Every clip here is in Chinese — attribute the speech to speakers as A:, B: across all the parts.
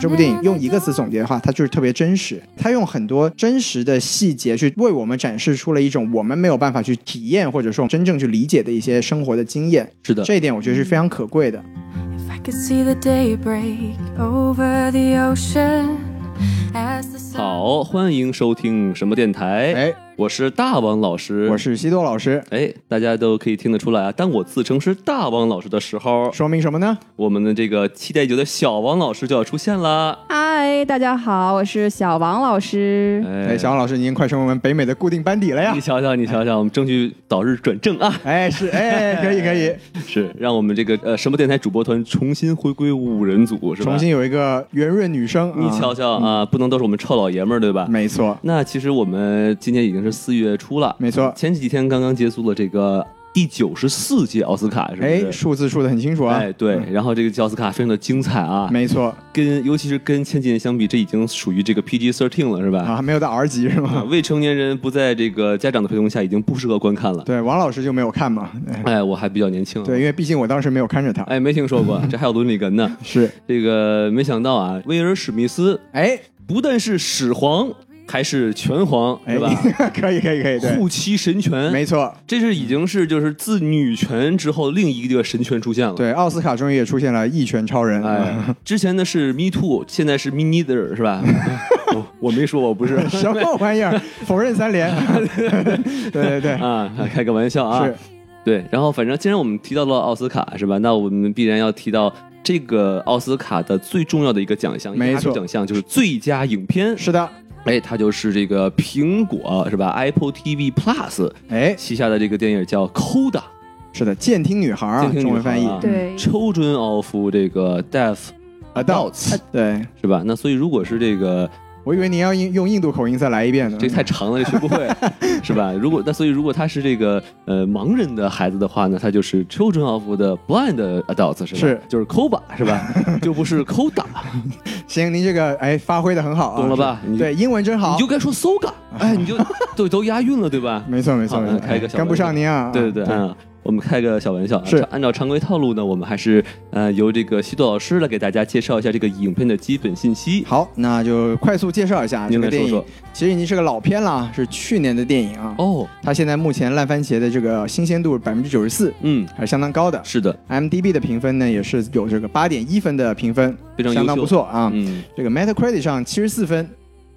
A: 这部电影用一个词总结的话，它就是特别真实。它用很多真实的细节去为我们展示出了一种我们没有办法去体验或者说真正去理解的一些生活的经验。
B: 是的，
A: 这一点我觉得是非常可贵的。
C: If I could see the daybreak over the ocean as the sun
B: 好，欢迎收听什么电台？
A: 哎，
B: 我是大王老师，
A: 我是西多老师，
B: 哎，大家都可以听得出来啊。当我自称是大王老师的时候，
A: 说明什么呢？
B: 我们的这个期待已久的小王老师就要出现啦。
D: 嗨，大家好，我是小王老师。
A: 哎，
B: 哎，
A: 小王啊老师，您快成为我们北美的固定班底了呀
B: 你！瞧瞧，你瞧瞧，我们争取早日转正啊！
A: 哎，是，哎，可以可以，
B: 是，让我们这个呃什么电台主播团重新回归五人组， 是吧？
A: 重新，有一个圆润女生，
B: 你
A: 啊嗯
B: 瞧，瞧啊，不能都是我们臭老爷们儿，对吧？
A: 没错，
B: 那其实我们今天已经是四月初了，
A: 没错
B: 前几天刚刚结束了这个第九十四届奥斯卡，是不
A: 哎，
B: 是？
A: 数字数的很清楚啊，
B: 哎，对，然后这个届奥斯卡非常的精彩啊，
A: 没错
B: 跟尤其是跟前几年相比，这已经属于这个 PG thirteen 了，是吧？
A: 啊，没有到 R 级是
B: 啊
A: 吗？
B: 未成年人不在这个家长的陪同下，已经不适合观看了。
A: 对，王老师就没有看嘛，对
B: 哎，我还比较年轻、啊，
A: 对，，因为毕竟我当时没有看着他，
B: 哎，没听说过，这还有伦理哏呢。
A: 是，
B: 这个没想到啊，威尔史密斯
A: 哎，
B: 不但是始皇，还是拳皇，
A: 哎
B: 是吧？，
A: 可以可以可以，对，
B: 护妻神拳，
A: 没错，
B: 这是已经是就是自女权之后另一个神权出现了。，
A: 对，奥斯卡终于也出现了一拳超人，啊，
B: 哎，之前呢是 Me Too，现在是 Me Neither，是 吧？我哦我没说，我不是
A: 什么玩意儿，否认三连， 对对对，
B: 啊，开个玩笑啊。
A: 是，
B: 对，然后反正既然我们提到了奥斯卡，是吧？那我们必然要提到这个奥斯卡的最重要的一个奖项，
A: 没
B: 压轴
A: 错
B: 奖项就是最佳影片。
A: 是的，
B: 哎，它就是这个苹果是吧？Apple TV Plus
A: 哎，
B: 旗下的这个电影叫《Coda
A: 是的，监听女孩儿啊，
B: 监听女
A: 中文翻译
B: 孩儿啊
D: 对，
A: 嗯
B: Children of 这个 Deaf》，呃
A: ，adults，对。
B: 是吧？那所以如果是这个，
A: 我以为您要用用印度口音再来一遍呢。
B: 这太长了，这学不 会，是吧？如果那所以如果他是这个呃盲人的孩子的话呢，他就是 Children of the Blind Adults 是吧？
A: 是
B: 就是 Coba 是吧？就不是 Coda，
A: 行，您这个哎发挥的很好啊，
B: 懂了吧
A: 是对，英文真好
B: 你。就该 说 Soga，哎，你就都都押韵了，对吧？
A: 没错没错
B: 好
A: 没错，
B: 那开一个小
A: 跟不
B: 玩笑
A: 上您啊。
B: 对对对，嗯。我们开个小玩笑啊，
A: 是
B: 按照常规套路呢，我们还是呃由这个西多老师来给大家介绍一下这个影片的基本信息。
A: 好，那就快速介绍一下这
B: 您来
A: 个电
B: 说
A: 影。
B: 说
A: 其实已经是个老片了啊，是去年的电影啊。
B: 哦，
A: 它现在目前烂番茄的这个新鲜度百分之九十四，
B: 嗯，
A: 还是相当高的。
B: 是的，
A: IMDB 的评分呢也是有这个八点一分的评分，
B: 非常优
A: 相
B: 秀
A: 当不错啊。
B: 嗯，
A: 这个 Metacritic 上七十四分，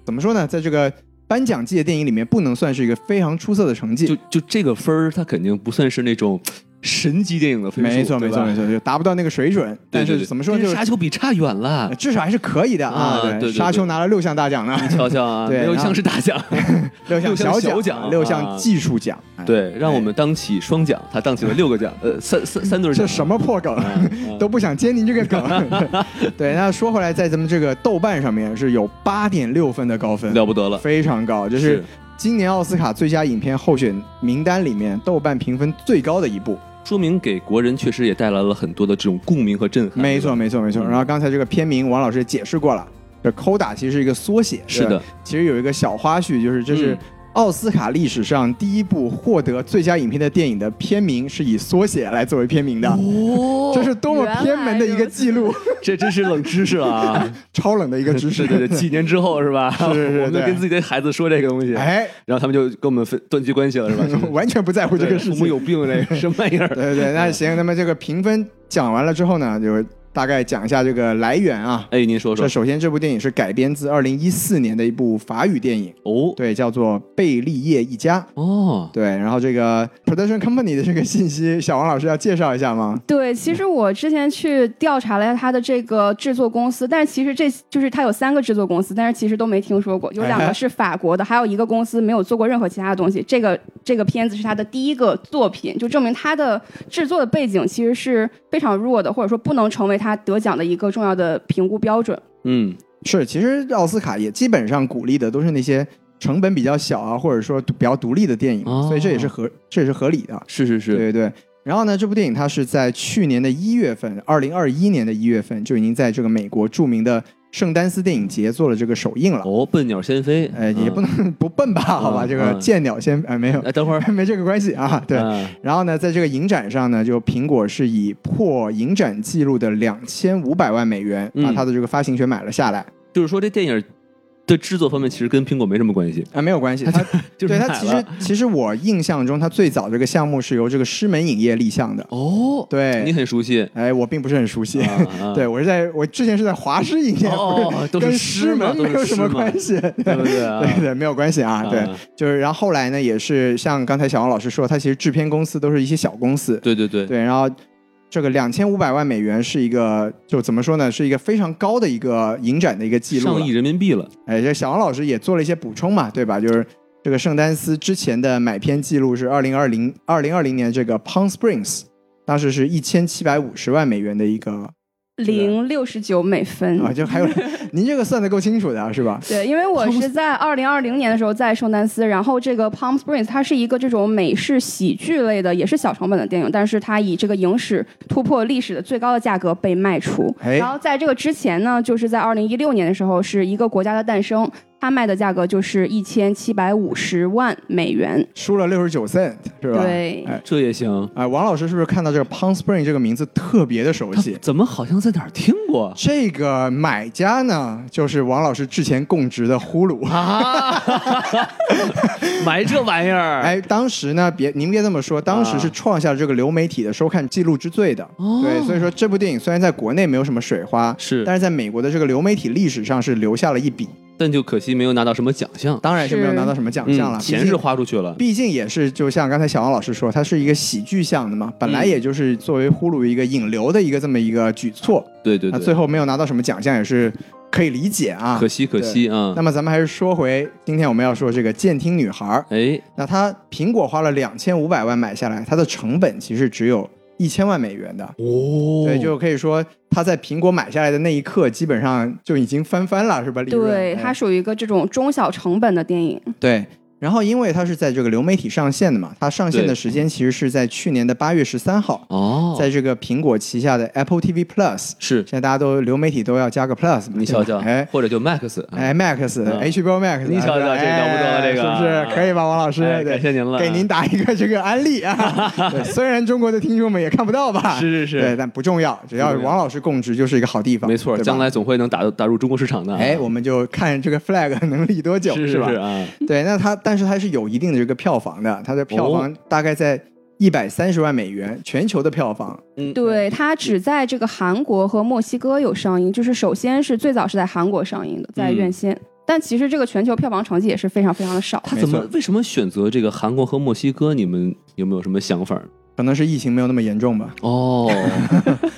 A: 怎么说呢？在这个颁奖季的电影里面，不能算是一个非常出色的成绩。
B: 就就这个分儿，它肯定不算是那种神级电影的分数，
A: 没错，没
B: 对吧
A: 错，没错，就达不到那个水准。但
B: 对对
A: 是
B: 对
A: 怎么说，
B: 跟
A: 就是
B: 沙丘比差远 了
A: 呃。至少还是可以的
B: 啊
A: 啊。
B: 对对对
A: 沙丘拿了六项大奖呢，
B: 瞧瞧啊，
A: 对
B: 没有一
A: 然后
B: 项是大奖。
A: 六项
B: 六项小奖
A: 奖，六
B: 啊
A: 项技术奖。哎，
B: 对，让我们当起双奖，他当起了六个奖，呃，三三三 对儿奖。嗯
A: 这什么破梗，啊都不想接您这个 梗。对，那说回来，在咱们这个豆瓣上面是有八点六分的高分，
B: 了不 得了？
A: 非常高，这是今年奥斯卡最佳影片候选名单里面豆瓣评分最高的一部。
B: 说明给国人确实也带来了很多的这种共鸣和震撼。
A: 没错，
B: 对吧，
A: 没错，没错。
B: 嗯
A: 然后刚才这个片名，王老师也解释过了，这 CODA 其实是一个缩写。
B: 是的，
A: 其实有一个小花絮，就是这是
B: 嗯
A: 奥斯卡历史上第一部获得最佳影片的电影的片名是以缩写来作为片名的，
B: 哦，
A: 这是多么偏门的一个记录，
B: 这真是冷知识了啊！
A: 超 冷的一个知识。
B: 对对对，几年之后是吧？
A: 是是是
B: 我们就
A: 对
B: 跟自己的孩子说这个东西，
A: 哎，
B: 然后他们就跟我们分断绝关系了，是吧？
A: 完全不在 乎这个
B: 对
A: 事
B: 父母嗯
A: 情。
B: 有病，这 个什么玩意儿？
A: 对对，那行，那么这个评分讲完了之后呢，就大概讲一下这个来源啊。
B: 哎，您说说
A: 这首先，这部电影是改编自二零一四年的一部法语电影，
B: 哦
A: 对，叫做《贝利叶一家》。
B: 哦，
A: 对，然后这个 production company 的这个信息，小王老师要介绍一下吗？
D: 对，其实我之前去调查了一下它的这个制作公司，但是其实这就是它有三个制作公司，但是其实都没听说过，有两
A: 哎
D: 个是法国的，还有一个公司没有做过任何其他的东西。这个这个片子是他的第一个作品，就证明他的制作的背景其实是非常弱的，或者说不能成为他得奖的一个重要的评估标准。
B: 嗯，
A: 是，其实奥斯卡也基本上鼓励的都是那些成本比较小啊，或者说比较独立的电影，
B: 哦
A: 所以这也是合这也是合理的。
B: 是是
A: 对
B: 是，
A: 对对。然后呢，这部电影它是在去年的一月份，二零二一年的一月份就已经在这个美国著名的圣丹斯电影节做了这个首映了。
B: 哦，笨鸟先飞，嗯
A: 呃，也不
B: 能，
A: 能不笨吧？好吧，
B: 嗯
A: 这个
B: 嗯
A: 见鸟先呃没有，
B: 哎，，等会儿
A: 没这个关系啊。 对，
B: 嗯
A: 然后呢，在这个影展上呢，就苹果是以破影展记录的两千五百万美元
B: 嗯
A: 把它的这个发行权买了下来啊、
B: 就是说这电影的制作方面其实跟苹果没什么关系，
A: 啊没有关系。它
B: 就是
A: 对它
B: 买
A: 其
B: 了
A: 实其实我印象中，它最早这个项目是由这个狮门影业立项的。
B: 哦，你
A: 对，
B: 很熟悉，
A: 哎，我并不是很熟悉。
B: 啊
A: 对，我是在我之前是在华师影业，
B: 哦
A: 不
B: 都是
A: 跟
B: 狮
A: 狮
B: 嘛
A: 门
B: 都
A: 没
B: 是
A: 有什么
B: 狮嘛
A: 关系。
B: 对不对 啊？
A: 对对，没有关系啊。对，
B: 啊
A: 就是然后后来呢，也是像刚才小王老师说，它其实制片公司都是一些小公司，
B: 对对对，
A: 对，然后这个两千五百万美元是一个，就怎么说呢，是一个非常高的一个影展的一个记录
B: 上
A: 了
B: 亿。人民币了，
A: 哎，这小王老师也做了一些补充嘛，对吧？就是这个圣丹斯之前的买片记录是二零二零二零二零年这个 Palm Springs，当时是一千七百五十万美元的一个
D: 零六十九美分
A: 啊，就还有您这个算的够清楚的啊是吧？
D: 对，因为我是在 二零二零年的时候在圣丹斯，然后这个 Palm Springs 它是一个这种美式喜剧类的，也是小成本的电影，但是它以这个影史突破历史的最高的价格被卖出。
A: 哎
D: 然后在这个之前呢，就是在二零一六年的时候，是一个国家的诞生，它卖的价格就是一千七百五十万美元。
A: 输了六十九 cent 是吧？
D: 对
A: 哎
B: 这也行。
A: 哎，王老师是不是看到这个 Palm Spring 这个名字特别的熟
B: 他
A: 悉？
B: 怎么好像在哪儿听 过
A: 这个买家呢，就是王老师之前供职的呼噜。
B: 啊？ 买这玩意儿，，
A: 哎，当时呢，别您别这么说，当时是创下了这个流媒体的收看记录之最的。
B: 哦
A: 对，所以说这部电影虽然在国内没有什么水花，
B: 是
A: 但是在美国的这个流媒体历史上是留下了一笔，
B: 但就可惜没有拿到什么奖项，
A: 当然是没有
D: 是
A: 拿到什么奖项了。
B: 嗯
A: 毕竟
B: 钱是花出去了，
A: 毕竟也是，就像刚才小王老师说，它是一个喜剧项的嘛，本来
B: 嗯
A: 也就是作为呼噜一个引流的一个这么一个举措，
B: 对对
A: 那啊最
B: 对，
A: 后没有拿到什么奖项也是可以理解啊。
B: 可惜可惜啊
A: 那。么咱们还是说回今天我们要说这个监听女孩儿。
B: 哎，
A: 那她苹果花了两千五百万买下来，它的成本其实只有一千万美元的。
B: 哦
A: 对，就可以说她在苹果买下来的那一刻，基本上就已经翻番了，是吧？利润
D: 对，
A: 哎
D: 它属于一个这种中小成本的电影。
A: 对。然后，因为它是在这个流媒体上线的嘛，它上线的时间其实是在去年的八月十三号，
B: 哦，
A: 在这个苹果旗下的 Apple TV Plus，
B: 是
A: 现在大家都流媒体都要加个 Plus 嘛，
B: 你瞧瞧
A: 对吧哎，，
B: 或者就 Max，哎
A: 哎，Max、
B: 嗯
A: HBO Max，
B: 你瞧瞧
A: 啊
B: 这了不得了
A: 哎
B: 这个
A: 是不是可以吧，王老师？
B: 哎
A: 对
B: 感谢您了
A: 给您打一个这个安利啊。 对虽然中国的听众们也看不到吧，
B: 是是
A: 啊对，
B: 是，
A: 但不重要，只要
B: 不重要
A: 王老师供职就是一个好地方，
B: 没错，
A: 对吧
B: 将来总会能打打入中国市场的啊。
A: 哎，我们就看这个 flag 能立多久，
B: 是是
A: 吧？
B: 啊，
A: 对，那它但是它是有一定的这个票房的，它的票
B: 哦
A: 房大概在一百三十万美元，全球的票房。
B: 嗯
D: 对，它只在这个韩国和墨西哥有上映，就是首先是最早是在韩国上映的，在
B: 嗯
D: 院线。但其实这个全球票房成绩也是非常非常的少。
B: 他怎么
A: 没
B: 为什么选择这个韩国和墨西哥？你们有没有什么想法？
A: 可能是疫情没有那么严重吧，
B: 哦，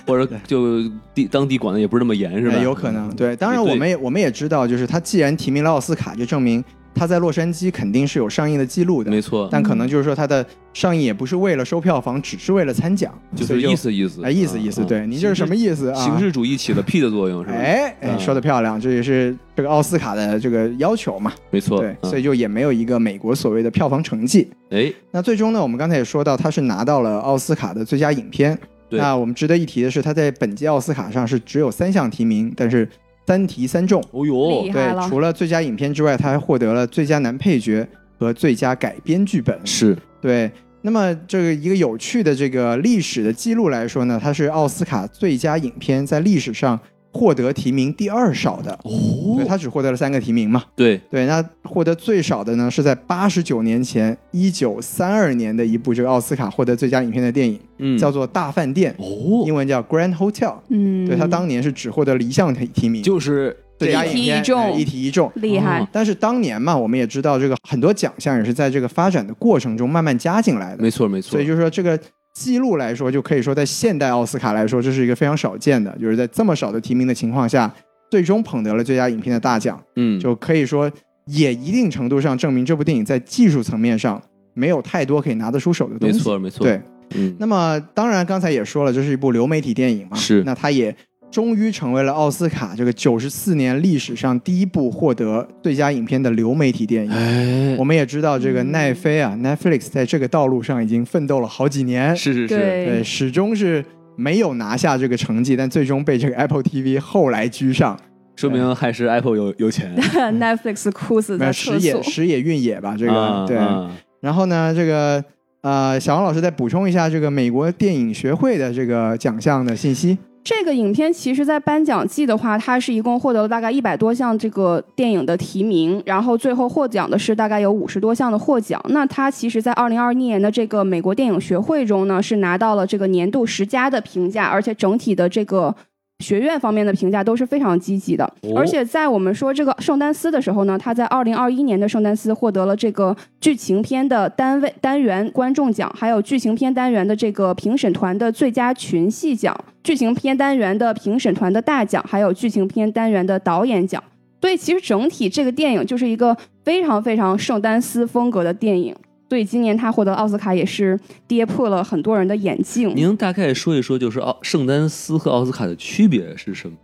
B: 或者就地当地管的也不是那么严，是吧？嗯
A: 哎有可能。对，当然
B: 也对
A: 我们也我们也知道，就是它既然提名了奥斯卡，就证明它在洛杉矶肯定是有上映的记录的。
B: 没错，嗯
A: 但可能就是说它的上映也不是为了收票房，只是为了参奖，
B: 就是
A: 所以
B: 意思意思，
A: 哎意思意思。
B: 啊
A: 对，您这是什么？意思
B: 啊
A: 啊？
B: 形式主义起了屁的作用，是吧？
A: 哎哎，
B: 嗯
A: 说的漂亮，这也是这个奥斯卡的这个要求嘛。
B: 没错，
A: 对，
B: 嗯
A: 所以就也没有一个美国所谓的票房成绩。
B: 哎，
A: 那最终呢，我们刚才也说到，他是拿到了奥斯卡的最佳影片。
B: 对
A: 那我们值得一提的是，他在本届奥斯卡上是只有三项提名，但是三提三中。
B: 哦呦
D: 厉，害
A: 对
D: 了，
A: 除了最佳影片之外，他还获得了最佳男配角和最佳改编剧本。
B: 是
A: 对。那么这个一个有趣的这个历史的记录来说呢，它是奥斯卡最佳影片在历史上获得提名第二少的，对，
B: 哦，
A: 它只获得了三个提名嘛。
B: 对，
A: 对，那获得最少的呢，是在八十九年前，一九三二年的一部这个奥斯卡获得最佳影片的电影，
B: 嗯，
A: 叫做《大饭店》，
B: 哦，
A: 英文叫《Grand Hotel》。
D: 嗯，
A: 对，他当年是只获得了一项提提名，
B: 就是
A: 最佳
D: 一
A: 影
D: 提一
A: 片
D: 中
A: 哎一提一中。
D: 厉害。
B: 哦
A: 但是当年嘛，我们也知道这个很多奖项也是在这个发展的过程中慢慢加进来的
B: 没，错没错，
A: 所以就是说这个记录来说，就可以说在现代奥斯卡来说，这是一个非常少见的，就是在这么少的提名的情况下，最终捧得了最佳影片的大奖。
B: 嗯，
A: 就可以说也一定程度上证明这部电影在技术层面上没有太多可以拿得出手的东
B: 没
A: 西。
B: 错没错，
A: 对。
B: 嗯，
A: 那么当然，刚才也说了，这是一部流媒体电影嘛，
B: 是
A: 那它也终于成为了奥斯卡这个九十四年历史上第一部获得最佳影片的流媒体电影。
B: 哎嗯
A: 我，们也知道，这个奈飞啊、Netflix 在这个道路上已经奋斗了好几年，
B: 是是是，
A: 对，
D: 对，
A: 始终是没有拿下这个成绩，但最终被这个 Apple TV 后来居上。
B: 说明还是 Apple 有有钱
D: Netflix 哭死
A: 没
D: 在
A: 有
D: 厕
A: 时
D: 所
A: 也。时也运也吧，这个
B: 啊
A: 对。
B: 啊
A: 然后呢，这个呃，小王老师再补充一下这个美国电影学会的这个奖项的信息。
D: 这个影片其实，在颁奖季的话，它是一共获得了大概一百多项这个电影的提名，然后最后获奖的是大概有五十多项的获奖。那它其实，在二零二一年的这个美国电影学会中呢，是拿到了这个年度十佳的评价，而且整体的这个。学院方面的评价都是非常积极的，
B: 哦
D: 而且在我们说这个圣丹斯的时候呢，他在二零二一年的圣丹斯获得了这个剧情片的单位单元观众奖，还有剧情片单元的这个评审团的最佳群戏奖、剧情片单元的评审团的大奖，还有剧情片单元的导演奖。所以其实整体这个电影就是一个非常非常圣丹斯风格的电影。所以今年他获得奥斯卡也是跌破了很多人的眼镜。
B: 您大概说一说，就是奥圣丹斯和奥斯卡的区别是什么？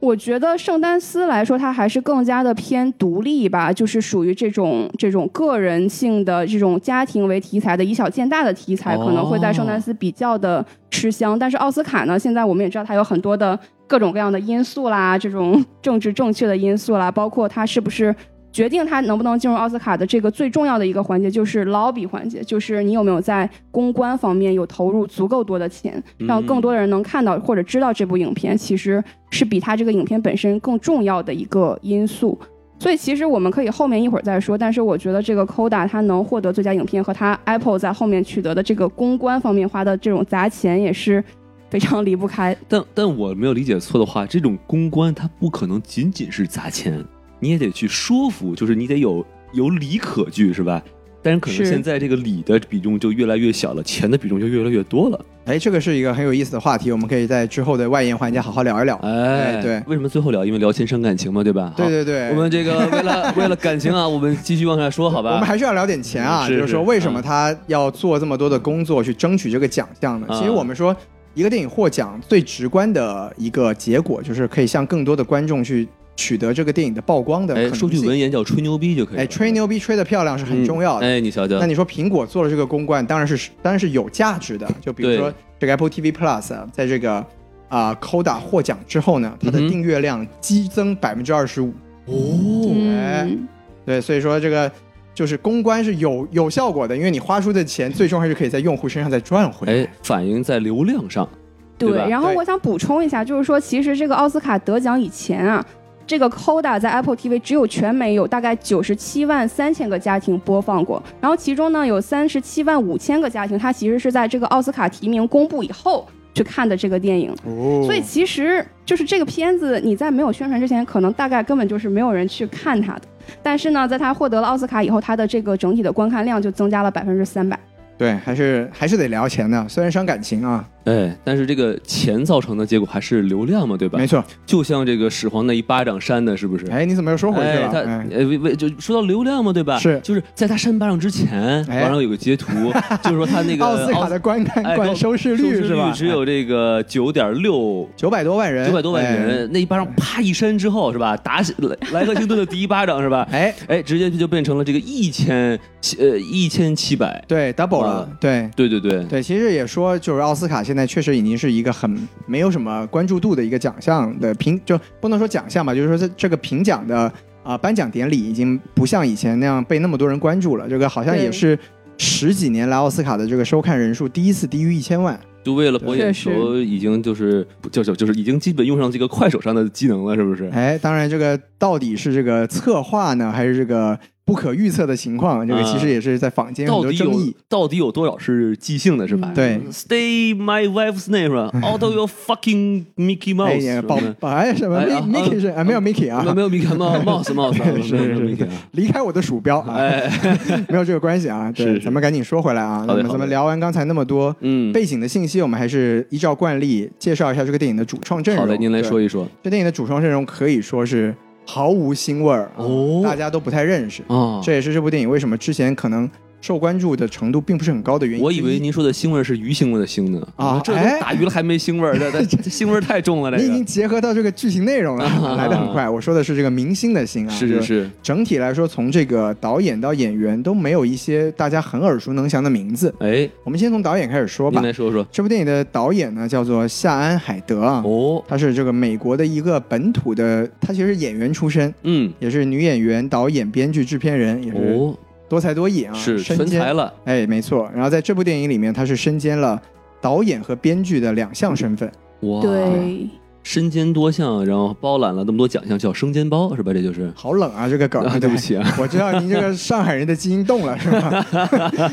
D: 我觉得圣丹斯来说，它还是更加的偏独立吧，就是属于这种这种个人性的这种家庭为题材的以小见大的题材，
B: 哦
D: 可能会在圣丹斯比较的吃香。但是奥斯卡呢，现在我们也知道它有很多的各种各样的因素啦，这种 政治正确的因素啦，包括它是不是。决定它能不能进入奥斯卡的这个最重要的一个环节就是 lobby 环节，就是你有没有在公关方面有投入足够多的钱，让更多的人能看到或者知道这部影片，其实是比它这个影片本身更重要的一个因素。所以其实我们可以后面一会儿再说，但是我觉得这个 Coda 它能获得最佳影片和它 Apple 在后面取得的这个公关方面花的这种砸钱也是非常离不开。
B: 但但我没有理解错的话，这种公关它不可能仅仅是砸钱，你也得去说服，就是你得有有理可据，是吧？但是可能
D: 是
B: 现在这个理的比重就越来越小了，钱的比重就越来越多了。
A: 哎，这个是一个很有意思的话题，我们可以在之后的外延环节好好聊一聊。
B: 哎，
A: 对对
B: 为什么最后聊？因为聊钱伤感情嘛，对吧？好
A: 对对对，
B: 我们这个为 了为了感情啊，我们继续往下说，好吧？
A: 我们还是要聊点钱啊，
B: 嗯是
A: 就是说
B: 是
A: 为什么他要做这么多的工作去争取这个奖项呢？
B: 嗯
A: 其实我们说，一个电影获奖最直观的一个结果，就是可以向更多的观众去取得这个电影的曝光的可
B: 哎，
A: 能
B: 说句
A: 性。
B: 文言叫吹牛逼就可以了。
A: 哎，吹牛逼吹得漂亮是很重要的。
B: 哎，你瞧瞧
A: 那，你说苹果做了这个公关，当然是当然是有价值的。就比如
B: 对
A: 说这个 Apple TV Plus，啊在这个啊、Coda 获奖之后呢，它的
B: 嗯哼
A: 订阅量激增百分之二十五。
B: 哦，
A: 哎
D: 嗯，
A: 对，所以说这个就是公关是有有效果的，因为你花出的钱最终还是可以在用户身上再赚回来。
B: 哎，反映在流量上。对吧
D: 然后
A: 对
D: 我想补充一下，就是说，其实这个奥斯卡得奖以前啊，这个 Coda 在 Apple TV 只有全美有大概九十七万三千个家庭播放过，然后其中呢有三十七万五千个家庭，它其实是在这个奥斯卡提名公布以后去看的这个电影。
A: 哦
D: 所以其实就是这个片子，你在没有宣传之前，可能大概根本就是没有人去看它的。但是呢，在它获得了奥斯卡以后，它的这个整体的观看量就增加了百分之三百。
A: 对，还是还是得聊钱呢，虽然伤感情啊，
B: 哎，但是这个钱造成的结果还是流量嘛，对吧
A: 没？错。
B: 就像这个始皇那一巴掌扇的，是不是？
A: 哎，你怎么又说回去
B: 哎，
A: 了？
B: 他
A: 哎
B: 呃为为就说到流量嘛，对吧？
A: 是
B: 就是在他扇巴掌之前，
A: 哎
B: 网上有个截图，就是说他那 个
A: 奥斯卡的观看
B: 哎
A: 观收视
B: 收
A: 率
B: 视
A: 是吧？哎
B: 只有这个九点六
A: 九百多万人，
B: 九百多万人，那一巴
A: 哎
B: 掌啪一扇之后是吧？打起莱莱克星顿的第一巴掌是吧？
A: 哎。哎，
B: 哎，直接就变成了这个一千七呃一千七百，
A: 对，double
B: 哇
A: 了，对。
B: 对对对，
A: 对，其实也说，就是奥斯卡现在确实已经是一个很没有什么关注度的一个奖项的评，就不能说奖项吧，就是说这这个评奖的啊、颁奖典礼已经不像以前那样被那么多人关注了。这个好像也
D: 对
A: 是十几年来奥斯卡的这个收看人数第一次低于一千万。
B: 就为了博眼
D: 确
B: 球，已经就是就就就是已经基本用上这个快手上的技能了，是不是？
A: 哎，当然这个到底是这个策划呢，还是这个不可预测的情况？这个其实也是在坊间有
B: 嗯到
A: 很多
B: 底
A: 争
B: 有
A: 议。
B: 到底有多少是即兴的，是吧？
D: 嗯
A: 对
B: ，Stay my wife's name 是吧？Out of your fucking Mickey
A: 哎
B: Mouse，
A: 呀，
B: 是吧
A: 宝宝哎什么
B: 哎啊
A: Mickey 是啊没有 Mickey 啊
B: 没有，没有 Mickey Mouse Mouse 啊
A: 是
B: 没有
A: 是
B: Mickey 啊
A: 离开我的鼠标啊。
B: 哎，
A: 没有这个关系 啊。对，
B: 是是
A: 咱们赶紧说回来啊。那
B: 好
A: 么
B: 的
A: 咱
B: 好
A: 们
B: 的
A: 聊完刚才那么多
B: 嗯，
A: 背景的信息，我们还是依照惯例介绍一下这个电影的主创阵容。
B: 好的，您来
A: 对
B: 说，一说
A: 这电影的主创阵容可以说是毫无腥味儿啊
B: 哦
A: 大家都不太认识。
B: 啊，
A: 这也是这部电影为什么之前可能受关注的程度并不是很高的原因
B: 我
A: 之一。
B: 以为您说的腥味儿是鱼腥味儿的腥呢
A: 啊
B: 这都
A: 哎
B: 打鱼了还没腥味儿，这这这腥味儿太重了，
A: 你
B: 这
A: 已
B: 个
A: 经结合到这个剧情内容 了，来的很快。我说的是这个明星的星啊，
B: 是
A: 就是
B: 是，
A: 整体来说，从这个导演到演员都没有一些大家很耳熟能详的名字。
B: 哎，
A: 我们先从导演开始说吧
B: 您。来说说，
A: 这部电影的导演呢叫做夏安海德啊，
B: 哦，
A: 他是这个美国的一个本土的，他其实是演员出身，
B: 嗯，
A: 也是女演员、导演、编剧、制片人，也是
B: 哦，
A: 多才多艺啊，
B: 是
A: 身
B: 全才
A: 兼
B: 了，
A: 哎，没错。然后在这部电影里面，他是身兼了导演和编剧的两项身份。
B: 哇，，
D: 对，
B: 身兼多项，然后包揽了那么多奖项，叫生煎包是吧？这就是，
A: 好冷啊，这个梗
B: 啊，对不起啊，
A: 我知道您这个上海人的基因动了，是吗？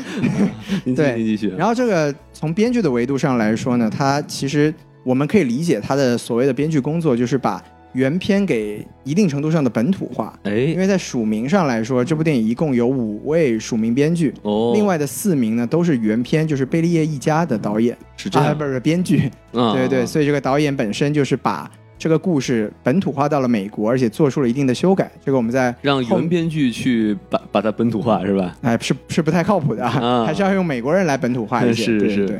B: 您继 续
A: 对
B: 您继续，
A: 然后这个从编剧的维度上来说呢，他其实我们可以理解他的所谓的编剧工作，就是把原片给一定程度上的本土化。因
B: 哎，
A: 为在署名上来
B: 嗯
A: 说，这部电影一共有五位署名编剧，
B: 哦，
A: 另外的四名呢都是原片，就是贝利叶一家的导演
B: 是这
A: 啊，
B: 样
A: 不，是不是编剧，
B: 啊
A: 对对，所以这个导演本身就是把这个故事本土化到了美国，而且做出了一定的修改。这个我们在
B: 让
A: 后
B: 原编剧去把把它本土化是吧？
A: 哎，是是不太靠谱的，
B: 啊
A: 还是要用美国人来本土化一些。
B: 是
A: 对
B: 是
A: 对。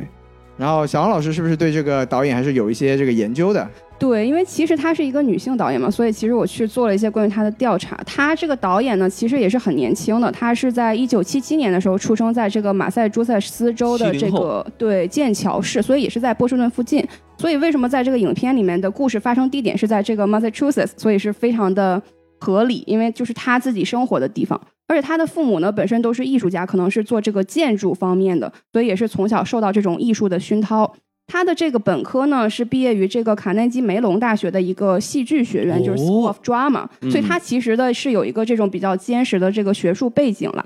A: 然后小王老师是不是对这个导演还是有一些这个研究的？
D: 对，因为其实她是一个女性导演嘛，所以其实我去做了一些关于她的调查。她这个导演呢，其实也是很年轻的，她是在一九七七年的时候出生在这个马赛诸塞斯州的
B: 70
D: 这个对剑桥市，所以也是在波士顿附近。所以为什么在这个影片里面的故事发生地点是在这个 Massachusetts，所以是非常的合理，因为就是她自己生活的地方。而且她的父母呢，本身都是艺术家，可能是做这个建筑方面的，所以也是从小受到这种艺术的熏陶。他的这个本科呢是毕业于这个卡耐基梅隆大学的一个戏剧学院，就是
B: 哦
D: School of Drama，、
B: 嗯
D: 所以他其实的是有一个这种比较坚实的这个学术背景了。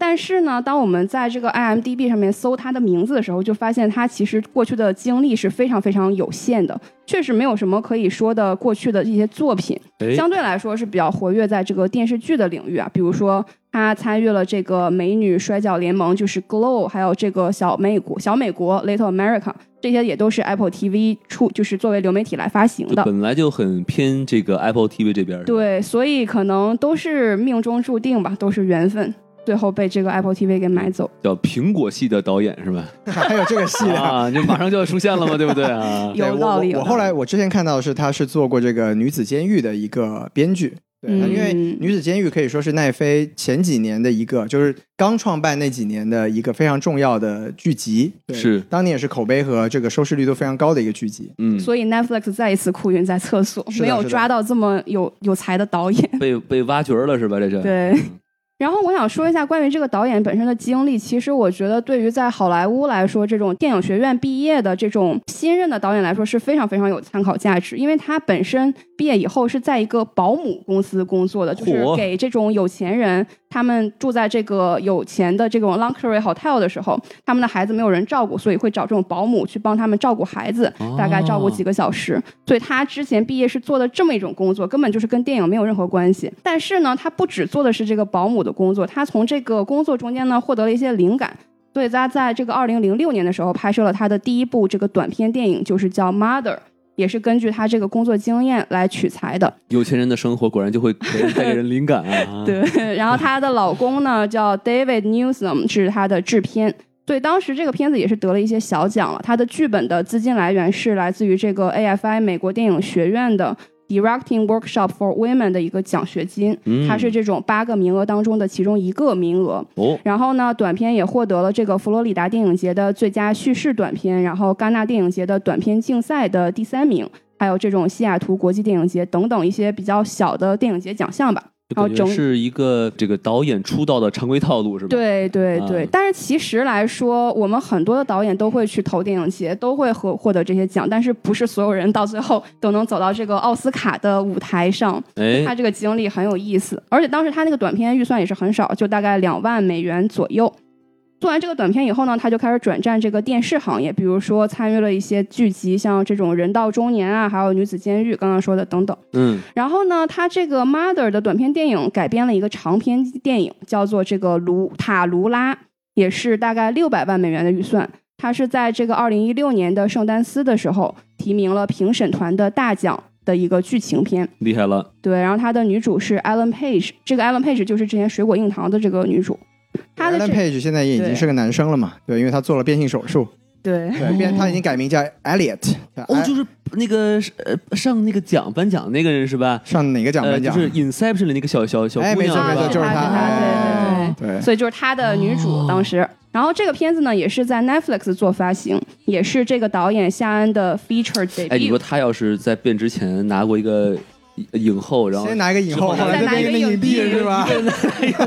D: 但是呢，当我们在这个 IMDB 上面搜他的名字的时候，就发现他其实过去的经历是非常非常有限的，确实没有什么可以说的过去的一些作品。
B: 哎，
D: 相对来说是比较活跃在这个电视剧的领域啊，比如说他参与了这个《美女摔角联盟》，就是 Glow，还有这个小美国、小美国 Little America，这些也都是 Apple TV 出，就是作为流媒体来发行的。
B: 本来就很偏这个 Apple TV 这边，，
D: 对，所以可能都是命中注定吧，都是缘分，最后被这个 Apple TV 给买
A: 嗯
D: 走。
B: 叫苹果系的导演是 吧？
A: 还有这个戏的。
B: 啊，就马上就要出现了嘛，对不对啊？
A: 对
D: 有道理
A: 我我。我
D: 有道理
A: 后来我之前看到的是他是做过这个《女子监狱》的一个编剧，对，
D: 嗯
A: 因为《女子监狱》可以说是奈飞前几年的一个，就是刚创办那几年的一个非常重要的剧集，对
B: 是
A: 当年也是口碑和这个收视率都非常高的一个剧集。
B: 嗯，
D: 所以 Netflix 再一次哭晕在厕所，
A: 是的
D: 没有
A: 是的
D: 抓到这么有有才的导演。
B: 被被挖掘了是吧？这是，嗯
D: 对。然后我想说一下关于这个导演本身的经历。其实我觉得，对于在好莱坞来说，这种电影学院毕业的这种新任的导演来说是非常非常有参考价值，因为他本身毕业以后是在一个保姆公司工作的，就是
B: 嚯
D: 给这种有钱人他们住在这个有钱的这种 luxury hotel 的时候，他们的孩子没有人照顾，所以会找这种保姆去帮他们照顾孩子，大概照顾几个小时。所以他之前毕业是做的这么一种工作，根本就是跟电影没有任何关系。但是呢，他不只做的是这个保姆的工作，他从这个工作中间呢获得了一些灵感。所以他在这个二零零六年的时候拍摄了他的第一部这个短片电影，就是叫《Mother》，也是根据他这个工作经验来取材的。
B: 有钱人的生活果然就会给人带给人灵感啊。啊，
D: 对，然后她的老公呢叫 David Newsom，是她的制片。所以当时这个片子也是得了一些小奖了。它的剧本的资金来源是来自于这个 AFI 美国电影学院的 Directing Workshop for Women 的一个奖学金，
B: 嗯
D: 它是这种八个名额当中的其中一个名额。
B: 哦，
D: 然后呢，短片也获得了这个佛罗里达电影节的最佳叙事短片，然后戛纳电影节的短片竞赛的第三名，还有这种西雅图国际电影节等等一些比较小的电影节奖项吧。然后
B: 就感觉
D: 整
B: 是一个这个导演出道的常规套路是吧？，
D: 对对对，
B: 嗯
D: 但是其实来说，我们很多的导演都会去投电影节，都会获获得这些奖，但是不是所有人到最后都能走到这个奥斯卡的舞台上。他
B: 哎，
D: 这个经历很有意思，而且当时他那个短片预算也是很少，就大概两万美元左右。做完这个短片以后呢，他就开始转战这个电视行业，比如说参与了一些剧集，像这种《人到中年》啊，还有《女子监狱》刚刚说的等等。
B: 嗯，
D: 然后呢，他这个《Mother》的短片电影改编了一个长篇电影，叫做这个《卢塔卢拉》，也是大概六百万美元的预算。他是在这个二零一六年的圣丹斯的时候提名了评审团的大奖的一个剧情片。
B: 厉害了。
D: 对，然后她的女主是 Ellen Page，这个 Ellen Page 就是之前《水果硬糖》的这个女主。他的
A: Ellen
D: 这
A: Page 现在也已经
D: 对
A: 是个男生了嘛？对，因为他做了变性手术，
D: 对
A: 对，变他已经改名叫哎 Elliot。
B: 哦，就是是那个呃上那个奖颁奖那个人是吧？
A: 上哪个奖
B: 呃，
A: 颁
B: 就
A: 奖？
B: 是 Inception 的那个小小小
A: 哎
B: 姑
A: 没错没
B: 娘是
A: 错
B: 吧，
A: 就是
D: 他，
A: 她哎
D: 对对对。
A: 对，
D: 所以就是她的女
A: 哦
D: 主当时。然后这个片子呢，也是在 Netflix 做发行，也是这个导演夏恩的 feature
B: 哎，你
D: debut
B: 说。他要是在变之前拿过一个影后，然后
A: 先拿一个影后，
B: 之
A: 后
B: 后
A: 来
D: 再拿
A: 变成
D: 一个
A: 个
D: 影
A: 帝
D: 帝
A: 是吧？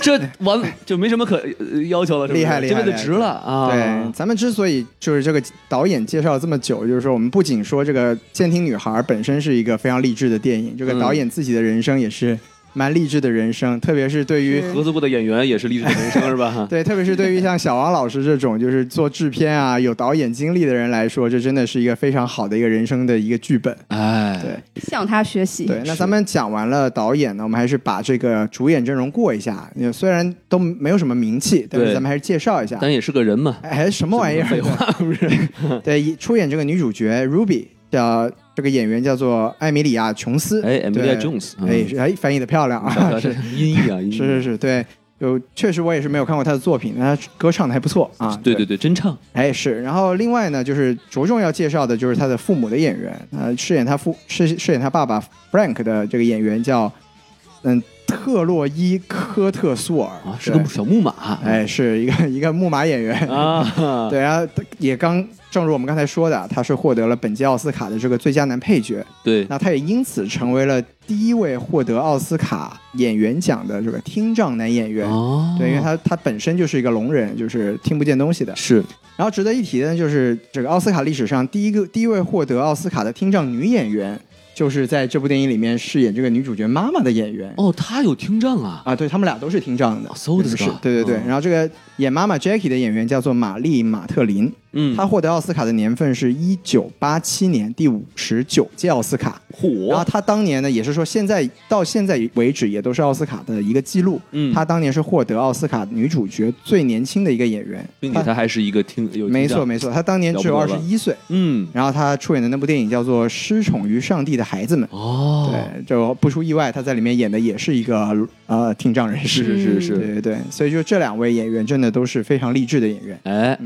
B: 这完就没什么可呃要求了，是不是
A: 厉害厉害
B: 这辈子值了啊！
A: 对，咱们之所以就是这个导演介绍这么久，就是说我们不仅说这个《监听女孩》本身是一个非常励志的电影，这个
B: 嗯
A: 导演自己的人生也是蛮励志的人生，特别是对于
D: 是
B: 合作过的演员也是励志的人生，是吧？
A: 对，特别是对于像小王老师这种就是做制片啊、有导演经历的人来说，这真的是一个非常好的一个人生的一个剧本。
B: 哎，
A: 对
D: 向他学习。
A: 对，那咱们讲完了导演呢，我们还是把这个主演阵容过一下。因为虽然都没有什么名气，但是
B: 对
A: 咱们还是介绍一下。
B: 但也是个人嘛，
A: 哎，啊什么玩意儿？
B: 废话不是？
A: 对，一出演这个女主角 Ruby 叫这个演员叫做艾米莉亚·琼斯。
B: 哎，Emilia
A: 对
B: Jones，嗯
A: 哎，是哎，翻译的漂亮
B: 小
A: 啊！
B: 小
A: 是
B: 这音译啊，音译
A: 是是是，对，就确实我也是没有看过她的作品，但她歌唱的还不错啊。
B: 对对对，真唱，
A: 哎，是。然后另外呢，就是着重要介绍的就是他的父母的演员，呃，饰演他父饰饰演他爸爸 Frank 的这个演员叫嗯特洛伊·科特苏尔
B: 啊，是个
A: 对
B: 小木马，
A: 哎，是一个一个木马演员。
B: 啊，
A: 对啊，他也刚正如我们刚才说的，啊他是获得了本届奥斯卡的这个最佳男配角，
B: 对，
A: 那他也因此成为了第一位获得奥斯卡演员奖的这个听障男演员。
B: 哦，
A: 对，因为他他本身就是一个聋人，就是听不见东西的。
B: 是
A: 然后值得一提的就是，这个奥斯卡历史上第一个第一位获得奥斯卡的听障女演员，就是在这部电影里面饰演这个女主角妈妈的演员。
B: 哦，他有听障啊，
A: 啊，对他们俩都是听障的
B: 哦，，so
A: 就
B: です
A: 是
B: か
A: 对对对。
B: 嗯
A: 然后这个演妈妈 Jackie 的演员叫做玛丽·马特林，
B: 嗯，
A: 她获得奥斯卡的年份是一九八七年第五十九届奥斯卡。然后
B: 火，
A: 她当年呢，也是说现在到现在为止也都是奥斯卡的一个记录。
B: 嗯
A: 她当年是获得奥斯卡女主角最年轻的一个演员，
B: 并且
A: 她
B: 他还是一个听有听
A: 没错
B: 障，
A: 没错，她当年只有
B: 了
A: 二
B: 不
A: 十
B: 得了
A: 一岁。
B: 嗯，
A: 然后他出演的那部电影叫做《失宠于上帝的孩子们》。
B: 哦，
A: 对，就不出意外，他在里面演的也是一个呃听障人士。
B: 是是是
A: 对
B: 是，
A: 对对，所以就这两位演员真的都是非常励志的演员。
B: 哎，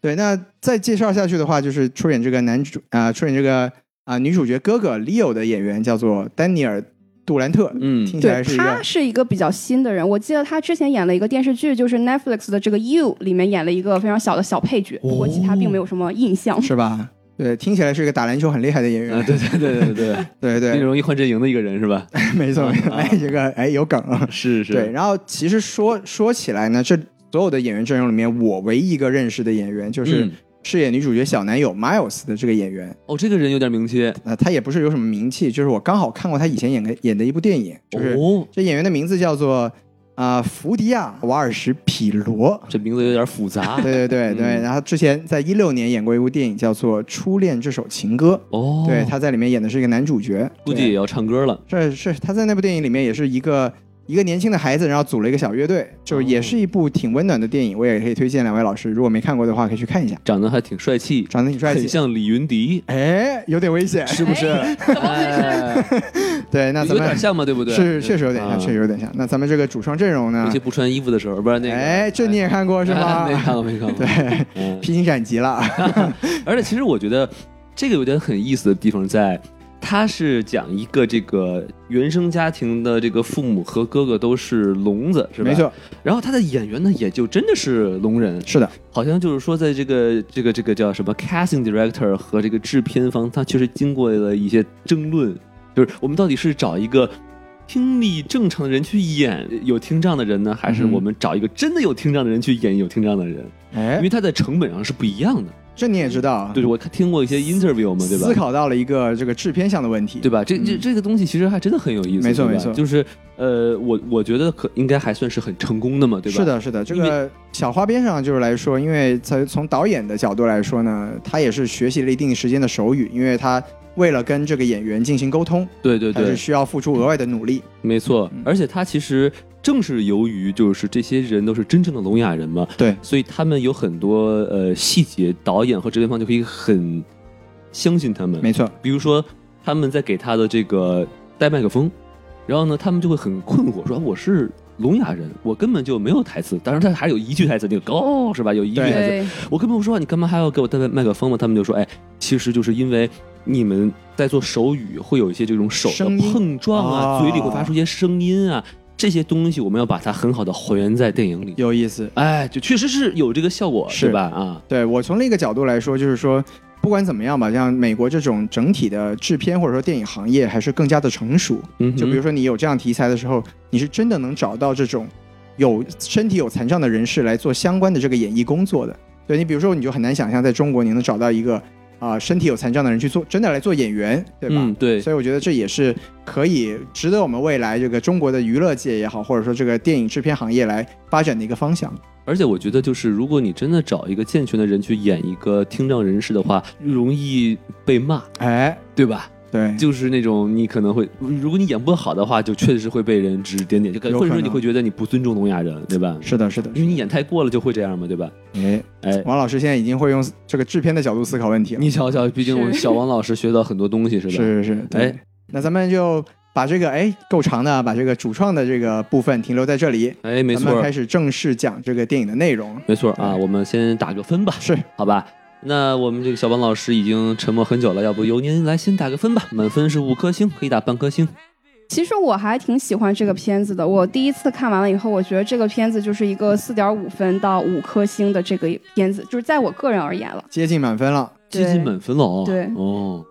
A: 对，那再介绍下去的话，就是出演这个男主啊、出演这个啊、女主角哥哥 Leo 的演员叫做丹尼尔·杜兰特，
B: 嗯
A: 听起来
D: 对，
A: 是一个
D: 他是一个比较新的人。我记得他之前演了一个电视剧，就是 Netflix 的这个《You》里面演了一个非常小的小配角，
A: 哦
D: 不过其他并没有什么印象。
A: 是吧？对，听起来是一个打篮球很厉害的演员。
B: 啊，对对对对
A: 对
B: 对，那
A: 对，
B: 容易换阵营的一个人 是吧？
A: 没错没错，
B: 啊
A: 哎，这个哎有梗啊。
B: 是是，
A: 对，然后其实说说起来呢，这所有的演员阵容里面，我唯一一个认识的演员就是
B: 嗯
A: 饰演女主角小男友 Miles 的这个演员。
B: 哦，这个人有点名气，
A: 那、他也不是有什么名气，就是我刚好看过他以前演个演的一部电影，就是、
B: 哦，
A: 这演员的名字叫做啊、福迪亚·瓦尔什匹罗。
B: 这名字有点复杂，
A: 对对对对，
B: 嗯
A: 然后之前在一六年演过一部电影叫做《初恋这首情歌》，
B: 哦，
A: 对，他在里面演的是一个男主角，
B: 估计也要唱歌了，
A: 是是，他在那部电影里面也是一个一个年轻的孩子，然后组了一个小乐队，就是也是一部挺温暖的电影，我也可以推荐两位老师，如果没看过的话，可以去看一下，
B: 长得还挺帅气，
A: 长得挺帅
B: 很
A: 气。
B: 像李云迪，
A: 哎，有点危险， 是
D: 不是哎怎么回事？
B: 哎
A: 对，那咱
B: 有点
A: 们
B: 像嘛，对不对？
A: 是确实有点
B: 啊
A: 像，确实有点像。那咱们这个主创阵容呢
B: 尤其？不穿衣服的时候，不然那个，
A: 哎，这你也看过是吗
B: 哎没？看过，没看过。
A: 对，
B: 嗯，
A: 披荆斩棘了。
B: 而且其实我觉得这个有点很意思的地方在，它是讲一个这个原生家庭的这个父母和哥哥都是聋子，是吧？
A: 没。错，
B: 然后他的演员呢，也就真的是聋人，
A: 是的，
B: 好像就是说，在这个这个这个叫什么 casting director 和这个制片方，他确实经过了一些争论，就是我们到底是找一个。听力正常的人去演有听障的人呢，还是
A: 嗯
B: 我们找一个真的有听障的人去演有听障的人？因
A: 哎
B: 为，他在成本上是不一样的。
A: 这你也知道啊
B: 对，，我看听过一些 interview 嘛，对吧？
A: 思考到了一个这个制片上的问题，
B: 对吧？这这这个东西其实还真的很有意
A: 嗯
B: 思，
A: 没错
B: 对
A: 没
B: 吧
A: 错
B: 就是呃，我我觉得可应该还算是很成功的嘛，对吧？
A: 是，的，是的，这
B: 因为
A: 个小花边上就是来说，因为在从导演的角度来说呢，他也是学习了一定时间的手语，因为他为了跟这个演员进行沟通，
B: 对对
A: 他是
B: 对，
A: 需要付出额外的努力。
B: 没错。
A: 嗯
B: 而且他其实正是由于就是这些人都是真正的聋哑人嘛，
A: 对，
B: 所以他们有很多呃细节，导演和制片方就可以很相信他们。
A: 没错，
B: 比如说他们在给他的这个带麦克风，然后呢，他们就会很困惑，说啊我是聋哑人，我根本就没有台词，当然他还是有一句台词，那个高是吧？有一句
A: 对
B: 台词，
D: 对，
B: 我根本不说话，你干嘛还要给我带麦克风嘛？他们就说，哎，其实就是因为你们在做手语会有一些这种手
A: 声
B: 的
A: 音
B: 碰撞啊，
A: 哦
B: 嘴里会发出一些声音啊，这些东西我们要把它很好的还原在电影里。
A: 有意思。
B: 哎，就确实是有这个效果，
A: 是
B: 对吧？啊，
A: 对我从另一个角度来说，就是说，不管怎么样吧，像美国这种整体的制片或者说电影行业还是更加的成熟。
B: 嗯哼，
A: 就比如说你有这样题材的时候，你是真的能找到这种有身体有残障的人士来做相关的这个演艺工作的。对你，比如说你就很难想象在中国你能找到一个啊、身体有残障的人去做真的来做演员，对吧？
B: 嗯，对，
A: 所以我觉得这也是可以值得我们未来这个中国的娱乐界也好，或者说这个电影制片行业来发展的一个方向。
B: 而且我觉得，就是如果你真的找一个健全的人去演一个听障人士的话，容易被骂，
A: 哎，
B: 对吧？
A: 对，
B: 就是那种你可能会，如果你演不好的话，就确实会被人指指点点，就
A: 有可能
B: 或者说你会觉得你不尊重聋哑人，对吧？
A: 是的，是的，
B: 因为你演太过了就会这样嘛，对吧？
A: 哎，
B: 哎，
A: 王老师现在已经会用这个制片的角度思考问题了。
B: 你瞧瞧，毕竟我小王老师学到很多东西，是吧？
A: 是是是，对。
B: 哎
A: 那咱们就把这个哎够长的，把这个主创的这个部分停留在这里。
B: 哎，没
A: 咱们
B: 错
A: 开，始哎正式讲这个电影的内容。
B: 没错啊，我们先打个分吧，
A: 是
B: 好吧？那我们这个小王老师已经沉默很久了，要不由您来先打个分吧？满分是五颗星，可以打半颗星。
D: 其实我还挺喜欢这个片子的。我第一次看完了以后，我觉得这个片子就是一个四点五分到五颗星的这个片子，就是在我个人而言了。
A: 接近满分了，
B: 接近
D: 对
B: 满分了哦。
D: 对
B: 哦，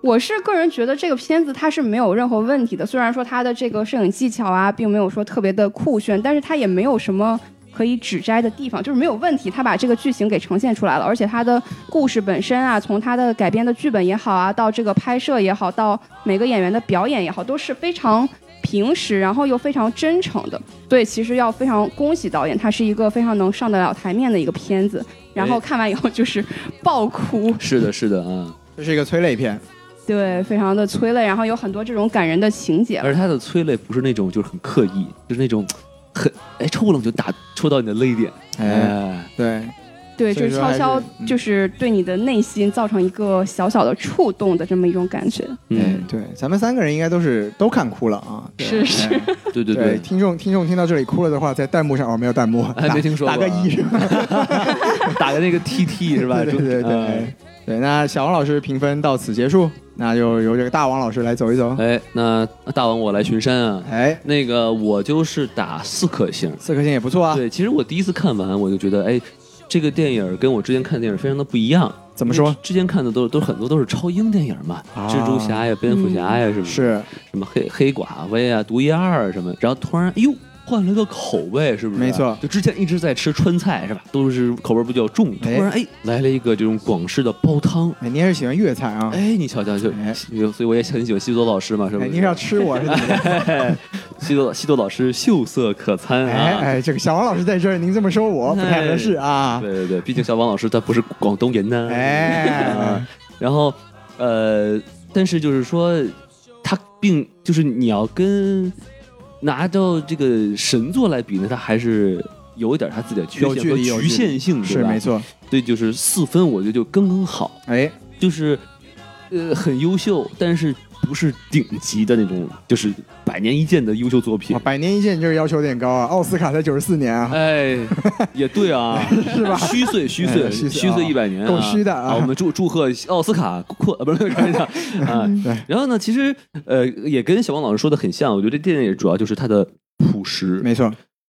D: 我是个人觉得这个片子它是没有任何问题的，虽然说它的这个摄影技巧啊，并没有说特别的酷炫，但是它也没有什么可以指摘的地方，就是没有问题。它把这个剧情给呈现出来了，而且它的故事本身啊，从它的改编的剧本也好啊，到这个拍摄也好，到每个演员的表演也好，都是非常。平时，然后又非常真诚的，对，其实要非常恭喜导演，他是一个非常能上得了台面的一个片子。然后
B: 哎
D: 看完以后就是爆哭，
B: 是的，是的啊，
A: 这是一个催泪片，
D: 对，非常的催泪，然后有很多这种感人的情节。
B: 而且他的催泪不是那种就是很刻意，就是那种很哎抽冷就打戳到你的泪点，
A: 哎，
B: 哎，
A: 对，
D: 对，就是悄悄
A: 所以说
B: 嗯
A: 还是
D: 就是对你的内心造成一个小小的触动的这么一种感觉。
A: 哎
B: 嗯，，
A: 对，咱们三个人应该都是都看哭了啊，对
D: 是是
A: 哎
B: 对
A: 对，
B: 对对，
A: 听众听众听到这里哭了的话，在弹幕上哦没有弹 幕，
B: 哎
A: 打
B: 没听说
A: 打个
B: 过
A: 一是吧？
B: 打的那个 TT 是吧？
A: 对对对对
B: 哎
A: 哎对，那小王老师评分到此结束，那就由这个大王老师来走一走。
B: 哎，那大王我来巡山啊，
A: 哎，
B: 那个我就是打四颗星。
A: 四颗星也不错啊，
B: 对，其实我第一次看完我就觉得，哎，这个电影跟我之前看的电影非常的不一样。
A: 怎么说？？
B: 之前看的都都很多都是超英电影嘛，
A: 啊嗯
B: 蜘蛛侠呀、蝙蝠侠呀什么的
A: 是
B: 什么黑黑寡妇呀、独一二什么，然后突然哎呦换了个口味，是不是？啊
A: 没错
B: 就之前一直在吃川菜是吧，都是口味比较重，突
A: 哎
B: 然哎来了一个这种广式的煲汤，
A: 哎，你也是喜欢粤菜啊？
B: 哎你瞧瞧就，
A: 哎
B: 所以我也很喜欢西多老师嘛，是不
A: 哎，
B: 是？
A: 你是要吃我是 怎么着？
B: 西多西多老师秀色可餐
A: 哎
B: 啊。
A: 哎，这个小王老师在这儿，您这么说 我不太合适啊。
B: 对对对，毕竟小王老师他不是广东人呢、
A: 哎
B: 啊，然后呃，但是就是说，他并就是你要跟拿到这个神作来比呢，他还是有一点他自己的缺
A: 有距
B: 陷和
A: 离有距离
B: 局限性，
A: 是没错。
B: 错。嗯对，就是四分，我觉得就刚刚好，
A: 哎，
B: 就是呃很优秀，但是不是顶级的那种，就是百年一见的优秀作品
A: 哇。百年一见，这个要求有点高啊。奥斯卡才九十四年啊，
B: 哎，也对啊，
A: 是吧？
B: 虚岁，虚岁，
A: 哎虚岁
B: 虚岁
A: 啊
B: 一百年啊，
A: 够虚的啊
B: 我们祝祝贺奥斯卡扩，啊不是 开玩笑啊
A: 对。
B: 然后呢，其实呃，也跟小王老师说的很像，我觉得这电影主要就是它的朴实，
A: 没错，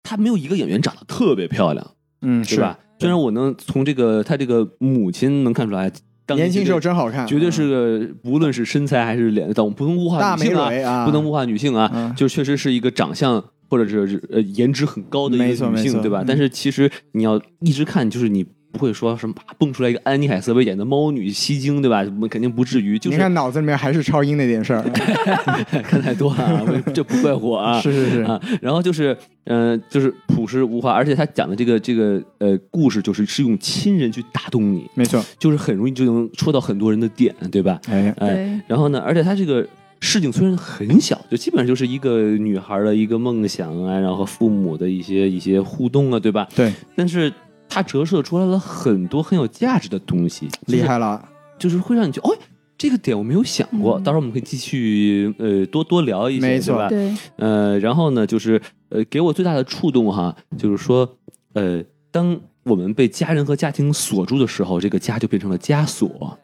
B: 它没有一个演员长得特别漂亮，
A: 嗯，
B: 对吧？虽然我能从这个他这个母亲能看出来，当
A: 年轻时候
B: 绝
A: 真好看，
B: 对绝对是个，无论是身材还是脸，但我们不能物
A: 嗯
B: 化
A: 大
B: 女
A: 美
B: 性啊，
A: 蕊啊，
B: 不能物化女性啊，
A: 嗯
B: 就确实是一个长相或者是呃颜值很高的
A: 没
B: 一
A: 错
B: 个女
A: 没错
B: 性，对吧
A: 嗯？
B: 但是其实你要一直看，就是你不会说什么啊蹦出来一个安妮海瑟薇演的猫女吸睛，对吧？我们肯定不至于，就
A: 您
B: 是
A: 看脑子里面还是超英那点事儿， 哎
B: 看太多了啊， 我这不怪我啊。
A: 是是是，
B: 啊，然后就是，呃，就是朴实无华，而且他讲的这个这个呃故事，就是是用亲人去打动你，
A: 没错。
B: 就是很容易就能戳到很多人的点，对吧？
A: 哎，
B: 哎，然后呢，而且他这个事情虽然很小，就基本上就是一个女孩的一个梦想啊，然后和父母的一些一些互动啊，对吧？
A: 对，
B: 但是它折射出来了很多很有价值的东西，
A: 厉，害了，
B: 就是会让你觉得，哦，这个点我没有想过，
D: 嗯
B: 到时候我们可以继续呃多多聊一些，
A: 没错
B: 对吧？
D: 对，
B: 呃，然后呢，就是呃，给我最大的触动哈，就是说，呃，当我们被家人和家庭锁住的时候，这个家就变成了枷锁，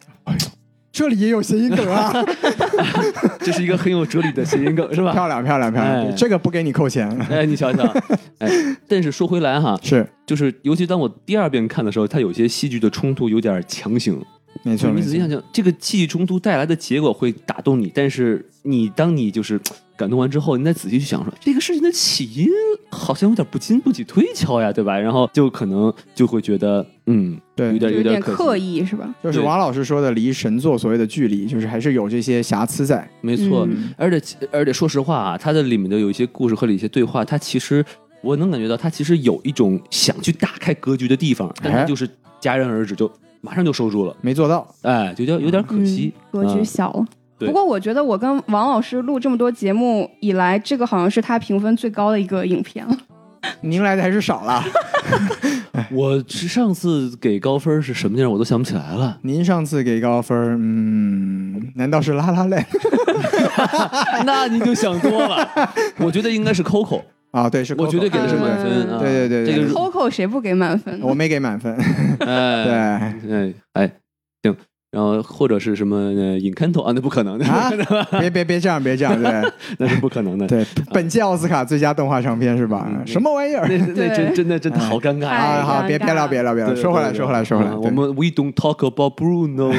A: 这里也有谐音梗 啊，
B: 这是一个很有哲理的谐音梗， 是吧？
A: 漂亮漂亮漂亮，
B: 哎
A: 这个不给你扣钱，
B: 哎，你想想，哎，但是说回来哈，
A: 是
B: 就是尤其当我第二遍看的时候，它有些戏剧的冲突有点强行，
A: 没
B: 就
A: 错
B: 是你
A: 没
B: 仔细
A: 错
B: 想，想，这个戏剧冲突带来的结果会打动你，但是你当你就是感动完之后，你再仔细去想说这个事情的起因好像有点不经不起推敲呀，对吧？然后就可能就会觉得，嗯，
A: 对
B: 有。点
D: 就有
B: 点
D: 点
B: 可惜
D: 刻，意是吧？
A: 就是王老师说的，离神作所谓的距离，就是还是有这些瑕疵在。
B: 没错。
D: 嗯
B: 而且而且说实话啊，它的里面的有一些故事和一些对话，它其实我能感觉到，它其实有一种想去打开格局的地方，但它
A: 哎
B: 就是戛然而止，就马上就收住了，
A: 没做到，
B: 哎，就叫有点可惜。
D: 嗯格局
B: 啊
D: 小了。
B: 对
D: 不过我觉得我跟王老师录这么多节目以来，这个好像是他评分最高的一个影片了。
A: 您来的还是少 了。嗯哎
B: 我上次给高分是什么样，我都想不起来 了。
A: 您上次给高分儿，嗯，难道是拉拉泪
B: 那你就想多了。我觉得应该是 Coco，
A: 啊？对，是 Coco，哎
B: 我绝对给的是满分。
D: 嗯
B: 啊
A: 对对对对
B: 这个
D: Coco 谁不给满分呢？
A: 我没给满 分。
B: 哎
A: 对，
B: 哎哎，行。然后或者是什么呃 Encanto 啊？那不可能的，
A: 啊别别别这样，别这样，对
B: 那是不可能的。
A: 对，本届奥斯卡最佳动画长片是吧
B: 嗯？
A: 什么玩意儿
B: 那那真
D: 对
B: 真的真的
A: 哎
B: 好尴尬
D: 太
A: 啊？
B: 啊！
A: 好，
D: 尴
A: 别
D: 尬
A: 别聊，别聊，别聊，说回来，
B: 对
A: 说回来，说回来。
B: 啊
A: 对
B: 我们 We don't talk about Bruno。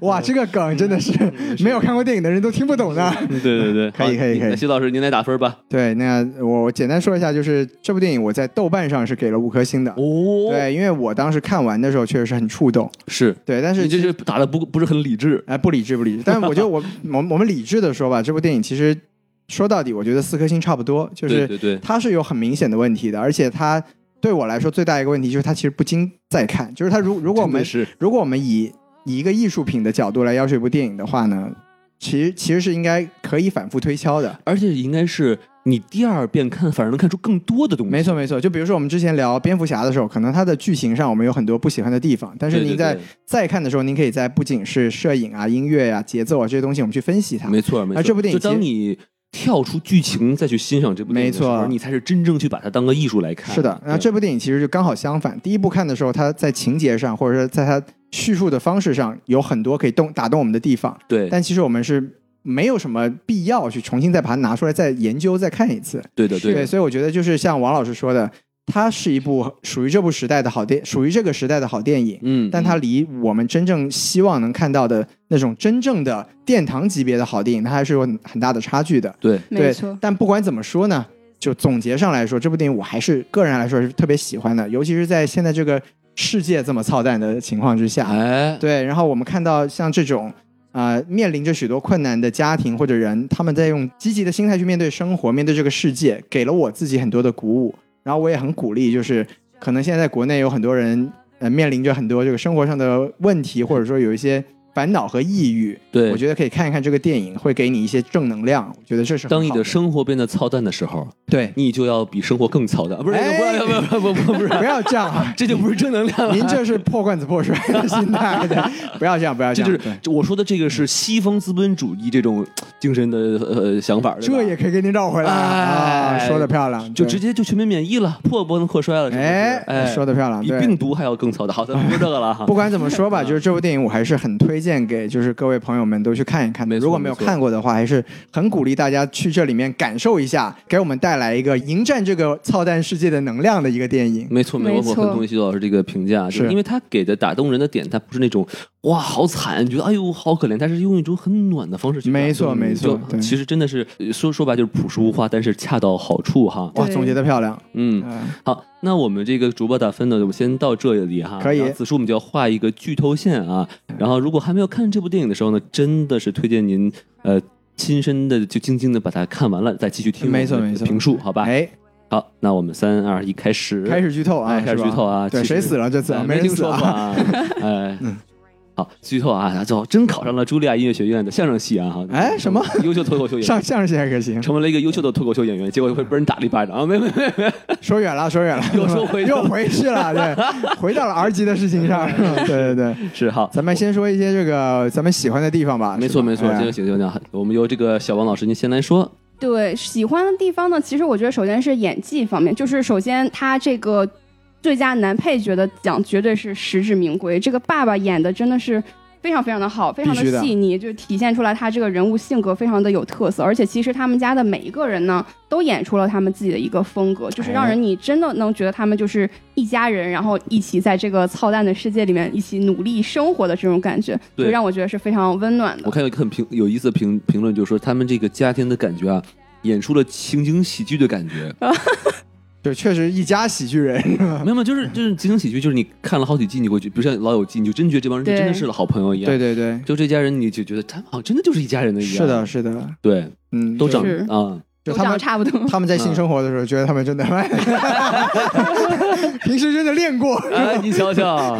A: 哇，
B: 嗯
A: 这个梗真的是 没有看过电影的人都听不懂的。
B: 对对对，
A: 可以
B: 好
A: 可以可以
B: 那徐老师您来打分吧。
A: 对，那我简单说一下，就是这部电影我在豆瓣上是给了五颗星的。
B: 哦，
A: 对，因为我当时看完的时候确实是很触动。
B: 是，
A: 对，但是
B: 你这
A: 其实
B: 是打的不不是很理智。
A: 哎，不理智，不 理智。但是我觉得我我们我们理智的说吧，这部电影其实说到底，我觉得四颗星差不多，就
B: 对
A: 是
B: 对对，
A: 它是有很明显的问题的，而且它对我来说最大一个问题就是它其实不经再看，就是它如如果我
B: 真的
A: 们
B: 是
A: 如果我们以以一个艺术品的角度来要求一部电影的话呢，其实其实是应该可以反复推敲的。
B: 而且应该是你第二遍看，反而能看出更多的东西。
A: 没错没错，就比如说我们之前聊蝙蝠侠的时候，可能它的剧情上我们有很多不喜欢的地方，但
B: 对，
A: 是
B: 对
A: 您在
B: 对
A: 再看的时候，您可以在不仅是摄影啊、音乐呀、节奏啊这些东西，我们去分析它。
B: 没错没错，
A: 而啊这部电影
B: 就
A: 其
B: 当你跳出剧情再去欣赏这部电影的时候，
A: 没错
B: 你才是真正去把它当个艺术来看。
A: 是的，然后
B: 对
A: 这部电影其实就刚好相反。第一部看的时候，它在情节上，或者说在它叙述的方式上，有很多可以动打动我们的地方，
B: 对
A: 但其实我们是没有什么必要去重新再把它拿出来再研究再看一次。
B: 对的对的，
A: 所以我觉得就是像王老师说的，它是一部属于这部时代的好电，属于这个时代的好电影。
B: 嗯，
A: 但它离我们真正希望能看到的那种真正的殿堂级别的好电影，它还是有很很大的差距的。
B: 对
D: 没
A: 对，
D: 错，
A: 但不管怎么说呢，就总结上来说，这部电影我还是个人来说是特别喜欢的，尤其是在现在这个世界这么操蛋的情况之下。
D: 嗯
B: 哎
A: 对，然后我们看到像这种。啊、面临着许多困难的家庭或者人，他们在用积极的心态去面对生活，面对这个世界，给了我自己很多的鼓舞。然后我也很鼓励，就是可能现在国内有很多人，呃，面临着很多这个生活上的问题，或者说有一些烦恼和抑郁。
B: 对，
A: 我觉得可以看一看这个电影，会给你一些正能量。我觉得这是很
B: 当你
A: 好的
B: 的生活变得操蛋的时候，
A: 对，
B: 你就要比生活更操蛋，不是
A: 哎
B: 不要不要不要不要 不
A: 不
B: 是，
A: 要这样啊！
B: 这就不是正能量了。
A: 您这是破罐子破摔的心态 的，不要这样，不要
B: 这
A: 这
B: 就
A: 样。
B: 是
A: 对
B: 这我说的这个是西方资本主义这种精神的呃想法，对吧
A: 这也可以给您绕回来啊！
B: 哎
A: 说的漂亮，
B: 就
A: 对
B: 直接就全民免疫了，破罐子破摔了，是不是
A: 哎，啊
B: 哎，
A: 说的漂亮，
B: 比
A: 对。
B: 病毒还要更操蛋。好，咱不说这个了哈。
A: 不管怎么说吧，就是这部电影，我还是很推荐给就是各位朋友们都去看一看的。
B: 没错
A: 如果没有
B: 没错
A: 看过的话，还是很鼓励大家去这里面感受一下，给我们带来一个迎战这个操蛋世界的能量的一个电影。
B: 没错，没
D: 没
B: 错，我
D: 错
B: 很同意徐老师这个评价，就是
A: 是
B: 因为他给的打动人的点，他不是那种哇好惨，觉得哎呦好可怜，但是用一种很暖的方式去打动你。
A: 没错没错
B: 就
A: 对
B: 其实真的是呃说说白就是朴实无华，但是恰到好处哈。
A: 哇，
D: 对
A: 总结的漂亮，
B: 嗯，
A: 嗯，
B: 好，那我们这个主播打分呢，我们先到这里哈。
A: 可以嗯
B: 然后此时我们就要画一个剧透线啊。然后，如果还没有看这部电影的时候呢，真的是推荐您呃亲身的就静静的把它看完了，再继续听
A: 没错
B: 我们的
A: 没错
B: 评述，好吧？
A: 哎，
B: 好，那我们三二一开始，
A: 开始剧透啊，
B: 哎开
A: 是
B: 始
A: 吧
B: 剧透啊
A: 对，
B: 其实
A: 谁死了这次哦啊
B: 哎
A: 没人
B: 听
A: 死
B: 说过
A: 啊，
B: 啊？哎，好，剧透啊，最后真考上了茱莉亚音乐学院的相声系啊！哈，
A: 哎什么
B: 优秀脱口秀演员，
A: 上相声系还可行。
B: 成为了一个优秀的脱口秀演员，结果会被人打了一巴掌啊！没没没没，
A: 说远了，说远 了，
B: 又说回
A: 又回去了，对，回到了 R 级的事情 上。 对对对，
B: 是好，
A: 咱们先说一些这个咱们喜欢的地方吧。
B: 没错
A: 是吧
B: 没错，
A: 哎
B: 这个写的呢，我们由这个小王老师您先来说，
D: 对，喜欢的地方呢，其实我觉得首先是演技方面，就是首先他这个最佳男配角的奖绝对是实至名归，这个爸爸演的真的是。非常非常的好，非常
A: 必须
D: 的
A: 的
D: 细腻，就是体现出来他这个人物性格非常的有特色，而且其实他们家的每一个人呢，都演出了他们自己的一个风格，就是
A: 哦
D: 让人你真的能觉得他们就是一家人，然后一起在这个操蛋的世界里面一起努力生活的这种感觉，
B: 对
D: 就让我觉得是非常温暖的
B: 我。看有一个很评有意思的评评论，就是说他们这个家庭的感觉啊，演出了情景喜剧的感觉。
A: 就确实一家喜剧人，
B: 没有，没有，就是就是情景喜剧，就是你看了好几季，你会觉得，比如像《老友记》，你就真觉得这帮人
D: 对
B: 真的是好 朋友一样。
A: 对，对对，
B: 就这家人，你就觉得他们好像真的就是一家人的一样。
A: 是的，，是的，
B: 对，
A: 嗯，
B: 都
A: 就
B: 长嗯
D: 是
B: 啊，
A: 就
D: 都
A: 他
D: 长得
A: 们
D: 差不多，
A: 他们在性生活的时候，觉得他们真的， 平时真的练过。
B: 哎，你瞧瞧，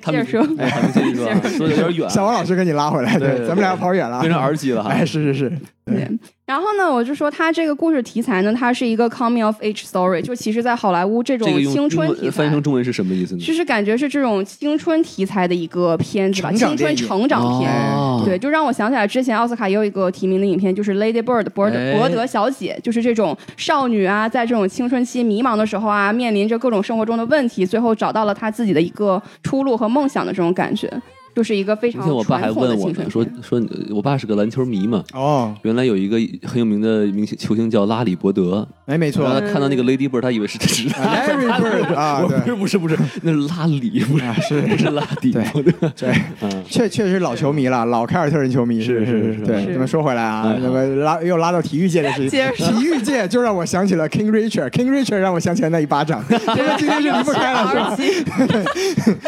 B: 他
D: 接着
B: 们
D: 说。
B: 哎，他们这个说的有点 远，
A: 小王老师给你拉回来，
B: 对对对
A: 咱们俩跑远了
B: 变。成儿媳了哈。
A: 哎，是是是，
D: 对，然后呢，我就说它这个故事题材呢，它是一个 coming of age story，就其实，在好莱坞这种
B: 这个用
D: 青春
B: 中
D: 题
B: 文
D: 材
B: 翻译，成中文是什么意思呢？
D: 就是感觉是这种青春题材的一个片子吧，
A: 成长
D: 青春
A: 电影
D: 成长片。
B: 哦
D: 对，就让我想起来之前奥斯卡也有一个提名的影片，就是《Lady Bird》博
B: 哎
D: 德博德小姐，就是这种少女啊，在这种青春期迷茫的时候啊，面临着各种生活中的问题，最后找到了她自己的一个出路和梦想的这种感觉，就是一个非常
B: 那天我爸还
D: 传统的
B: 问我
D: 青
B: 呢，
D: 春
B: 说
D: 片。
B: 说你我爸是个篮球迷嘛，
A: 哦，
B: 原来有一个很有名的明星球星叫拉里伯德，
A: 哎，没错
B: 然后他看
D: 嗯
B: 到那个 Lady Bird，他以为是是
A: ，Larry Bird 啊，
B: 我不是
A: 对
B: 不是不是，那是拉里，不是
A: 啊，是
B: 不是拉里
A: 对
B: 伯德，
A: 对，
B: 嗯，
A: 确确实是老球迷了，老凯尔特人球迷。
B: 是是
A: 是
B: 是
A: 对，
D: 是
A: 咱们说回来啊
B: 哎，
A: 咱们拉又拉到体育界的事情
D: 接。着说
A: 体育界就让我想起了 King Richard，King Richard 让我想起来那一巴掌，因为今天是离不开了，是吧？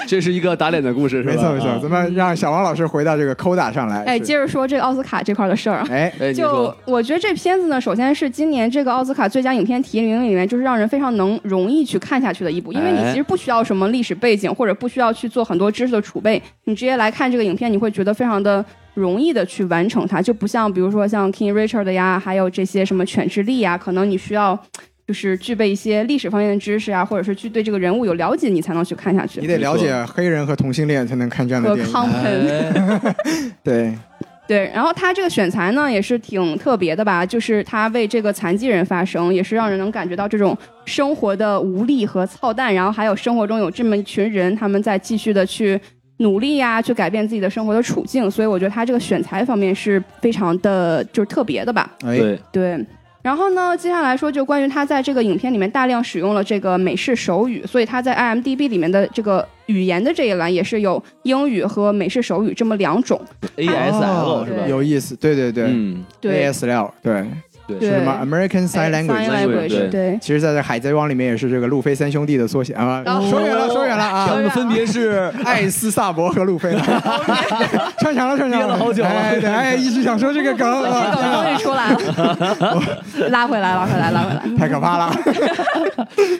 B: 这是一个打脸的故事，是吧？
A: 没错没错
B: 啊，
A: 咱们让小王老师回到这个扣打上来。
D: 哎，
A: 是
D: 接着说这个奥斯卡这块的 事儿啊。
A: 哎，
B: 哎，你
D: 就
B: 说
D: 我觉得这片子呢，首先是今年这个奥斯卡最佳影片提名里面，就是让人非常能容易去看下去的一部，因为你
B: 哎
D: 其实不需要什么历史背景，或者不需要去做很多知识的储备，你直接来看这个影片，你会觉得非常的。容易的去完成它，就不像比如说像 King Richard 呀，还有这些什么《犬之力》呀，可能你需要就是具备一些历史方面的知识啊，或者是去对这个人物有了解，你才能去看下去
A: 你。得了解黑人和同性恋才能看这样的
D: 和
A: 电影。啊
D: 康喷。
B: 哎，
A: 对，
D: 对，然后他这个选材呢也是挺特别的吧，就是他为这个残疾人发声，也是让人能感觉到这种生活的无力和操蛋，然后还有生活中有这么一群人，他们在继续的去努力呀、去改变自己的生活的处境，所以我觉得他这个选材方面是非常的就是特别的吧，
A: 哎，
B: 对，
D: 对。然后呢，接下来说就关于他在这个影片里面大量使用了这个美式手语，所以他在 IMDB 里面的这个语言的这一栏也是有英语和美式手语这么两种。
B: ASL
A: 哦
B: ，E 是吧？
A: 有意思，对对对
B: 嗯，
D: 对，
A: ，AS 料对
B: 对
A: 是
D: 对
A: 什么 American Sign
D: Sign
A: Language？
B: Language，对
D: 对对
A: 其实，在这《海贼王》里面也是这个路飞三兄弟的缩写啊，
D: 哦
A: 说远了，说远了
B: 他
A: 啊
D: 说
B: 们
D: 远，
B: 分别是
A: 艾斯萨博和路飞， 串场了，串场
B: 憋了好久啊
A: 哎，对，哎，一直想说这 个梗，
D: 这梗
A: 啊
D: 终于出来了，拉回来，拉回来，拉回来。
A: 太可怕了，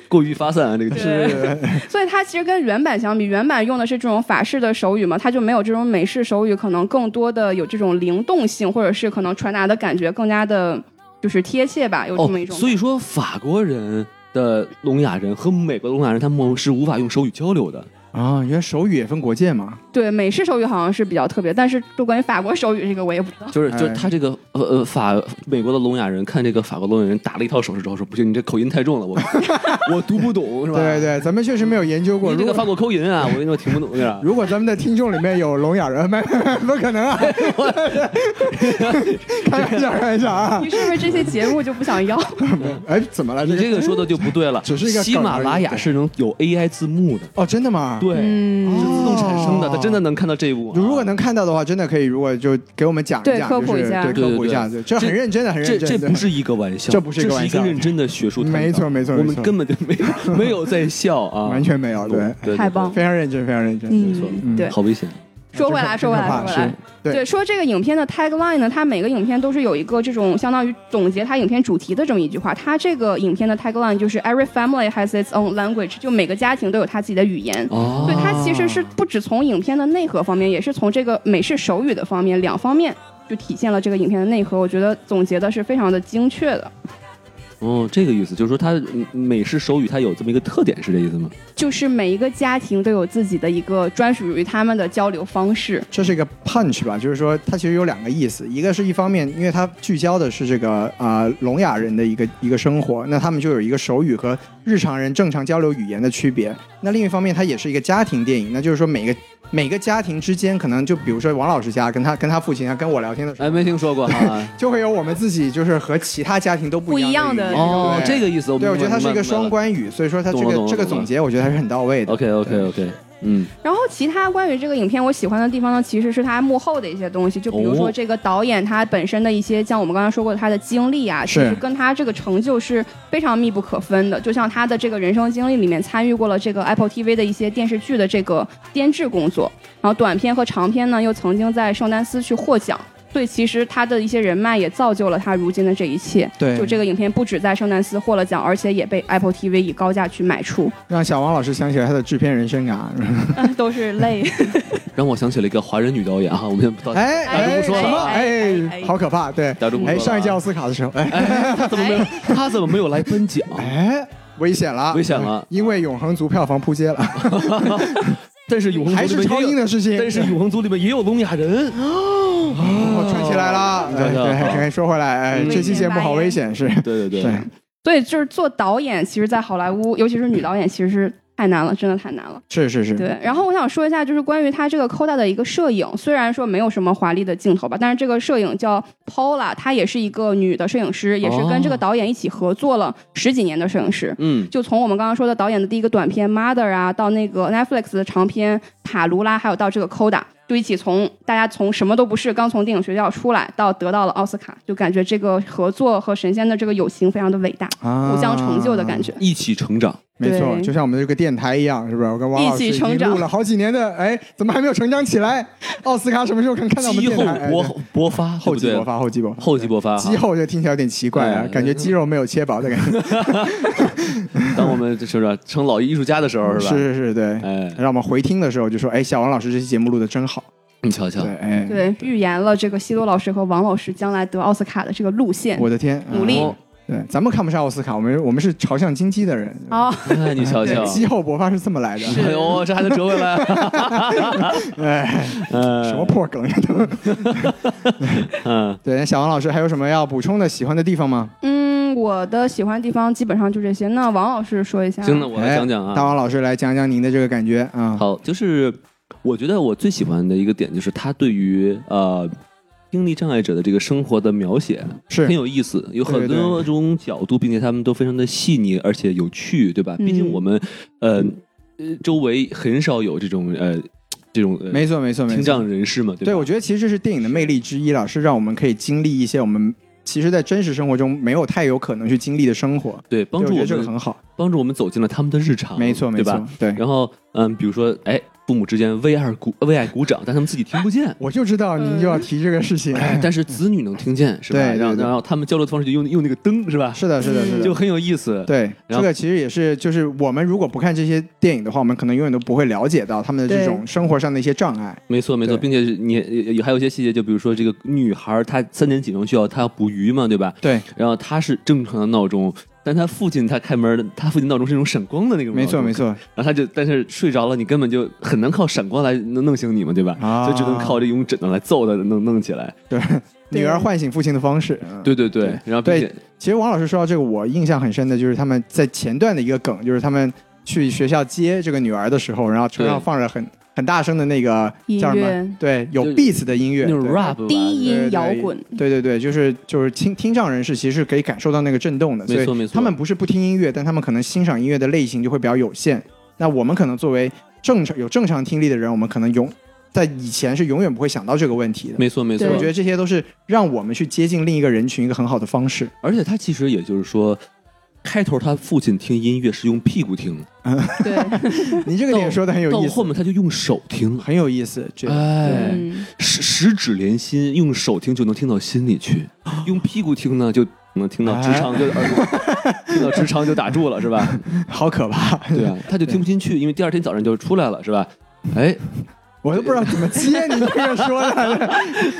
B: 过于发散啊，这个
D: 对 所以它其实跟原版相比，原版用的是这种法式的手语嘛，它就没有这种美式手语，可能更多的有这种灵动性，或者是可能传达的感觉更加的，就是贴切吧，有这么一种。
B: 哦所以说法国人的聋哑人和美国聋哑人，他们是无法用手语交流的。
A: 啊，原来手语也分国界嘛，
D: 对美式手语好像是比较特别，但是就关于法国手语这个我也不 知道。
B: 就是就是
A: 哎
B: 他这个呃呃法美国的聋哑人看这个法国聋哑人打了一套手势之后说不行，你这口音太重 了，我我读不懂是吧？
A: 对对，咱们确实没有研究过，
B: 你这
A: 如
B: 个
A: 果
B: 法国口音啊，我跟你说听不懂是吧？
A: 如果咱们的听众里面有聋哑人，没不可 能啊！开玩笑，开玩笑啊！
D: 你是不是这些节目就不想要？
A: 哎，怎么了？
B: 你这
A: 个
B: 个说的就不对了，
A: 哎只是一个梗而已
B: 喜马拉雅是能有 AI 字幕的，
A: 哦，真的吗？，
B: 对，
D: 嗯，
B: 是自动产生的，
A: 哦
B: 它真的能看到这一步啊。
A: 如果能看到的话，真的可以，如果就给我们讲
D: 对
A: 讲，
D: 科普
A: 就
D: 一
A: 是
D: 下
A: 对，科普一下，对这很认真的，很
B: 这
A: 认
B: 这
A: 真。
B: 不是一个玩笑，
A: 这不是一个玩笑
B: 这是一个认真的学术探讨，
A: 没错没错
B: 我们
A: 没错
B: 根本就没有没有在笑啊，
A: 完全没有，对，
B: 对
D: 太棒
A: 非常认真，非常认真。
B: 没错
D: 嗯，对。
B: 好危险。
D: 说回来，
A: 这
D: 说
A: 个
D: 回
A: 很可怕
D: 来，说回来
A: 是。对
D: 说这个影片的 tagline 呢，它每个影片都是有一个这种相当于总结它影片主题的这么一句话。它这个影片的 tagline 就是 Every family has its own language，就每个家庭都有它自己的语言。
B: 哦，
D: 对，它其实是不只从影片的内核方面，也是从这个美式手语的方面两方面就体现了这个影片的内核。我觉得总结的是非常的精确的。
B: 哦，这个意思就是说它嗯美式手语它有这么一个特点，是这意思吗？
D: 就是每一个家庭都有自己的一个专属于他们的交流方式，
A: 这是一个 punch 吧，就是说它其实有两个意思，一个是一方面，因为它聚焦的是这个啊、呃聋哑人的一个一个生活，那他们就有一个手语和日常人正常交流语言的区别。那另一方面，它也是一个家庭电影，那就是说
D: 嗯
A: 每个每个家庭之间，可能就比如说王老师家跟他跟他父亲啊跟我聊天 的时候，
B: 哎，没听说过哈。
A: 就会有我们自己就是和其他家庭都不一样
D: 不一样的
A: 语言
B: 哦，
A: 对
B: 这个意思，
A: 对，我觉得它
B: 它
A: 是一个双。关语，所以说它这
B: 懂了懂
A: 个
B: 了
A: 这个总结，我觉得还是很到
D: 哦
A: 位的。
B: OK OK OK，嗯，
D: 然后其他关于这个影片我喜欢的地方呢，其实是它幕后的一些东西，就比如
B: 哦
D: 说这个导演他本身的一些，像我们刚刚说过的他的经历啊，其
A: 是
D: 实跟他这个成就是非常密不可分的。就像他的这个人生经历里面参与过了这个 Apple TV 的一些电视剧的这个监制工作，然后短片和长片呢又曾经在圣丹斯去获奖。所以其实他的一些人脉也造就了他如今的这一切。
A: 对
D: 就这个影片不止在圣丹斯获了奖，而且也被 Apple TV 以高价去买出，
A: 让小王老师想起来他的制片人生涯。
D: 都是泪。
B: 让我想起了一个华人女导演哈，我们先不到，
A: 哎，
D: 大家都不说了
A: 什么？
D: 哎哎
A: 哎，
D: 哎
A: 好可怕！对
B: 大家都不，说了啊
A: 哎，上一届奥斯卡的时候，哎
B: 她怎么没有？她怎么没有来颁奖？
A: 哎，危险了，
B: 危险了
A: 因为永恒族票房扑街了，
B: 但是永恒
A: 还
B: 族
A: 是
B: 里面
A: 超
B: 也有
A: 英的事情。
B: 但是永恒族里面也有聋哑人，
A: 我串起来了，哎
B: 真的
A: 对，赶紧说回来，哎，
B: 嗯
A: 这期节目好危险，是
B: 对对
A: 对
B: 对，
D: 所以就是做导演，其实，在好莱坞，尤其是女导演，其实是太难了，真的太难了。
A: 是是是，
D: 对，然后我想说一下，就是关于他这个 Coda 的一个摄影，虽然说没有什么华丽的镜头吧，但是这个摄影叫 Paula，她也是一个女的摄影师，也是跟这个导演一起合作了十几年的摄影师。
B: 嗯，
D: 就从我们刚刚说的导演的第一个短片《Mother》啊，到那个 Netflix 的长片《塔卢拉》，还有到这个 Coda，就一起从大家从什么都不是，刚从电影学校出来，到得到了奥斯卡，就感觉这个合作和神仙的这个友情非常的伟大，
A: 啊
D: 互相成就的感，觉。
B: 一起成长，
A: 没错，
D: 对
A: 就像我们这个电台一样，是不是？我跟王老师
D: 一起成长
A: 已经录了好几年的，哎，怎么还没有成长起来？奥斯卡什么时候能看到我们
B: 激
A: 电
B: 后
A: 台？哎
B: 勃
A: 对
B: 勃发，
A: 后
B: 对
A: 继
B: 不
A: 勃
B: 对，
A: 发，后继勃发，
B: 后继勃发哈。
A: 肌后就听起来有点奇怪啊，
B: 啊对
A: 感觉肌肉没有切薄的感觉。
B: 当我们就是吧成老艺术家的时 候，是吧？
A: 是是，对。
B: 哎，
A: 让我们回听的时候就说：“哎，小王老师这期节目录的真好。
B: 你瞧”瞧，
A: 对，哎，
D: 对，预言了这个西多老师和王老师将来得奥斯卡的这个路线。
A: 我的天，
D: 努力
A: 哦对，咱们看不上奥斯卡，我们我们是朝向金鸡的人。
D: 哦，
B: 哎，你 瞧瞧
D: 对，
A: 肌后勃发是这么来的，
B: 哎呦，这还能折回 来，
A: 哎，
B: 嗯，
A: 什么破梗呀都。
B: 嗯，
A: 对，那小王老师还有什么要补充的、喜欢的地方吗？
D: 嗯，我的喜欢地方基本上就这些。那王老师说一下，
B: 行，那我来
A: 哎
B: 讲讲啊。
A: 大王老师来讲讲您的这个感觉啊。
B: 好，就是我觉得我最喜欢的一个点就是他对于呃听力障碍者的这个生活的描写
A: 是
B: 很，有意思，有很
A: 对对
B: 多种角度，并且他们都非常的细腻而且有趣，对吧？
D: 嗯
B: 毕竟我们呃呃周围很少有这种呃这种呃
A: 没错，没错，没
B: 听
A: 错。
B: 障人士嘛，对
A: 对，
B: 吧？
A: 我觉得其实这是电影的魅力之一了，是让我们可以经历一些我们其实，在真实生活中没有太有可能去经历的生活。
B: 对，帮助
A: 对
B: 我
A: 我觉得这个
B: 们
A: 很好。
B: 帮助我们走进了他们的日常，
A: 没错，没
B: 对吧
A: 错？，对。
B: 然后嗯，比如说哎，父母之间为爱鼓为爱鼓掌，但他们自己听不见。
A: 我就知道您就要提这个事情。
B: 哎，但是子女能听见是吧？
A: 对对
B: 然后
A: 对
B: 然后他们交流的方式就用用那个灯是吧？
A: 是的，是的，是的。
B: 就很有意思。
A: 对，
B: 然后
A: 这个其实也是，就是我们如果不看这些电影的话，我们可能永远都不会了解到他们的这
D: 对
A: 种生活上的一些障碍。
B: 没错没错，
A: 对
B: 并且是你也也还有一些细节，就比如说这个女孩儿她三点起床需要她要捕鱼嘛，对吧？
A: 对，
B: 然后她是正常的闹钟，但她父亲他开门，她父亲闹钟是那种闪光的那种，
A: 没错，没。错。
B: 然后她就但是睡着了，你根本就很难靠闪光来弄弄醒你嘛，对吧？
A: 啊
B: 所以只能靠这种枕头来揍她，弄弄起来。
A: 女儿唤醒父亲的方式。嗯
B: 对对对，
A: 对
B: 然后并且
A: 其实王老师说到这个，我印象很深的就是他们在前段的一个梗，就是他们去学校接这个女儿的时候，然后车上
B: 对
A: 放着很很大声的那个
D: 音
A: 叫什么？
D: 乐
A: 对，有
B: 就
A: beats 的音乐，
B: 那种
A: 对
B: rap 吧
D: 低
A: 对对对
D: 音摇滚，
A: 对对对，就是就是听听障人士其实是可以感受到那个震动的，
B: 没错
A: 所以
B: 没错
A: 他们不是不听音乐，但他们可能欣赏音乐的类型就会比较有限。那我们可能作为正常有正常听力的人，我们可能永在以前是永远不会想到这个问题的。
B: 没错没错
A: 所以，我觉得这些都是让我们去接近另一个人群一个很好的方式。
B: 而且它其实也就是说，开头他父亲听音乐是用屁股听，
D: 对，
B: 哎
A: 你这个点说的很有
B: 到
A: 意
B: 后
A: 思，
B: 面他就用手听，
A: 很有意思。这
B: 哎，
D: 嗯，
B: 十十指连心，用手听就能听到心里去，
A: 哦
B: 用屁股听呢就能听到直
A: 哎
B: 肠就耳朵， 听到直肠就打住了是吧？
A: 好可怕，
B: 对啊，他就听不进去，因为第二天早上就出来了是吧？哎，
A: 我都不知道怎么接你这个说 的。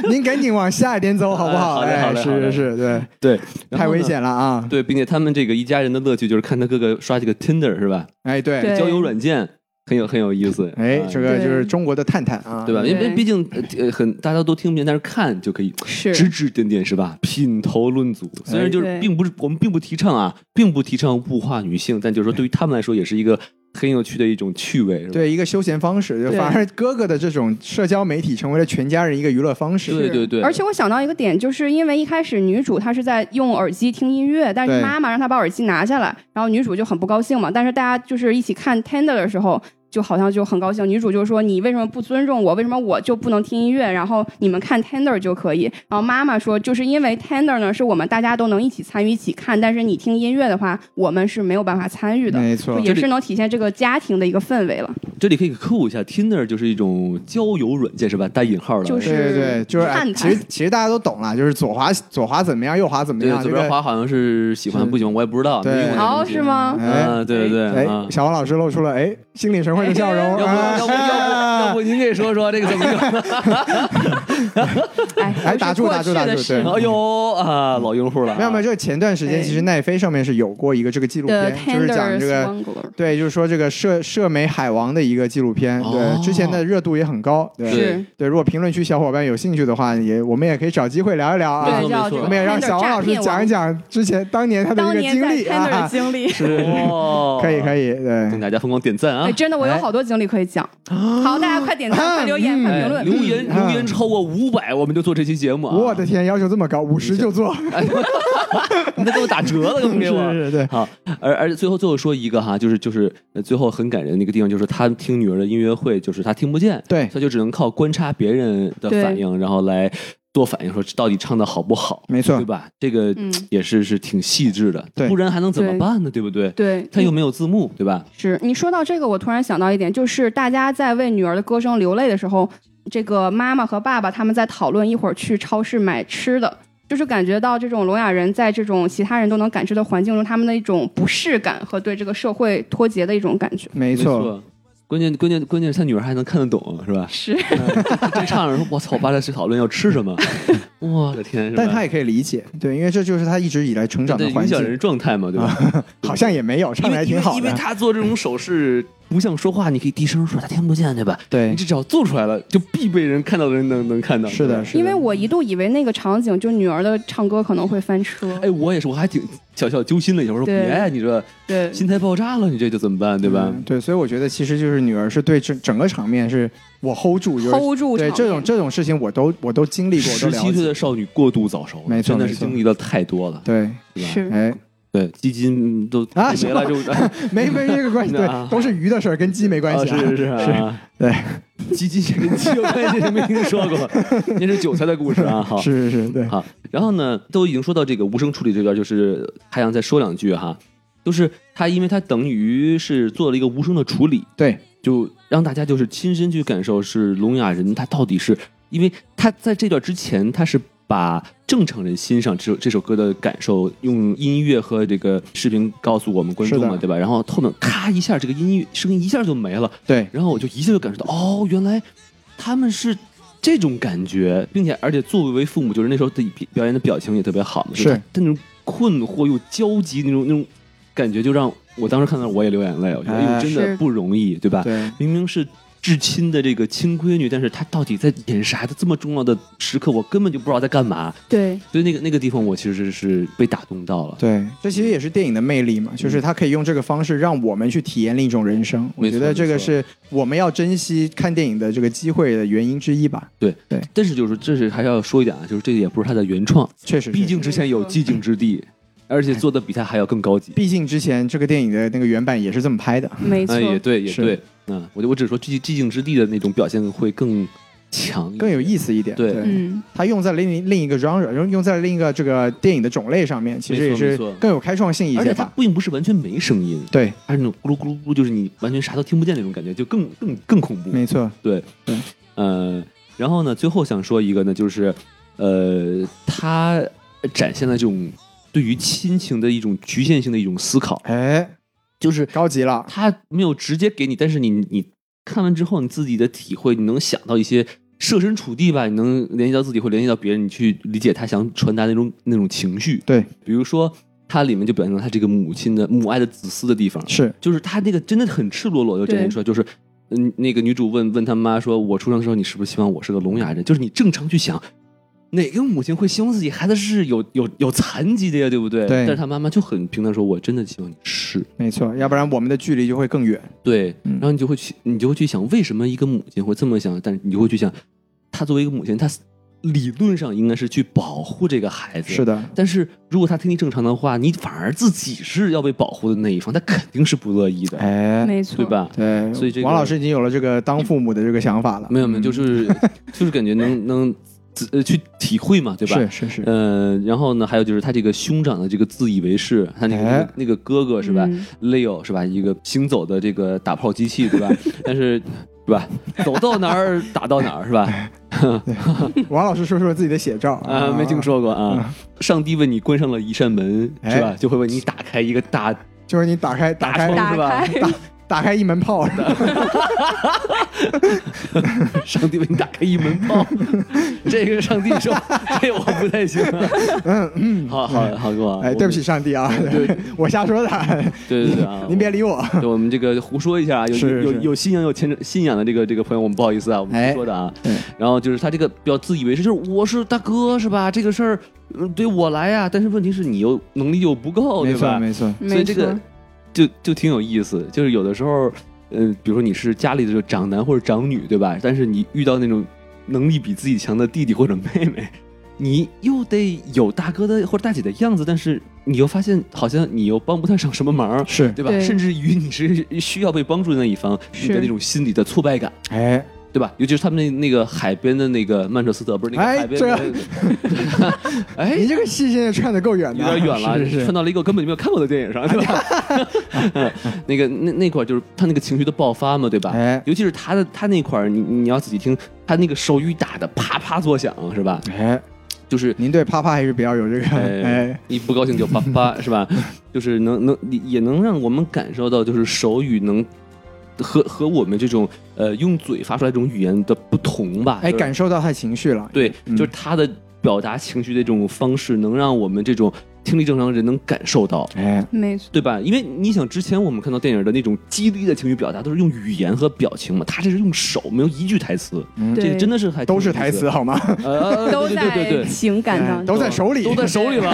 A: 您赶紧往下一点走好不好？
B: 哎好嘞好
A: 哎，
B: 嘞好
A: 是是是，
B: 嘞
A: 对，
B: 对，然后呢
A: 太危。险了啊！
B: 对，并且他们这个一家人的乐趣就是看他哥哥刷这个 Tinder 是吧？
A: 哎，对，
D: 对
B: 交友软件很有很有意思。
A: 哎
B: 啊，
A: 这个就是
D: 对
A: 中国的探探啊，
B: 对吧？因为
D: 对
B: 毕竟呃很大家都听不见，但是看就可以
D: 是
B: 指指点点，是吧？品头论足，
A: 哎
B: 虽然就是
D: 对
B: 并不是我们并不提倡啊，并不提倡物化女性，但就是说对于他们来说也是一个很有趣的一种趣味，是吧？
A: 对一个休闲方式，就
D: 对
A: 反而哥哥的这种社交媒体成为了全家人一个娱乐方式。
B: 对对对
D: 而且我想到一个点，就是因为一开始女主她是在用耳机听音乐，但
A: 对
D: 是妈妈让她把耳机拿下来，然后女主就很不高兴嘛。但是大家就是一起看 Tender 的时候，就好像就很高兴。女主就说：“你为什么不尊重我？为什么我就不能听音乐？然后你们看 Tender 就可以。”然后妈妈说：“就是因为 Tender 呢，是我们大家都能一起参与、一起看，但是你听音乐的话，我们是没有办法参与的。”
A: 没
D: 就
A: 错，
D: 也是能体现这个家庭的一个氛围了，
B: 这里可以科普一下，Tinder 就是一种交友软件，是吧？带引号的，
D: 就是
A: 对对对，就是哎
D: 探
A: 其
D: 探
A: 实其实大家都懂了，就是左滑左滑怎么样，右滑怎么
B: 对
A: 样，
B: 左
A: 这
B: 边
A: 个
B: 滑好像是喜欢
A: 是
B: 不喜欢，我也不知道，
A: 对
B: 没用过这个
D: 哦，
B: 东西
D: 是？吗？
A: 哎
B: 啊，对对对，啊
A: 哎，。小王老师露出了哎心领神会的笑容，
B: 要不
A: 哎
B: 要不要不要不您给说说这个怎么用？
D: 哎，
A: 哎
D: 都
A: 打
D: 是
A: 住
D: 过
A: 打住
D: 去
A: 打
D: 的
A: 住
D: 事
A: 对嗯
D: 了
B: 哎呦啊，老用户了啊，
A: 没有没有，这个前段时间
D: 哎
A: 其实奈飞上面是有过一个这个纪录
D: 的
A: 片，就是讲
D: Tender
A: 这个。
D: Swangler，
A: 对，就是说这个涉涉美海王的一个纪录片，
B: 哦
A: 对，之前的热度也很高，对
B: 是
A: 对。如果评论区小伙伴有兴趣的话，也我们也可以找机会聊一聊啊
B: 没错
D: 对，，叫
B: 没错
D: 这个
A: 我们也让
D: Tinder
A: 小王老师
D: 诈骗
A: 讲一
D: 网
A: 讲之前当年他的
D: 当
A: 一个
D: 年
A: 经
D: 在
A: 历
D: Tinder 的
A: 啊，
D: 经历。
B: 是哦，
A: 可以可以，
B: 请
A: 对，
B: 大家疯狂点赞啊
D: 哎，！真的，我有好多经历可以讲。
A: 啊
D: 好，大家快点赞、快留言、快
B: 哎
D: 评论。
B: 留言
A: 嗯
B: 留言超过五百，我们就做这期节目啊！哎
A: 我的，天，要求这么高，五十就做，
B: 你都给我打折了，都不给我。
A: 是是，对，
B: 好，而而且最后最后说一个哈，就是就是呃最后很感人的一个地方，就是他听女儿的音乐会，就是他听不见，
A: 对
B: 他就只能靠观察别人的
D: 对
B: 反应，然后来做反应，说到底唱的好不好，
A: 没错
B: 对吧？这个
D: 嗯
B: 也是是挺细致的，
A: 对
B: 不然还能怎么
D: 对
B: 办呢？对不对？
D: 对，
B: 他又没有字幕，对吧？
D: 是你说到这个，我突然想到一点，就是大家在为女儿的歌声流泪的时候，这个妈妈和爸爸他们在讨论一会儿去超市买吃的，就是感觉到这种聋哑人在这种其他人都能感知的环境中，他们的一种不适感和对这个社会脱节的一种感觉。
A: 没
B: 没
A: 错，，
B: 关键关键关键是他女儿还能看得懂，是吧？
D: 是，
B: 这唱着说：“我操，我爸在讨论要 吃什么。”我的天！是吧
A: 但他也可以理解，对，因为这就是他一直以来成长
B: 对
A: 的环
B: 影响
A: 境
B: 人，状态嘛，对吧？
A: 好像也没有，唱
B: 因
A: 的还
B: 为因
A: 挺
B: 为
A: 好
B: 因为
A: 的，
B: 他做这种手势不像说话，你可以低声说，他听不见，对吧？
A: 对
B: 你，这只要做出来了，就必被人看到的人能能看到。
A: 是的，
B: 对吧
A: 是的，
D: 因为我一度以为那个场景就女儿的唱歌可能会翻车。
B: 哎，我也是，我还挺小小揪心了一下，我说
D: 对
B: 别，你这
D: 对，
B: 心态爆炸了，你这就怎么办，对吧？
A: 嗯对，所以我觉得其实就是女儿是对整整个场面是我 hold 住就是
D: hold 住
A: 对
D: 场
A: 这种
D: 面
A: 这种事情我都我都经历过，我都
B: 十
A: 了
B: 七岁
A: 解。
B: 的少女过度早熟，
A: 没错
B: 真的是
A: 没错
B: 经历了太多了，
A: 对，
B: 对吧？
D: 是
A: 哎，
B: 对，基金都
A: 啊
B: 没了就
A: 没没这个关系，对
B: 那，
A: 都是鱼的事儿，跟鸡没关系、啊
B: 啊啊是是是啊，
A: 对，
B: 鸡鸡跟鸡有关系，没听 说过，那是韭菜的故事啊，好。
A: 是是是，对，
B: 好，然后呢，都已经说到这个无声处理这边，就是还想再说两句哈，就是他，因为他等于是做了一个无声的处理，
A: 对，
B: 就让大家就是亲身去感受，是聋哑人他到底是，因为他在这段之前，他是把正常人欣赏这首这首歌的感受，用音乐和这个视频告诉我们观众
A: 是
B: 嘛，
A: 的
B: 对吧？然后后面咔一下，这个音乐声音一下就没了，
A: 对，
B: 然后我就一下就感受到，哦，原来他们是这种感觉，并且而且作为父母，就是那时候自己表演的表情也特别好嘛，
A: 是
B: 就他那种困惑又焦急那种那种感觉，就让我当时看到我也流眼泪，我觉得、
A: 哎
B: 哎呦真的
D: 是
B: 不容易，对吧？
A: 对，
B: 明明是。至亲的这个亲闺女，但是她到底在演啥？她这么重要的时刻，我根本就不知道在干嘛。
D: 对，
B: 所以那个那个地方，我其实是被打动到了。
A: 对，这其实也是电影的魅力嘛，就是它可以用这个方式让我们去体验另一种人生。我
B: 嗯没
A: 觉
B: 错
A: 得这个
B: 没错
A: 是我们要珍惜看电影的这个机会的原因之一吧。
B: 但是就是这是还是要说一点啊，就是这个也不是她的原创，
A: 确实是，嗯
B: 毕竟之前有寂静之地，而且做的比她还要更高级。
A: 毕竟之前这个电影的那个原版也是这么拍的。
D: 没错
B: 哎，，也对，也
A: 是
B: 对，嗯，我就我只是说寂寂静之地的那种表现会更强一
A: 更有
B: 些
A: 意思一点。
B: 对
D: 嗯，
A: 它用在另另一个 genre，用用在另一个这个电影的种类上面，其实
B: 没
A: 也
B: 错没
A: 是
B: 错
A: 更有开创性一
B: 而
A: 些
B: 且它
A: 吧。
B: 并不是完全没声音，
A: 对，
B: 它是那种咕噜咕噜咕噜，就是你完全啥都听不见那种感觉，就更更更恐怖。
A: 没错，
B: 呃，然后呢，最后想说一个呢，就是呃，它展现了这种对于亲情的一种局限性的一种思考，
A: 哎，
B: 就是
A: 高级了，
B: 它没有直接给你，但是你你看完之后，你自己的体会，你能想到一些。设身处地吧，你能联系到自己，或联系到别人，你去理解他想传达那种那种情绪。
A: 对，
B: 比如说，它里面就表现了他这个母亲的母爱的自私的地方，
A: 是
B: 就是他那个真的很赤裸裸的展现出来，就是嗯，那个女主问问他妈说：“我出生的时候，你是不是希望我是个聋哑人？”就是你正常去想，哪个母亲会希望自己孩子是有有有残疾的呀，对不对？
A: 对
B: 但是他妈妈就很平淡说：“我真的希望你是。
A: 没错，要不然我们的距离就会更远。”
B: 对，
A: 嗯
B: 然后你就会去，你就会去想，为什么一个母亲会这么想？但是你就会去想，她作为一个母亲，她理论上应该是去保护这个孩子，
A: 是的，
B: 但是如果他听力正常的话，你反而自己是要被保护的那一方，他肯定是不乐意的，
A: 哎，
D: 没错，
B: 对？吧？
A: 对，
B: 所以这个
A: 王老师已经有了这个当父母的这个想法了。
B: 没有没有，
A: 嗯
B: 就、是 就是感觉能能自呃去体会嘛，对吧？
A: 是是是，
B: 呃，然后呢，还有就是他这个兄长的这个自以为是，他那个、那
A: 哎
B: 个那个哥哥是吧、
D: 嗯
B: l e o 是吧？一个行走的这个打炮机器，对吧？但是是吧，走到哪儿打到哪儿是吧？
A: 啊王老师说说自己的写照
B: 嗯啊，没听，说过啊。上帝为你关上了一扇门，是吧？
A: 嗯哎
B: 就会为你打开一个大
A: 就是你打开打
B: 大
A: 开
B: 窗，是吧？
A: 打打开一门 炮，
B: 上帝为你打开一门炮， 这个上帝说，这我不太行、啊。嗯嗯，好好好，哥啊，
A: 哎，
B: 我
A: 对不起，上帝啊，我瞎说的，
B: 对对对啊，
A: 您别理我。
B: 我，对我们这个胡说一下啊，有
A: 是
B: 有
A: 是
B: 有信仰有虔诚信仰的这个这个朋友，我们不好意思啊，我们
A: 哎
B: 胡说的啊。
A: 对
B: 然后就是他这个比较自以为是，就是我是大哥是吧？这个事儿嗯对我来啊，但是问题是你又能力又不够，
A: 没
B: 对
A: 错
B: 吧？
A: 没错，
B: 所以
D: 没
B: 这个
D: 错，
B: 就就挺有意思，就是有的时候，嗯、比如说你是家里的这个长男或者长女，对吧？但是你遇到那种能力比自己强的弟弟或者妹妹，你又得有大哥的或者大姐的样子，但是你又发现好像你又帮不太上什么忙。
A: 是
B: 对吧？
D: 对
B: 甚至于你是需要被帮助的那一方，你的
D: 是
B: 那种心理的挫败感，
A: 哎，
B: 对吧？尤其是他们那那个海边的那个曼彻斯特，不是那个
A: 哎
B: 海边的， 哎，
A: 你这个戏现在串的够远的，
B: 有点远了，
A: 啊是是
B: 窜
A: 是，
B: 到了一个根本就没有看过的电影上，对吧？ 那个那那块儿就是他那个情绪的爆发嘛，对吧？
A: 哎
B: 尤其是他的他那块儿，你你要仔细听，他那个手语打的啪啪作响，是吧？
A: 哎，
B: 就是
A: 您对啪啪还是比较有这个
B: 哎
A: 哎，
B: 一不高兴就啪 啪，是吧？就是能能也能让我们感受到，就是手语能和和我们这种呃用嘴发出来这种语言的不同吧？
A: 哎，
B: 就是
A: 感受到他情绪了，
B: 对，
A: 嗯
B: 就是他的表达情绪的这种方式，能让我们这种听力正常人能感受到。
A: 哎，
D: 没错，
B: 对吧？因为你想，之前我们看到电影的那种激励的情绪表达，都是用语言和表情嘛，他这是用手，没有一句台词，嗯这
D: 对，
B: 个真的是还挺
A: 都
B: 有
A: 是
B: 意思
A: 台词，好吗？
B: 呃，
D: 都
B: 对对对对
D: 在
B: 对。
D: 情感当中，
A: 都在手里，
B: 都在手里 了，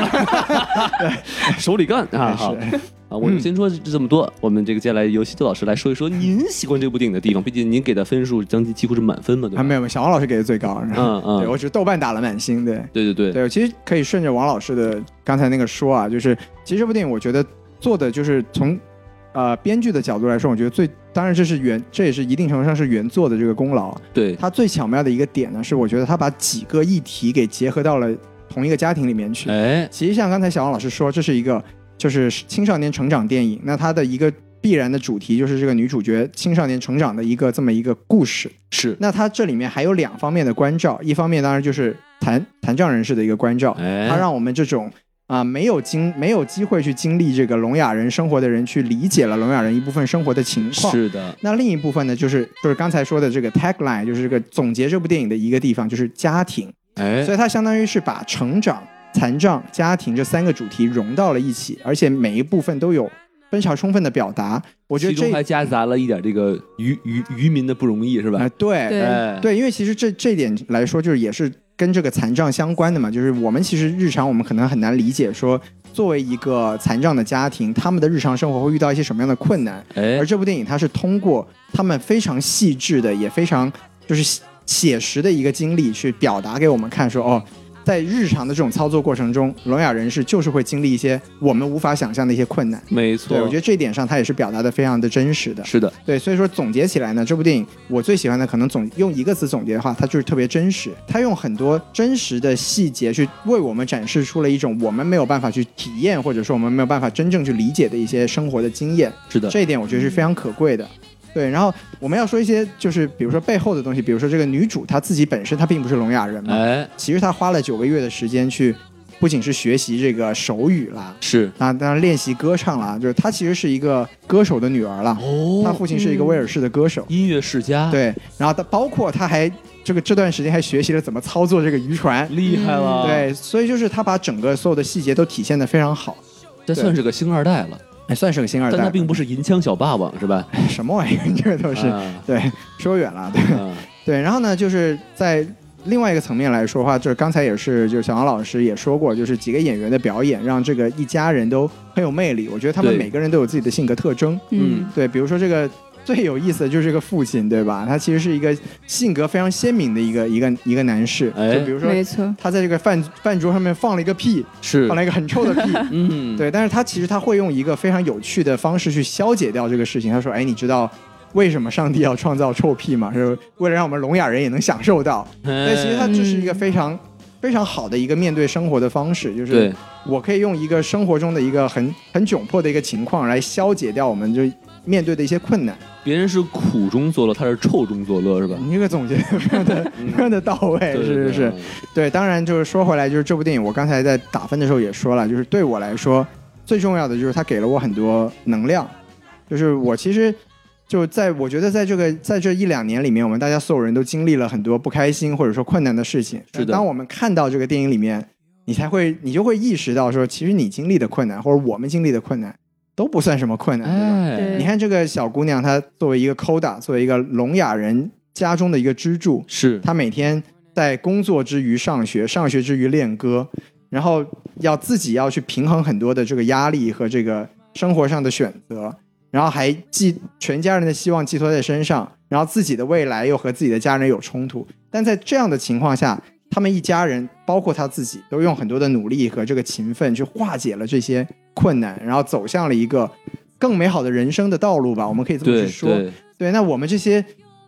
B: 手里干啊！好
A: 是嗯
B: 啊，我们先说这么多。我们这个接下来由西多老师来说一说您喜欢这部电影的地方，毕竟您给的分数将近几乎是满分嘛，对
A: 啊，
B: 吧？
A: 没有，没有小王老师给的最高，然后
B: 嗯嗯
A: 对我只是豆瓣打了满星，对。
B: 对对对，
A: 对，其实可以顺着王老师的刚才那个说啊，就是其实这部电影我觉得做的就是从呃编剧的角度来说，我觉得最当然这是原这也是一定程度上是原作的这个功劳。
B: 对
A: 它最巧妙的一个点呢，是我觉得它把几个议题给结合到了同一个家庭里面去。
B: 哎，
A: 其实像刚才小王老师说，这是一个就是青少年成长电影，那它的一个必然的主题就是这个女主角青少年成长的一个这么一个故事。
B: 是，
A: 那它这里面还有两方面的关照，一方面当然就是残残障人士的一个关照，
B: 哎，
A: 它让我们这种啊、没有经没有机会去经历这个聋哑人生活的人，去理解了聋哑人一部分生活的情况。
B: 是的，
A: 那另一部分呢，就是就是刚才说的这个 tagline，就是这个总结这部电影的一个地方，就是家庭。
B: 哎
A: 所，以它相当于是把成长、残障、家庭这三个主题融到了一起，而且每一部分都有非常充分的表达。我觉得
B: 其中
A: 这
B: 还
A: 啊、
B: 夹杂了一点这个渔渔渔民的不容易，是吧？
A: 呃对
D: 对
B: 哎，
A: 对，因为其实这这点来说，就是也是跟这个残障相关的嘛。就是我们其实日常我们可能很难理解说，作为一个残障的家庭，他们的日常生活会遇到一些什么样的困难。
B: 哎
A: 而，这部电影它是通过他们非常细致的，也非常就是写实的一个经历去表达给我们看说，哦，在日常的这种操作过程中，聋哑人士就是会经历一些我们无法想象的一些困难。
B: 没错，
A: 对，我觉得这一点上他也是表达的非常的真实的。
B: 是的，
A: 对，所以说总结起来呢，这部电影我最喜欢的可能总用一个词总结的话，它就是特别真实。它用很多真实的细节去为我们展示出了一种我们没有办法去体验，或者说我们没有办法真正去理解的一些生活的经验。
B: 是的，
A: 这一点我觉得是非常可贵的。对，然后我们要说一些就是比如说背后的东西，比如说这个女主她自己本身她并不是聋哑人嘛，
B: 哎，
A: 其实她花了九个月的时间去，不仅是学习这个手语啦。
B: 是
A: 啊，当然练习歌唱啦，就是她其实是一个歌手的女儿啦。
B: 哦嗯
A: 他父亲是一个威尔士的歌手，
B: 音乐世家，，
A: 对，然后他包括他还这个这段时间还学习了怎么操作这个渔船，
B: 厉害了，，
A: 嗯对，所以就是他把整个所有的细节都体现的非常好，
B: 这算是个星二代了，
A: 还算是个星二
B: 但他
A: 代，
B: 并不是银枪小霸王是吧？
A: 什么玩意儿，这个都是、
B: 啊
A: 对，说远了，对
B: 啊
A: 对，然后呢，就是在。另外一个层面来说的话，就是刚才也是，就是小王老师也说过，就是几个演员的表演让这个一家人都很有魅力。我觉得他们
B: 对
A: 每个人都有自己的性格特征，
B: 嗯
D: 嗯，
A: 对，比如说这个最有意思的就是这个父亲，对吧？他其实是一个性格非常鲜明的一个一个一个男士，
B: 哎
A: 就比如说
D: 没错，
A: 他在这个饭饭桌上面放了一个屁，
B: 是
A: 放，了一个很臭的屁。
B: 嗯，
A: 对，但是他其实他会用一个非常有趣的方式去消解掉这个事情。他说：“哎，你知道为什么上帝要创造臭屁吗？是为了让我们聋哑人也能享受到。”
B: 哎，
A: 对，其实他就是一个
D: 嗯
A: 非常、非常好的一个面对生活的方式，就是
B: 对
A: 我可以用一个生活中的一个很很窘迫的一个情况来消解掉我们就面对的一些困难。
B: 别人是苦中作乐，他是臭中作乐是吧？
A: 你这个总结得非常的非常的到位，
B: 对
A: 哎是是是，，对。当然就是说回来，就是这部电影，我刚才在打分的时候也说了，就是对我来说最重要的就是它给了我很多能量，就是我其实。就在我觉得，在这个在这一两年里面，我们大家所有人都经历了很多不开心或者说困难的事情。
B: 是的
A: 当我们看到这个电影里面，你才会你就会意识到说，其实你经历的困难或者我们经历的困难都不算什么困难，对吧？
B: 哎，
D: 对
A: 你看这个小姑娘，她作为一个 Koda，作为一个聋哑人家中的一个支柱，
B: 是
A: 她每天在工作之余上学，上学之余练歌，然后要自己要去平衡很多的这个压力和这个生活上的选择，然后还寄全家人的希望寄托在身上，然后自己的未来又和自己的家人有冲突。但在这样的情况下，他们一家人，包括他自己，都用很多的努力和这个勤奋去化解了这些困难，然后走向了一个更美好的人生的道路吧。我们可以这么
B: 对
A: 去说。
B: 对，
A: 对，那我们这些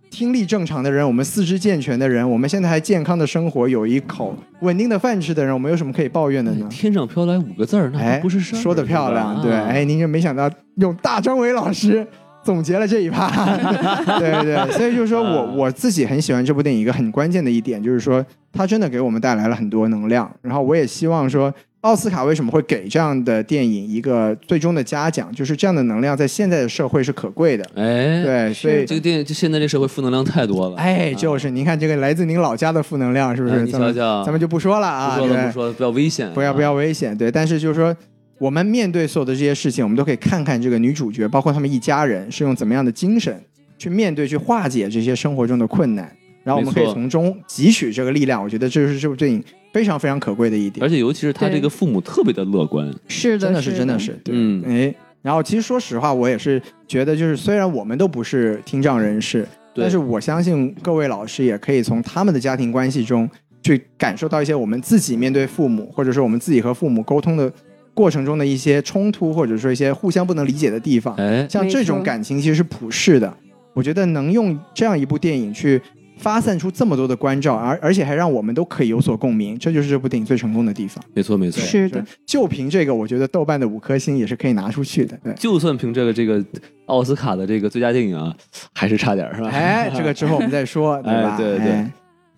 A: 听力正常的人，我们四肢健全的人，我们现在还健康的生活，有一口稳定的饭吃的人，我们有什么可以抱怨的呢？
B: 天上飘来五个字哎儿，那还
A: 哎，
B: 不是啊事儿
A: 说的漂亮，对，，哎，您就没想到用大张伟老师。总结了这一趴， 对对对，所以就是说
B: 啊
A: 我我自己很喜欢这部电影，一个很关键的一点就是说，它真的给我们带来了很多能量。然后我也希望说，奥斯卡为什么会给这样的电影一个最终的嘉奖，就是这样的能量在现在的社会是可贵的。
B: 哎，
A: 对，所以
B: 这个电影，就现在这社会负能量太多了。
A: 哎，就是您看这个来自您老家的负能量，是不
B: 哎
A: 是？
B: 啊你
A: 咱们
B: 瞧瞧
A: 咱们就不说了
B: 不
A: 啊，
B: 说了，
A: 对
B: 不，说了，比较危险。啊
A: 不要不，要危险，对。但是就是说，我们面对所有的这些事情，我们都可以看看这个女主角，包括他们一家人是用怎么样的精神去面对、去化解这些生活中的困难，然后我们可
B: 没
A: 以
B: 错
A: 从中汲取这个力量。我觉得这就是这部电影非常非常可贵的一点
B: 而，且尤其是他这个父母特别的乐观。
D: 是
A: 真的是真的是，对，
B: 嗯
A: 哎。然后其实说实话，我也是觉得，就是虽然我们都不是听障人士，
B: 对
A: 但是我相信各位老师也可以从他们的家庭关系中去感受到一些我们自己面对父母，或者说我们自己和父母沟通的过程中的一些冲突，或者说一些互相不能理解的地方。
B: 哎，
A: 像这
D: 没
A: 种
D: 错
A: 感情其实是普世的，我觉得能用这样一部电影去发散出这么多的关照，而而且还让我们都可以有所共鸣，这就是这部电影最成功的地方。
B: 没错没错
A: 对，
D: 是的，
A: 就凭这个，我觉得豆瓣的五颗星也是可以拿出去的。对，
B: 就算凭这个这个奥斯卡的这个最佳电影啊，还是差点儿是吧？
A: 哎，这个之后我们再说，对吧？
B: 哎对对
A: 哎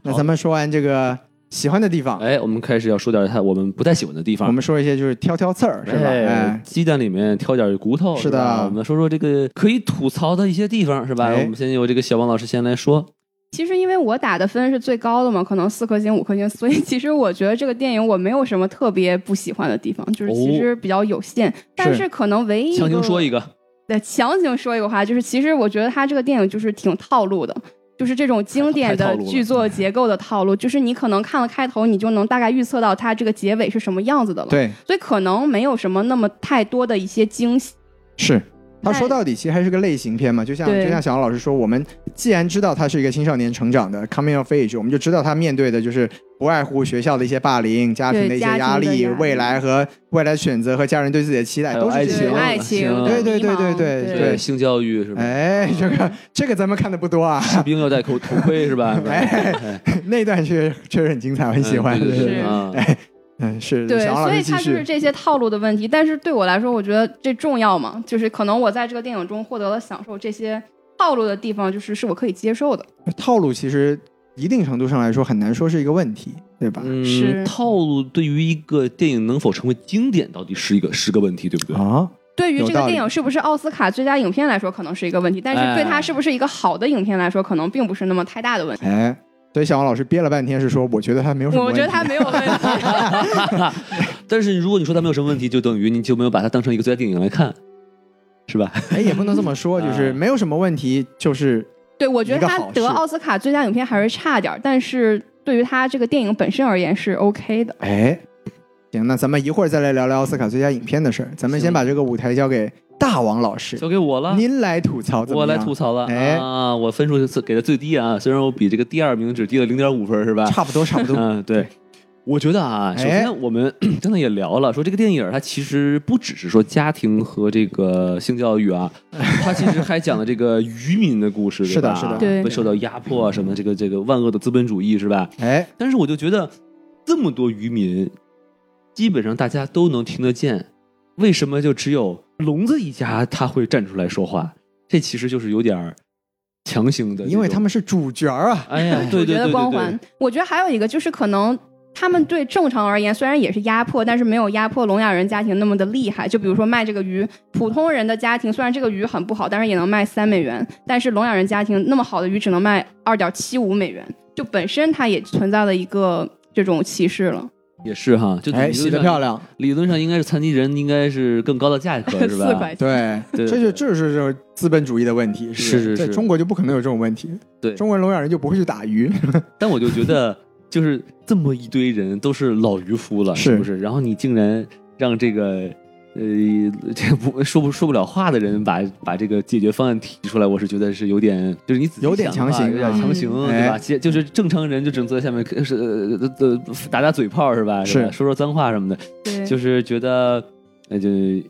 A: 那咱们说完这个喜欢的地方，
B: 哎，我们开始要说点他我们不太喜欢的地方。
A: 我们说一些就是挑挑刺儿，是吧？
B: 哎
A: 哎，，
B: 鸡蛋里面挑点骨头，
A: 是的
B: 吧我们说说这个可以吐槽的一些地方，是吧？
A: 哎
B: 我们先由这个小王老师先来说。
D: 其实因为我打的分是最高的嘛，可能四颗星、五颗星，所以其实我觉得这个电影我没有什么特别不喜欢的地方，就是其实比较有限。但是可能
A: 哎
D: 唯一
B: 哦强行说
D: 一
B: 一个，
D: 个对强行说一个话，就是其实我觉得他这个电影就是挺套路的。就是这种经典
B: 太套
D: 的
B: 路了嗯
D: 剧作结构的套路，就是你可能看了开头，你就能大概预测到它这个结尾是什么样子的了。
A: 对，
D: 所以可能没有什么那么太多的一些惊喜。
A: 是它说到底其实还是个类型片嘛，就像
D: 对
A: 就像小王老师说，我们既然知道它是一个青少年成长的 coming of age，我们就知道他面对的就是不外乎学校的一些霸凌、家庭的一些
D: 家庭的
A: 压力、
D: 压力
A: 未来和未来选择和家人对自己的期待，
B: 还有
A: 都是
B: 爱
A: 这
B: 情嗯
A: 些
D: 对爱情的迷
A: 对
D: 茫，
A: 对对对对对
B: 性教育是吧？
A: 哎，这个这个咱们看的不多啊，
B: 士兵要戴口头盔是吧？
A: 哎那段确实确实很精彩，我很喜欢。
B: 嗯对对
A: 对
B: 对
D: 是
B: 啊，
A: 嗯，是
D: 对，
A: 小王老
D: 所
A: 师
D: 以
A: 继
D: 它就是
A: 续。
D: 这些套路的问题。但是对我来说，我觉得这重要吗？就是可能我在这个电影中获得了享受，这些套路的地方就是是我可以接受的。
A: 套路其实一定程度上来说很难说是一个问题，对吧？
B: 嗯，
D: 是
B: 套路对于一个电影能否成为经典，到底是一个是个问题，对不对？
A: 啊，
D: 对于
A: 有
D: 这
A: 道
D: 个
A: 理
D: 电影是不是奥斯卡最佳影片来说，可能是一个问题；但是对它
B: 哎
D: 是不是一个好的影片来说，可能并不是那么太大的问题。
A: 哎，所以小王老师憋了半天是说，我觉得他没有什么
D: 我
A: 问
D: 觉
A: 题。
D: 得它没有问题，
B: 但是如果你说它没有什么问题，就等于你就没有把它当成一个最佳电影来看，是吧？
A: 哎，也不能这么说，就是
B: 啊
A: 没有什么问题，就是
D: 对我觉
A: 一个
D: 得它
A: 好
D: 得
A: 事
D: 奥斯卡最佳影片还是差点儿，但是对于它这个电影本身而言是 OK 的。
A: 哎，行，那咱们一会儿再来聊聊奥斯卡最佳影片的事儿。咱们先
B: 行
A: 把这个舞台交给大王老师，
B: 交给我了。
A: 您来吐槽怎么
B: 我来
A: 样
B: 吐槽了、
A: 哎
B: 啊！我分数是给的最低啊，虽然我比这个第二名只低了零点五分，是吧？
A: 差不多，差不 多。
B: 嗯，对。我觉得啊，首
A: 哎
B: 先我们刚才也聊了，说这个电影儿它其实不只是说家庭和这个性教 育啊，它其实还讲了这个渔民的故事，
A: 是的
B: 吧
A: 是的
D: 对
B: 会受到压迫啊什么的这个这个万恶的资本主义是吧？
A: 哎，
B: 但是我就觉得这么多渔民，基本上大家都能听得见，为什么就只有聋子一家他会站出来说话？这其实就是有点儿强行的，
A: 因为他们是主角儿啊，
B: 哎呀，对
D: 主
B: 对
D: 角
B: 对
D: 的
B: 对
D: 光
B: 对
D: 环。我觉得还有一个就是，可能他们对正常而言虽然也是压迫，但是没有压迫聋哑人家庭那么的厉害。就比如说卖这个鱼，普通人的家庭虽然这个鱼很不好，但是也能卖三美元，但是聋哑人家庭那么好的鱼只能卖二点七五美元，就本身它也存在了一个这种歧视了。
B: 也是哈，就
A: 哎，洗得漂 亮。
B: 理论上应该是残疾人应该是更高的价 格是吧？
D: 四块钱，
A: 对，
B: 对
A: 这就这就是这种资本主义的问题，是不
B: 是是
A: 在
B: 是
A: 中国就不可能有这种问题，
B: 对啊
A: 中国人聋哑人就不会去打鱼，
B: 但我就觉得，就是这么一堆人都是老渔夫了，
A: 是
B: 是不是？然后你竟然让这个呃这不说不说不了话的人把把这个解决方案提出来，我是觉得是有点，就是你仔细
A: 有点
B: 想的话
A: 强行
B: 有点强行，
A: 嗯
B: 对吧？
A: 哎
B: 其实就是正常人就只能坐在下面呃是呃呃呃打打嘴炮是吧？
A: 是
B: 吧说说脏话什么的，
D: 对，
B: 就是觉得。那就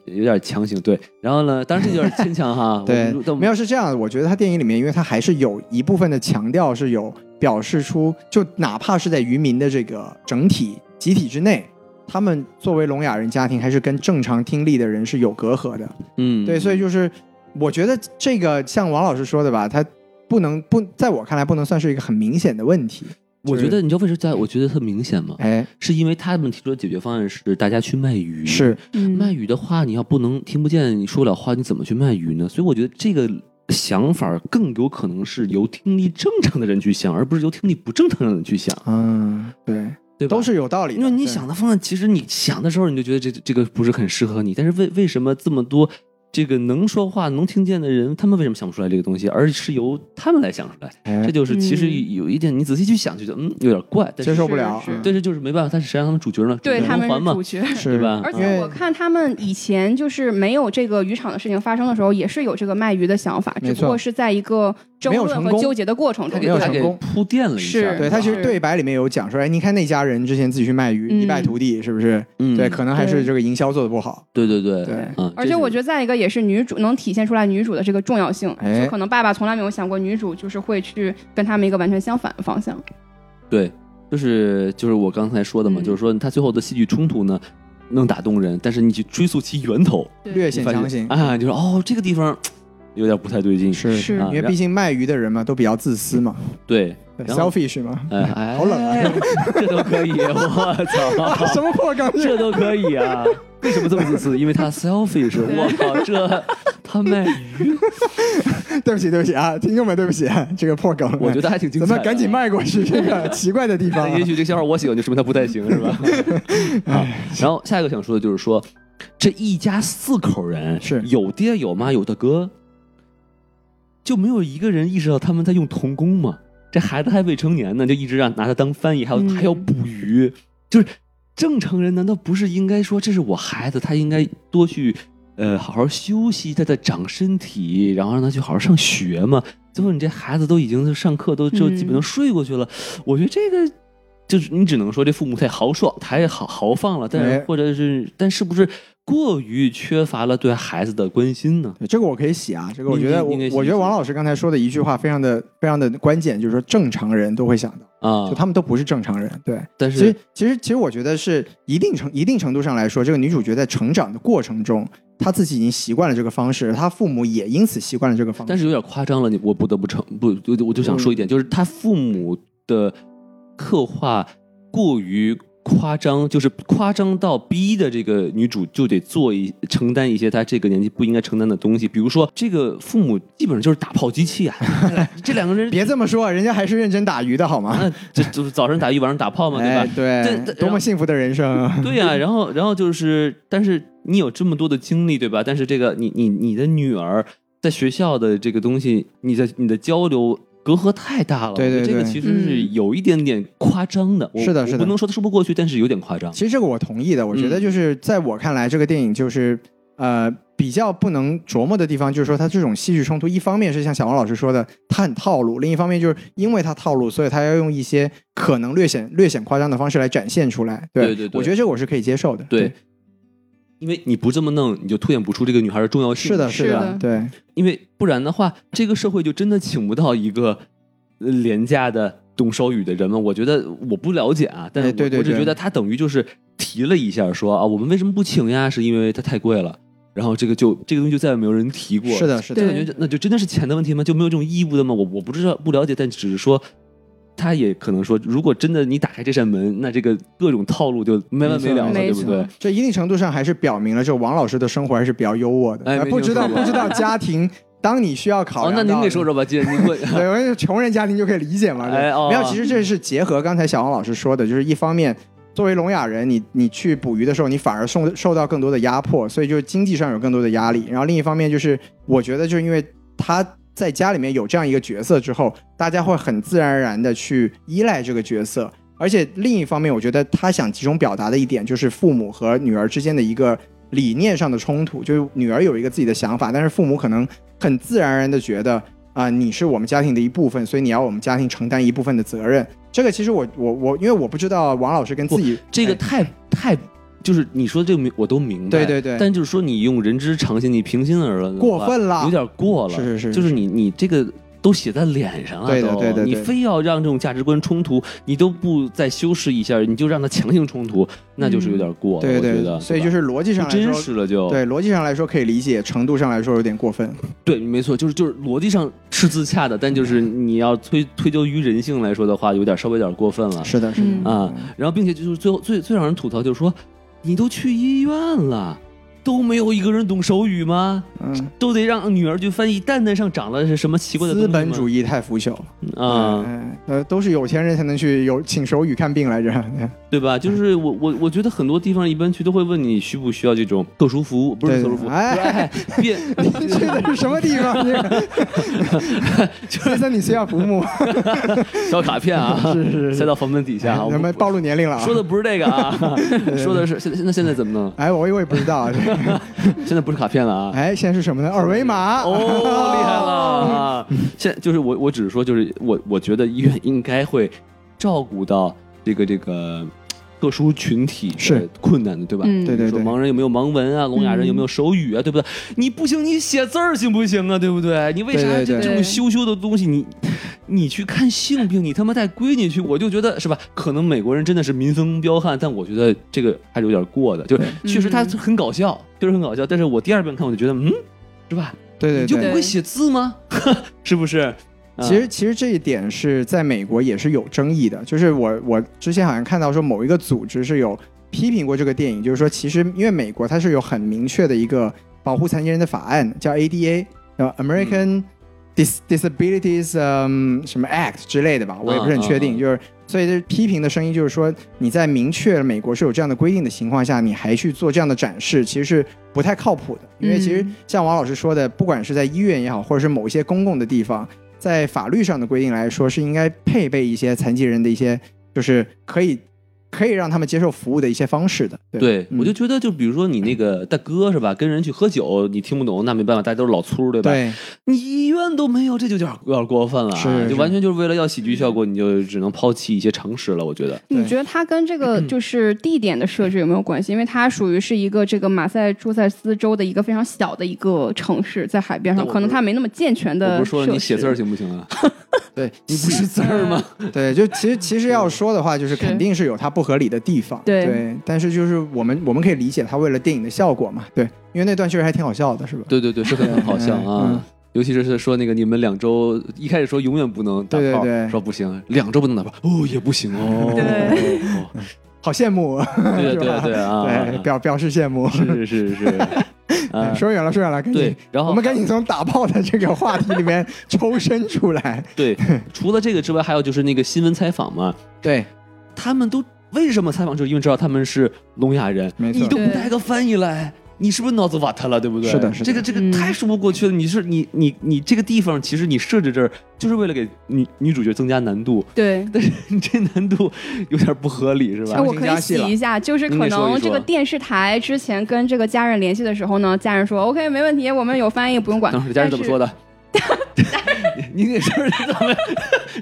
B: 有点强行，对。然后呢，当然这有点牵强 哈。
A: 对
B: 我，们
A: 没有是这样的，我觉得他电影里面，因为他还是有一部分的强调是有表示出，就哪怕是在渔民的这个整体集体之内，他们作为聋哑人家庭，还是跟正常听力的人是有隔阂的。
B: 嗯，
A: 对，所以就是我觉得这个像王老师说的吧，他不能不在我看来不能算是一个很明显的问题。
B: 我
A: 就是
B: 觉得你知道为什么在我觉得特明显吗？
A: 哎，
B: 是因为他们提出的解决方案是大家去卖鱼，
A: 是
D: 嗯
B: 卖鱼的话，你要不能听不见，你说不了话，你怎么去卖鱼呢？所以我觉得这个想法更有可能是由听力正常的人去想，而不是由听力不正常的人去想，
A: 嗯，对，
B: 对吧？
A: 都是有道理的。
B: 因为你
A: 对
B: 想的方案，其实你想的时候，你就觉得这这个不是很适合你。但是为为什么这么多这个能说话、能听见的人，他们为什么想不出来这个东西，而是由他们来想出来？
A: 哎
B: 这就是其实
D: 嗯
B: 有一点，你仔细去想，就觉得嗯有点怪，但
A: 接
B: 是
A: 受不了，
D: 是是
A: 嗯
B: 但是就是没办法，他是谁让他们主角呢？
D: 对
B: 主角
D: 他们
B: 光环
D: 是
B: 嘛
D: 主，角。
A: 是嗯
B: 对吧
D: 而
A: 因为
D: 且我看他们以前就是没有这个渔场的事情发生的时候，也是有这个卖鱼的想法，
A: 没错
D: 只不过是在一个争
A: 没有
D: 论
A: 成
D: 和
A: 功
D: 纠结的过程
B: 他
D: 中
A: 没
B: 给。
A: 有
B: 他
A: 成
B: 给
A: 功
B: 铺垫了一下，
D: 是
A: 对他其实
D: 是
A: 对白里面有讲说，哎，你看那家人之前自己去卖鱼，
D: 嗯
A: 一败涂地，是不是？
B: 嗯
A: 对，可能还是
D: 对
A: 这个营销做的不好。
B: 对对对
A: 对
B: 嗯，
D: 而且我觉
B: 得
D: 得再一个也是女主能体现出来女主的这个重要性，
A: 哎
D: 就可能爸爸从来没有想过女主就是会去跟他们一个完全相反的方向。
B: 对，就是就是我刚才说的嘛，
D: 嗯
B: 就是说他最后的戏剧冲突呢，能打动人，但是你去追溯其源头，
A: 哎略
B: 你
A: 显
B: 发
A: 强
B: 现
A: 行，
B: 啊，就是哦，这个地方嘖有点不太对劲，
A: 是
D: 是
B: 啊
A: 因为毕竟卖鱼的人嘛，都比较自私嘛
B: 对，
A: 对
B: 嗯然后
A: ，selfish 嘛。
B: 哎哎，
A: 好冷啊
B: 哎，这都可以，我操，
A: 什么破梗？
B: 这都可以啊？为什么这么自私？因为他 selfish，我靠，这他卖鱼，
A: 对不起，对不起啊，听众们，对不起啊，这个破梗，
B: 我觉得还挺精
A: 咱
B: 彩的，
A: 们赶紧迈过去这个奇怪的地方
B: 但
A: 啊。
B: 也许这个笑话我喜欢，就说明它不太行，是 吧？啊，然后下一个想说的就是说，这一家四口人
A: 是
B: 有爹有妈有大哥，就没有一个人意识到他们在用童工吗？这孩子还未成年呢，就一直让拿他当翻译，还要、
D: 嗯
B: 还要捕鱼，就是正常人难道不是应该说这是我孩子，他应该多去呃好好休息，带他长身体，然后让他去好好上学嘛。最后你这孩子都已经上课都就
D: 嗯
B: 基本都睡过去了，我觉得这个。就是你只能说这父母太豪爽，太豪豪放了，但
A: 哎
B: 是或者是，但是不是过于缺乏了对孩子的关心呢？
A: 对这个我可以洗啊，这个我
B: 你
A: 觉得
B: 你
A: 我
B: 你可以洗
A: 我觉得
B: 你可以洗
A: 王老师刚才说的一句话非常的非常的关键，就是说正常人都会想到，
B: 啊
A: 就，他们都不是正常人。对，
B: 但
A: 其实
B: 是
A: 其实其实我觉得是一定程一定程度上来说，这个女主角在成长的过程中，她自己已经习惯了这个方式，她父母也因此习惯了这个方式。
B: 但是有点夸张了，你我不得不承不，我就我就想说一
A: 嗯
B: 点，就是他父母的刻画过于夸张，就是夸张到逼的这个女主就得做一承担一些她这个年纪不应该承担的东西，比如说这个父母基本上就是打炮 机器啊，这两个人
A: 别这么说，啊人家还是认真打鱼的好吗？
B: 那这就是早上打鱼，晚上打炮嗯嘛，对吧？
A: 哎，对
B: 这这，
A: 多么幸福的人生 啊！
B: 对呀、然后然后就是，但是你有这么多的经历，对吧？但是这个你你你的女儿在学校的这个东西，你的你的交流隔阂太大了，
A: 对对
B: 我觉得这个
A: 对
B: 其实是有一点点夸张的。我
A: 是的
B: 我
A: 是的
B: 不能说它说不过去，但是有点夸张。
A: 其实这个我同意的，我
B: 嗯
A: 觉得就是在我看来，这个电影就是呃比较不能琢磨的地方，就是说它这种戏剧冲突，一方面是像小王老师说的，它很套路；另一方面就是因为它套路，所以它要用一些可能略显略显夸张的方式来展现出来。
B: 对对对
A: 我觉得这个我是可以接受的。
B: 对，，因为你不这么弄，你就凸显不出这个女孩的重要性。
A: 是的，
D: 是
A: 的
D: 的，
A: 对，
B: 因为不然的话，这个社会就真的请不到一个呃廉价的懂手语的人了。我觉得我不了解啊，但是
A: 哎
B: 我,、
A: 对对
B: 我只
A: 对
B: 觉得他等于就是提了一下说啊，我们为什么不请呀？是因为它太贵了。然后这个就这个东西就再也没有人提过。
A: 是，的，是的
B: 就感
D: 对。
B: 觉就那就真的是钱的问题吗？就没有这种义务的吗？我我不知道不了解，但只是说。他也可能说，如果真的你打开这扇门，那这个各种套路就没完没了了，
D: 没
B: 对
D: 错
B: 不对？
A: 这一定程度上还是表明了，这王老师的生活还是比较优渥的。
B: 哎
A: 呃
B: 没
A: 不知道
B: 听
A: 不
B: 说
A: 知道家庭，当你需要考
B: 哦
A: 量，到，
B: 那您给说说吧，既然您会，
A: 对，我觉得穷人家庭就可以理解嘛。对
B: 哎哦
A: 没有，其实这是结合刚才小王老师说的，就是一方面，作为聋哑人，你你去捕鱼的时候，你反而受受到更多的压迫，所以就经济上有更多的压力。然后另一方面就是，我觉得就是因为他在家里面有这样一个角色之后，大家会很自然而然的去依赖这个角色。而且另一方面，我觉得他想集中表达的一点就是父母和女儿之间的一个理念上的冲突，就是女儿有一个自己的想法，但是父母可能很自然而然的觉得啊、你是我们家庭的一部分，所以你要我们家庭承担一部分的责任。这个其实我我我，因为我不知道王老师跟自己
B: 这个
A: 哎
B: 太太就是你说这个明我都明白，
A: 对对对
B: 但就是说你用人之常情，你平心而论的话，
A: 过分了
B: 有点过了，
A: 是是是
B: 就是你你这个。都写在脸上了都，
A: 对的对的对
B: 你非要让这种价值观冲突，你都不再修饰一下，你就让它强行冲突，那就是有点过了。
A: 嗯对
B: 我
A: 对
B: 觉得，
A: 所以就是逻辑
B: 对
A: 上
B: 吧
A: 来
B: 不真
A: 说，
B: 实了哦就，
A: 对逻辑上来说可以理解，程度上来说有点过分。
B: 对没错，就是就是逻辑上是自洽的，但就是你要推推究于人性来说的话，有点稍微有点过分了。
A: 是的，是
D: 嗯
A: 的
B: 啊，然后并且就是最后最最让人吐槽就是说，你都去医院了，都没有一个人懂手语吗？
A: 嗯，
B: 都得让女儿去翻译。蛋蛋上长了是什么奇怪的东
A: 资
B: 西吗
A: 本主义太腐朽了
B: 啊、
A: 哎呃，都是有钱人才能去有请手语看病来 着。
B: 对吧？就是我我我觉得很多地方一般去都会问你需不需要这种特殊服务，不是
A: 对
B: 特殊服务，
A: 哎
B: 哎，变
A: 你去的是什么地方？这个 先生，你需 要服务，
B: 小卡片啊，
A: 是 是
B: 塞到房门底下啊。我
A: 咱们暴露年龄了啊
B: 说。的不是这个 啊，说的是现在那现在怎么弄？
A: 哎，我我也不知道啊。 这个
B: 现在不是卡片了啊。
A: 哎，现在是什么呢？二维码。
B: 哦，厉害了！啊！
A: 嗯
B: 现在就是我，我只是说，就是我，我觉得医院应该会照顾到这个这个特殊群体的
A: 是
B: 困难的，对吧？
D: 嗯
A: 对对
B: 说
A: 对，
B: 盲人有没有盲文啊？聋哑人
D: 嗯
B: 有没有手语啊？对不对？你不行，你写字儿行不行啊？对不对？你为啥
A: 对对
B: 这
A: 对
B: 种羞羞的东西，你你去看性病，你他妈带闺女去，我就觉得是吧？可能美国人真的是民风彪悍，但我觉得这个还是有点过的，就是确实他
D: 嗯
B: 很搞笑，确实很搞笑。但是我第二遍看我就觉得，嗯，是吧？
A: 对对
B: 你就
A: 对
B: 不。会写字吗？ 是不是？啊
A: 其实，其实这一点是在美国也是有争议的。就是我，我之前好像看到说某一个组织是有批评过这个电影，就是说其实因为美国它是有很明确的一个保护残疾人的法案，叫 ADA，呃，American Dis Disabilities 嗯什么 Act 之类的吧，我也不是很确定。
B: 嗯嗯嗯
A: 就是所以这批评的声音就是说你在明确美国是有这样的规定的情况下，你还去做这样的展示，其实是不太靠谱的。因为其实
D: 嗯
A: 像王老师说的，不管是在医院也好，或者是某一些公共的地方，在法律上的规定来说，是应该配备一些残疾人的一些，就是可以可以让他们接受服务的一些方式的。对，
B: 对，
A: 嗯
B: 我就觉得，就比如说你那个大哥是吧，跟人去喝酒，你听不懂，那没办法，大家都是老粗，对吧？
A: 对
B: 你医院都没有，这就有点有点过分了啊，
A: 是
B: 就是完全就是为了要喜剧效果，你就只能抛弃一些常识了。嗯我觉得，
D: 你觉得它跟
A: 嗯
D: 这个就是地点的设置有没有关系？因为它属于是一个这个马赛诸塞斯州的一个非常小的一个城市，在海边
B: 那
D: 上，
B: 我
D: 可能
B: 不是
D: 它没那么健全
B: 我
D: 的
B: 不
D: 设
B: 是
D: 施。
B: 说你写字儿行不行啊？
A: 对
B: 你不是字儿 吗？
A: 对，就其实其实要说的话，就是肯定是有它不合理的地方。
D: 对
A: 但是就是我们我们可以理解它为了电影的效果嘛。对，因为那段确实还挺好笑的，是吧？
B: 对对对，是很很好笑啊。
A: 嗯嗯
B: 尤其是说那个你们两周一开始说永远不能打炮，
A: 对对对
B: 说不行，两周不能打炮，哦也不行哦，
D: 对
B: 哦
A: 好羡慕，
B: 对对
A: 是吧
B: 对对啊，
A: 对，表表示羡 慕。
B: 是是 是，啊，
A: 说远了，说远了，赶紧
B: 对，，然后
A: 我们赶紧从打炮的这个话题里面抽身出 来。
B: 对，除了这个之外，还有就是那个新闻采访嘛，
A: 对，
B: 他们都为什么采访，就是因为知道他们是聋哑人，
A: 没错
B: 你都不
D: 对
B: 带个翻译来。你是不是脑子瓦特了，对不对？
A: 是的是的
B: 这个这个
D: 嗯
B: 太说不过去了。你是你你你这个地方，其实你设置这儿就是为了给女女主角增加难度，
D: 对，
B: 但是你这难度有点不合理，是
D: 哎，
B: 吧？
A: 嗯
D: 我
A: 强行
D: 可
A: 加
D: 以
A: 戏
D: 洗
A: 了
D: 一下，就是可
B: 你说你
D: 能
B: 说
D: 这个电视台之前跟这个家人联系的时候呢，家人说 OK 没问题，我们有翻译，不 用管。
B: 当时家人怎么说
D: 的
B: 的？ 你你给说是咱们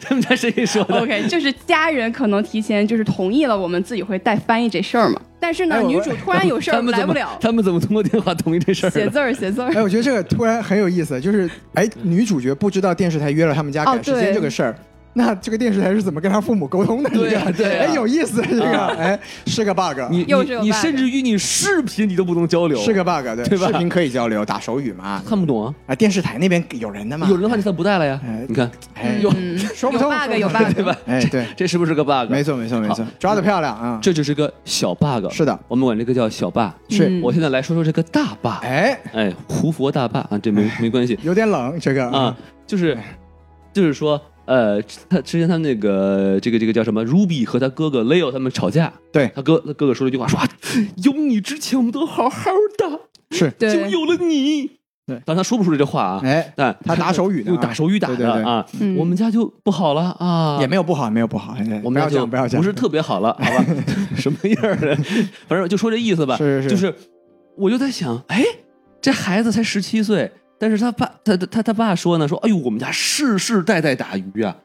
B: 咱们家谁给说的？
D: ？OK，就是家人可能提前就是同意了，我们自己会带翻译这事儿嘛。但是呢，
A: 哎我
D: 女主突然有事
B: 他
D: 儿
B: 们
D: 来
B: 怎
D: 不
B: 么
D: 了，
B: 他们怎么通过电话同意这事儿
D: 写
B: 的？
D: 字儿写 字儿。
A: 哎，我觉得这个突然很有意思，就是哎，女主角不知道电视台约了他们家
D: 哦
A: 赶时间
D: 对
A: 这个事儿。那这个电视台是怎么跟他父母沟通的？
B: 对啊
A: 这个
B: 对啊
A: 哎，有意思，这个
B: 啊
A: 哎是个 bug，
B: 你
D: 又是
B: 你
D: 有
B: 你
D: bug
B: 甚至于你视频你都不能交流，
A: 是个 bug，对，
B: 对吧
A: 视频可以交流，打手语嘛。
B: 看不懂啊。
A: 啊，电视台那边有人的嘛
B: 有，人的话，你算不带了呀
A: 哎？
B: 你看，
A: 哎，
B: 有
D: 嗯，
A: 说不
D: 有
A: 通
D: bug
A: 说不
D: 有
A: 通
D: bug，
B: 对吧？
A: 哎，对，
B: 这是不是个 bug？
A: 没错，没错，没错，抓的漂亮啊！
B: 这只是个小 bug。
A: 是的，
B: 我们管这个叫小 bug。
A: 是
D: 嗯
B: 我现在来说说这个大 bug。
A: 哎，
B: 哎，胡佛大坝啊，这没没关系
A: 有点冷，这个
B: 啊，，就是
A: 哎
B: 就是说。呃，他之前他那个这个这个叫什么，Ruby 和他哥哥 Leo 他们吵架，
A: 对
B: 他哥他哥哥说了一句话，说啊有你之前我们都好好的，
A: 是，
B: 就
D: 对，
B: 有了你。
A: 对
B: 当然他说不出这句话啊，
A: 哎，
B: 但
A: 他打手语呢
B: 又打手语打
A: 对对
B: 的
A: 对
B: 啊，
D: 嗯
B: 我们家就不好了啊，
A: 也没有不好，也没有不好，哎不
B: 我们
A: 要
B: 家就
A: 讲，不要讲，
B: 是特 别好了，好吧？什么样儿的？反正就说这意思吧。
A: 是是是
B: 就是我就在想，哎，这孩子才十七岁，但是他爸他他他他爸说呢，说哎呦，我们家世世代代打鱼啊。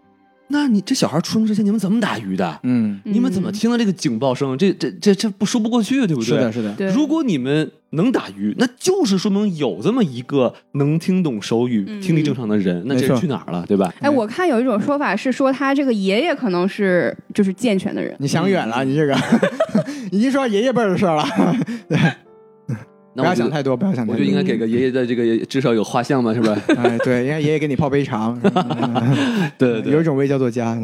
B: 那你这小孩出生之前，你们怎么打鱼的？
A: 嗯，
D: 嗯
B: 你们怎么听到这个警报声？这这这这不说不过去，对不对？
A: 是的，是的，
D: 对
B: 如果你们能打鱼，那就是说明有这么一个能听懂手语、
D: 嗯
B: 听力正常的人，那
A: 没
B: 这
A: 错
B: 人去哪儿了，对吧？
D: 哎，我看有一种说法是说他这个爷爷可能是就是健全的人，
A: 你想远
B: 嗯
A: 了，你这个 已经说到爷爷辈儿的事儿了，
B: 那
A: 不要
B: 我觉
A: 想
B: 得
A: 太多，不要想太
B: 我就应
A: 多。
B: 该给个爷爷的这个至少有画像吧，是吧？
A: 哎，对，应该爷爷给你泡杯茶， 嗯
B: 对对对
A: 有一种味叫做家，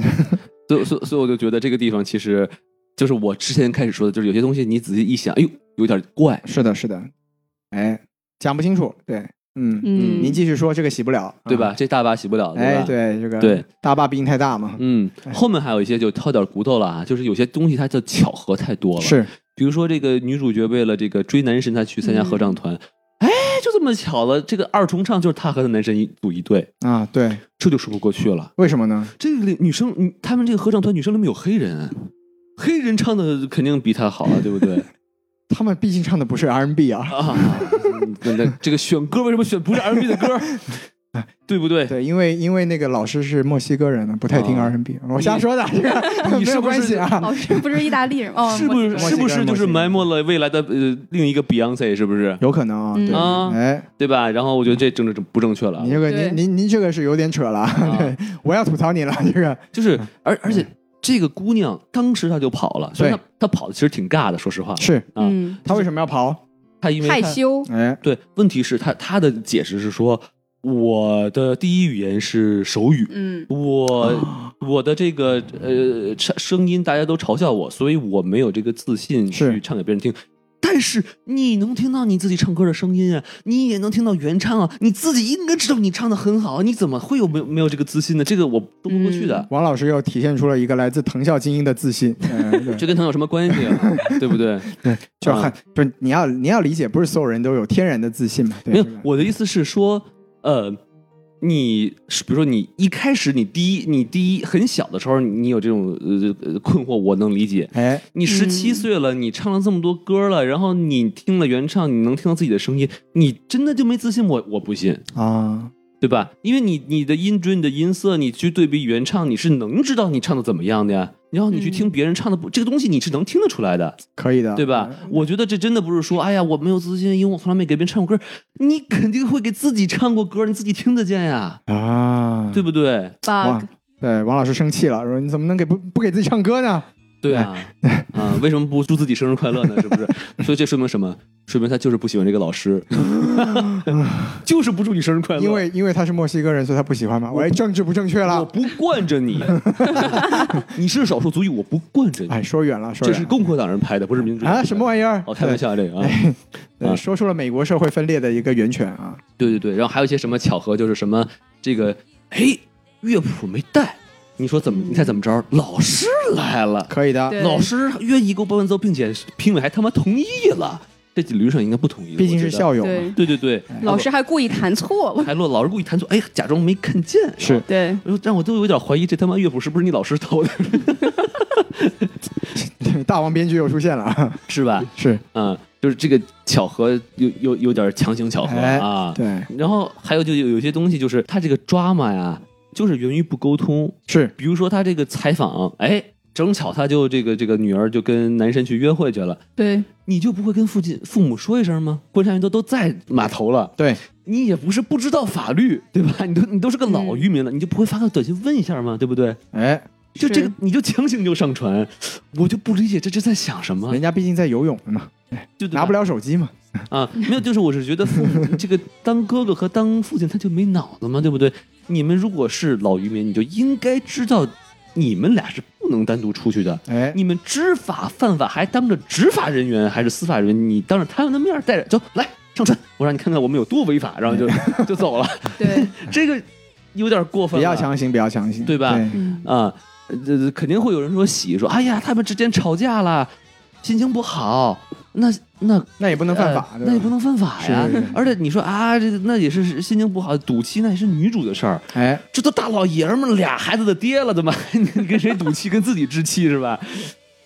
B: 所以所以所以我就觉得这个地方其实就是我之前开始说的，就是有些东西你仔细一想，哎呦，有点怪。
A: 是的，是的，哎，讲不清楚，对，嗯，
D: 嗯，
A: 您继续说，这个洗不了，啊
B: 对吧？？这大把洗不了，
A: 嗯哎，
B: 吧？
A: 对，这个
B: 对，
A: 大坝毕竟太大嘛，
B: 嗯，后面还有一些就挑点骨头了啊，就是有些东西它的巧合太多了。，
A: 是，
B: 比如说这个女主角为了这个追男神，她去参加合
D: 嗯
B: 唱团，哎，就这么巧了，这个二重唱就是她和她男神一组一对，
A: 啊，对，
B: 这就说不过去了。
A: 为什么呢？
B: 这个女生，嗯他们这个合唱团女生里面有黑人，黑人唱的肯定比她好啊，对不对？
A: 他们毕竟唱的不是 R&B 啊，
B: 啊，那那这个选歌为什么选不是 R&B 的歌？对不对？
A: 对，因为因为那个老师是墨西哥人呢，不太听
B: 啊
A: R&B，我瞎说的， 这个
B: 你
A: 没
B: 是
A: 有
B: 不
A: 关
B: 是
A: 系啊，
D: 哦，是不是意大利人？哦，
B: 是不是
D: 墨西
A: 墨西
B: 是
D: 哥
A: 哥
B: 不是就
A: 墨
B: 是
A: 西哥
B: 埋没了未来的呃另一个 Beyonce 是不是？
A: 有可能啊，
D: 嗯
A: 对，
B: 啊
A: 哎，
B: 对吧？然后我觉得这政治不正确了啊
A: 您，这个
D: 对
A: 您您您这个是有点扯了，对，我要吐槽你了，这个
B: 就是而而且这个姑娘当时她就跑了，所以她
A: 嗯对
B: 她跑的其实挺尬的，说实话，
A: 是
B: 啊，
D: 嗯，
A: 他为什么要跑？
B: 她因为
D: 害
B: 她
D: 羞，
A: 哎，
B: 对，问题是她她的解释是说我的第一语言是手语，
D: 嗯，
A: 啊
B: 我我的这个呃唱声音，大家都嘲笑我，所以我没有这个自信
A: 是
B: 去唱给别人听。但是你能听到你自己唱歌的声音啊，你也能听到原唱啊，你自己应该知道你唱的很好啊，你怎么会有没有没有这个自信呢？这个我说不过去的，
A: 王老师又体现出了一个来自藤校精英的自信，哎对
B: 这跟他有什么关系啊？对不对？
A: 就很
B: 啊
A: 就是你要你要理解，不是所有人都有天然的自信嘛，对
B: 没有
A: 这个，
B: 我的意思是说，呃，你是比如说你一开始你第一你第一很小的时候，你有这种呃呃困惑，我能理解。
A: 哎，
B: 你十七
D: 嗯
B: 岁了，你唱了这么多歌了，然后你听了原唱，你能听到自己的声音，你真的就没自信？我我不信，
A: 啊，
B: 对吧？因为你你的音准、你的音色，你去对比原唱，你是能知道你唱的怎么样的呀。然后你去听别人唱的不，这个东西你是能听得出来的，
A: 可以的，
B: 对吧？
A: 嗯
B: 我觉得这真的不是说，哎呀，我没有自信，因为我从来没给别人唱过歌。你肯定会给自己唱过歌，你自己听得见呀，
A: 啊，
B: 对不对？
A: 哇
D: bug，
A: 对，王老师生气了，说你怎么能给不不给自己唱歌呢？
B: 对啊，啊，为什么不祝自己生日快乐呢？是不 是？所以这说明什么？说明他就是不喜欢这个老师，就是不祝你生日快乐。
A: 因为因为他是墨西哥人，所以他不喜欢嘛。喂，政治不正确
B: 我
A: 了。
B: 不惯 着你，你是少数族裔，我不惯着你。
A: 哎，说远了，说
B: 这
A: 远了
B: 是共和党人拍的，不是民主。
A: 啊，什么？玩意儿？
B: 哦，开玩笑啊这个啊，
A: 对，
B: 啊
A: 对，说出了美国社会分裂的一个源泉啊。
B: 对对对。然后还有一些什么巧合，就是什么这个，哎，乐谱没带，你说怎
A: 嗯
B: 么？你猜怎么着？老师来了，
A: 可以的，
D: 对
B: 啊老师愿意给我伴奏，并且评委还他妈同意了。这理论上应该不同意的，
A: 毕竟是
B: 我觉得
A: 校友嘛。
D: 对，
B: 对对对，
D: 老师还故意弹错，
B: 还落老师故意弹错，哎，假装没看见。
A: 是，
D: 对，
B: 然后，但我都有点怀疑，这他妈乐谱是不是你老师偷的，
A: 大王编剧又出现了 啊，
B: 是吧？
A: 是
B: 嗯，就是这个巧合有有有点强行巧合
A: 哎
B: 啊。
A: 对，
B: 然后还有就有有些东西，就是他这个 drama 呀，就是源于不沟通。
A: 是
B: 比如说他这个采访，哎，正巧他就这个这个女儿就跟男神去约会去了，
D: 对，
B: 你就不会跟父亲父母说一声吗？观察员都都在码头了，
A: 对，
B: 你也不是不知道法律，对吧？你都你都是个老
A: 嗯
B: 渔民了，你就不会发个短信问一下吗？对不对？
A: 哎，
B: 就是这个你就强行就上传，我就不理解这这在想什么
A: 人，家毕竟在游泳嘛，
B: 啊就对吧
A: 拿不了手机嘛。
B: 啊，没有，就是我是觉得父母这个当哥哥和当父亲他就没脑子嘛，对不对？你们如果是老渔民，你就应该知道，你们俩是不能单独出去的。
A: 哎，
B: 你们知法犯法，还当着执法人员还是司法人员，你当着他们的面儿带着走来上船，我让你看看我们有多违法，然后就哎 就走了。
D: 对，
B: 这个有点过分
A: 不
B: 了，
A: 要强行，不要强行，
B: 对吧
D: 嗯，
B: 啊！这肯定会有人说喜说，哎呀，他们之间吵架了，心情不好，那那
A: 那也不能犯法，
B: 呃
A: 对吧
B: 那也不能犯法呀。
A: 是是是
B: 而且你说啊，这个那也是心情不好，赌气那也是女主的事儿，
A: 哎，
B: 这都大老爷们儿俩孩子的爹了，怎么 你跟谁赌气，跟自己置气是吧？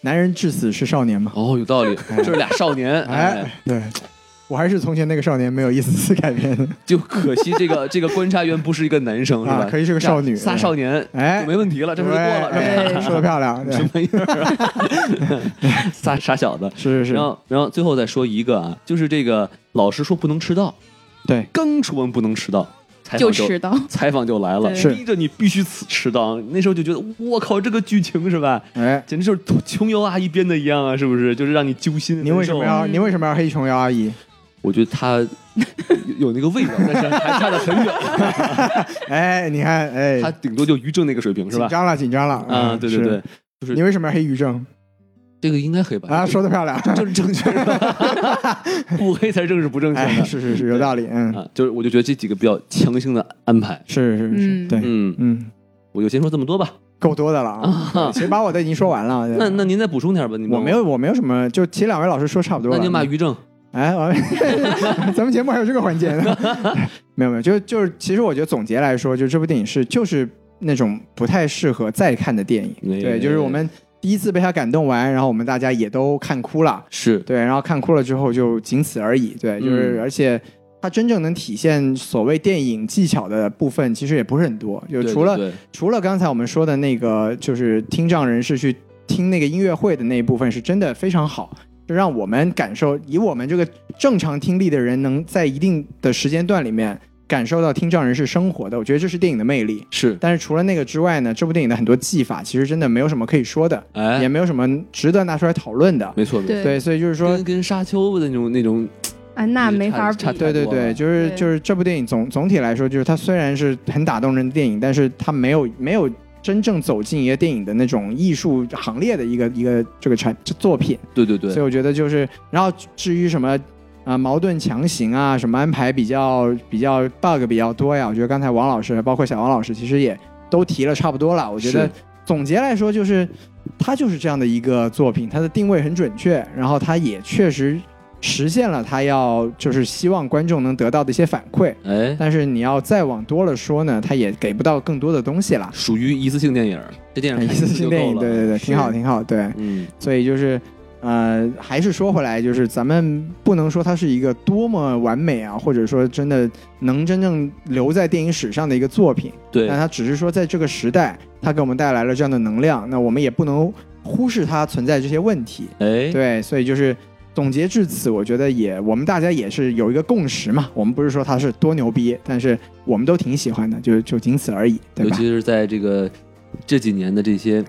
A: 男人至死是少年嘛。
B: 哦，有 道理，这是俩少年，哎，
A: 哎，对，我还是从前那个少年，没有一丝丝改变。
B: 就可惜这个这个观察员不是一个男哦生是吧
A: 啊？可以是个少女
B: 这样仨少年，
A: 哎
B: 就没问题了，这事儿就过了是吧？
A: 对哎说的漂亮，对
B: 什么玩意儿啊？仨傻小子。
A: 是是是
B: 然，后，然后最后再说一个啊，就是这个老师说不能迟到，
A: 对，
B: 刚说完不能迟到，采访
D: 就迟到，
B: 采访就来了，
D: 对
A: 是
B: 逼着你必须迟迟到。那时候就觉得，我靠，这个剧情是吧？
A: 哎，
B: 简直就是琼瑶阿姨编的一样啊，是不是？就是让你揪心。
A: 您为什么
B: 难受
A: 要您为什么要黑琼瑶阿姨？
B: 我觉得她有有那个味道，但是还差得很远。
A: 哎，你看，哎，
B: 她顶多就于正那个水平，是
A: 紧
B: 吧？
A: 张了，紧张了嗯
B: 啊，对对，对
A: 是，你为什么要黑于正
B: 这个应该黑吧？
A: 啊？说的漂亮，
B: 政治正确 是吧，不黑才正是不正确
A: 哎，
B: 的
A: 是是是，有道理，嗯，
B: 啊。就是我就觉得这几个比较强行的安排。
A: 是是是，
D: 嗯
A: 对，
B: 嗯，
A: 嗯，
B: 我就先说这么多吧。
A: 够多的了啊，其实把我的已经说完了，对
B: 那那您再补充点吧，你
A: 我没，有我没有什么，就其实两位老师说差不多
B: 那
A: 了，
B: 您骂于正。
A: 哎，我咱们节目还有这个环节 呢。没有没有，就就是，其实我觉得总结来说，就这部电影是就是那种不太适合再看的电影。
B: 对
A: 对，就是我们第一次被它感动完，然后我们大家也都看哭了。
B: 是，
A: 对，然后看哭了之后就仅此而已。对，就是、
B: 嗯
A: 而且它真正能体现所谓电影技巧的部分，其实也不是很多。就
B: 对
A: 除了
B: 对对
A: 除了刚才我们说的那个，就是听障人士去听那个音乐会的那一部分，是真的非常好，就让我们感受，以我们这个正常听力的人，能在一定的时间段里面感受到听障人士生活的，我觉得这是电影的魅力。
B: 是，
A: 但是除了那个之外呢，这部电影的很多技法其实真的没有什么可以说的，也
B: 哎，
A: 没有什么值得拿出来讨论的。
B: 没错，没错。
D: 对
A: 对，所以就是说
B: 跟，跟沙丘的那种那种，
D: 安娜
B: 也
D: 哎没
B: 差
D: 法比
B: 差，
A: 对对
B: 太多了
A: 对，就是
D: 对
A: 就是这部电影总总体来说，就是它虽然是很打动人的电影，但是它没有没有真正走进一个电影的那种艺术行列的一个一个这个产这作品，
B: 对对对
A: 所以，我觉得就是，然后至于什么。啊、矛盾强行啊，什么安排比较比较 bug 比较多呀？我觉得刚才王老师，包括小王老师，其实也都提了差不多了。我觉得
B: 是
A: 总结来说，就是它就是这样的一个作品，它的定位很准确，然后它也确实实现了他要就是希望观众能得到的一些反馈。
B: 哎，
A: 但是你要再往多了说呢，他也给不到更多的东西 了。
B: 属于一次性电影，这电影
A: 一
B: 看一
A: 次
B: 次
A: 性
B: 就
A: 电
B: 够
A: 影，
B: 了。
A: 对对对，挺好
D: 是
A: 挺好，对。
B: 嗯，
A: 所以就是，呃，还是说回来，就是咱们不能说它是一个多么完美啊，或者说真的能真正留在电影史上的一个作品，
B: 对
A: 但它只是说在这个时代，它给我们带来了这样的能量，那我们也不能忽视它存在这些问题。
B: 哎，
A: 对，所以就是。总结至此，我觉得也我们大家也是有一个共识嘛。我们不是说它是多牛逼，但是我们都挺喜欢的，就就仅此而已，对
B: 尤
A: 吧
B: 其？是在这个这几年的这些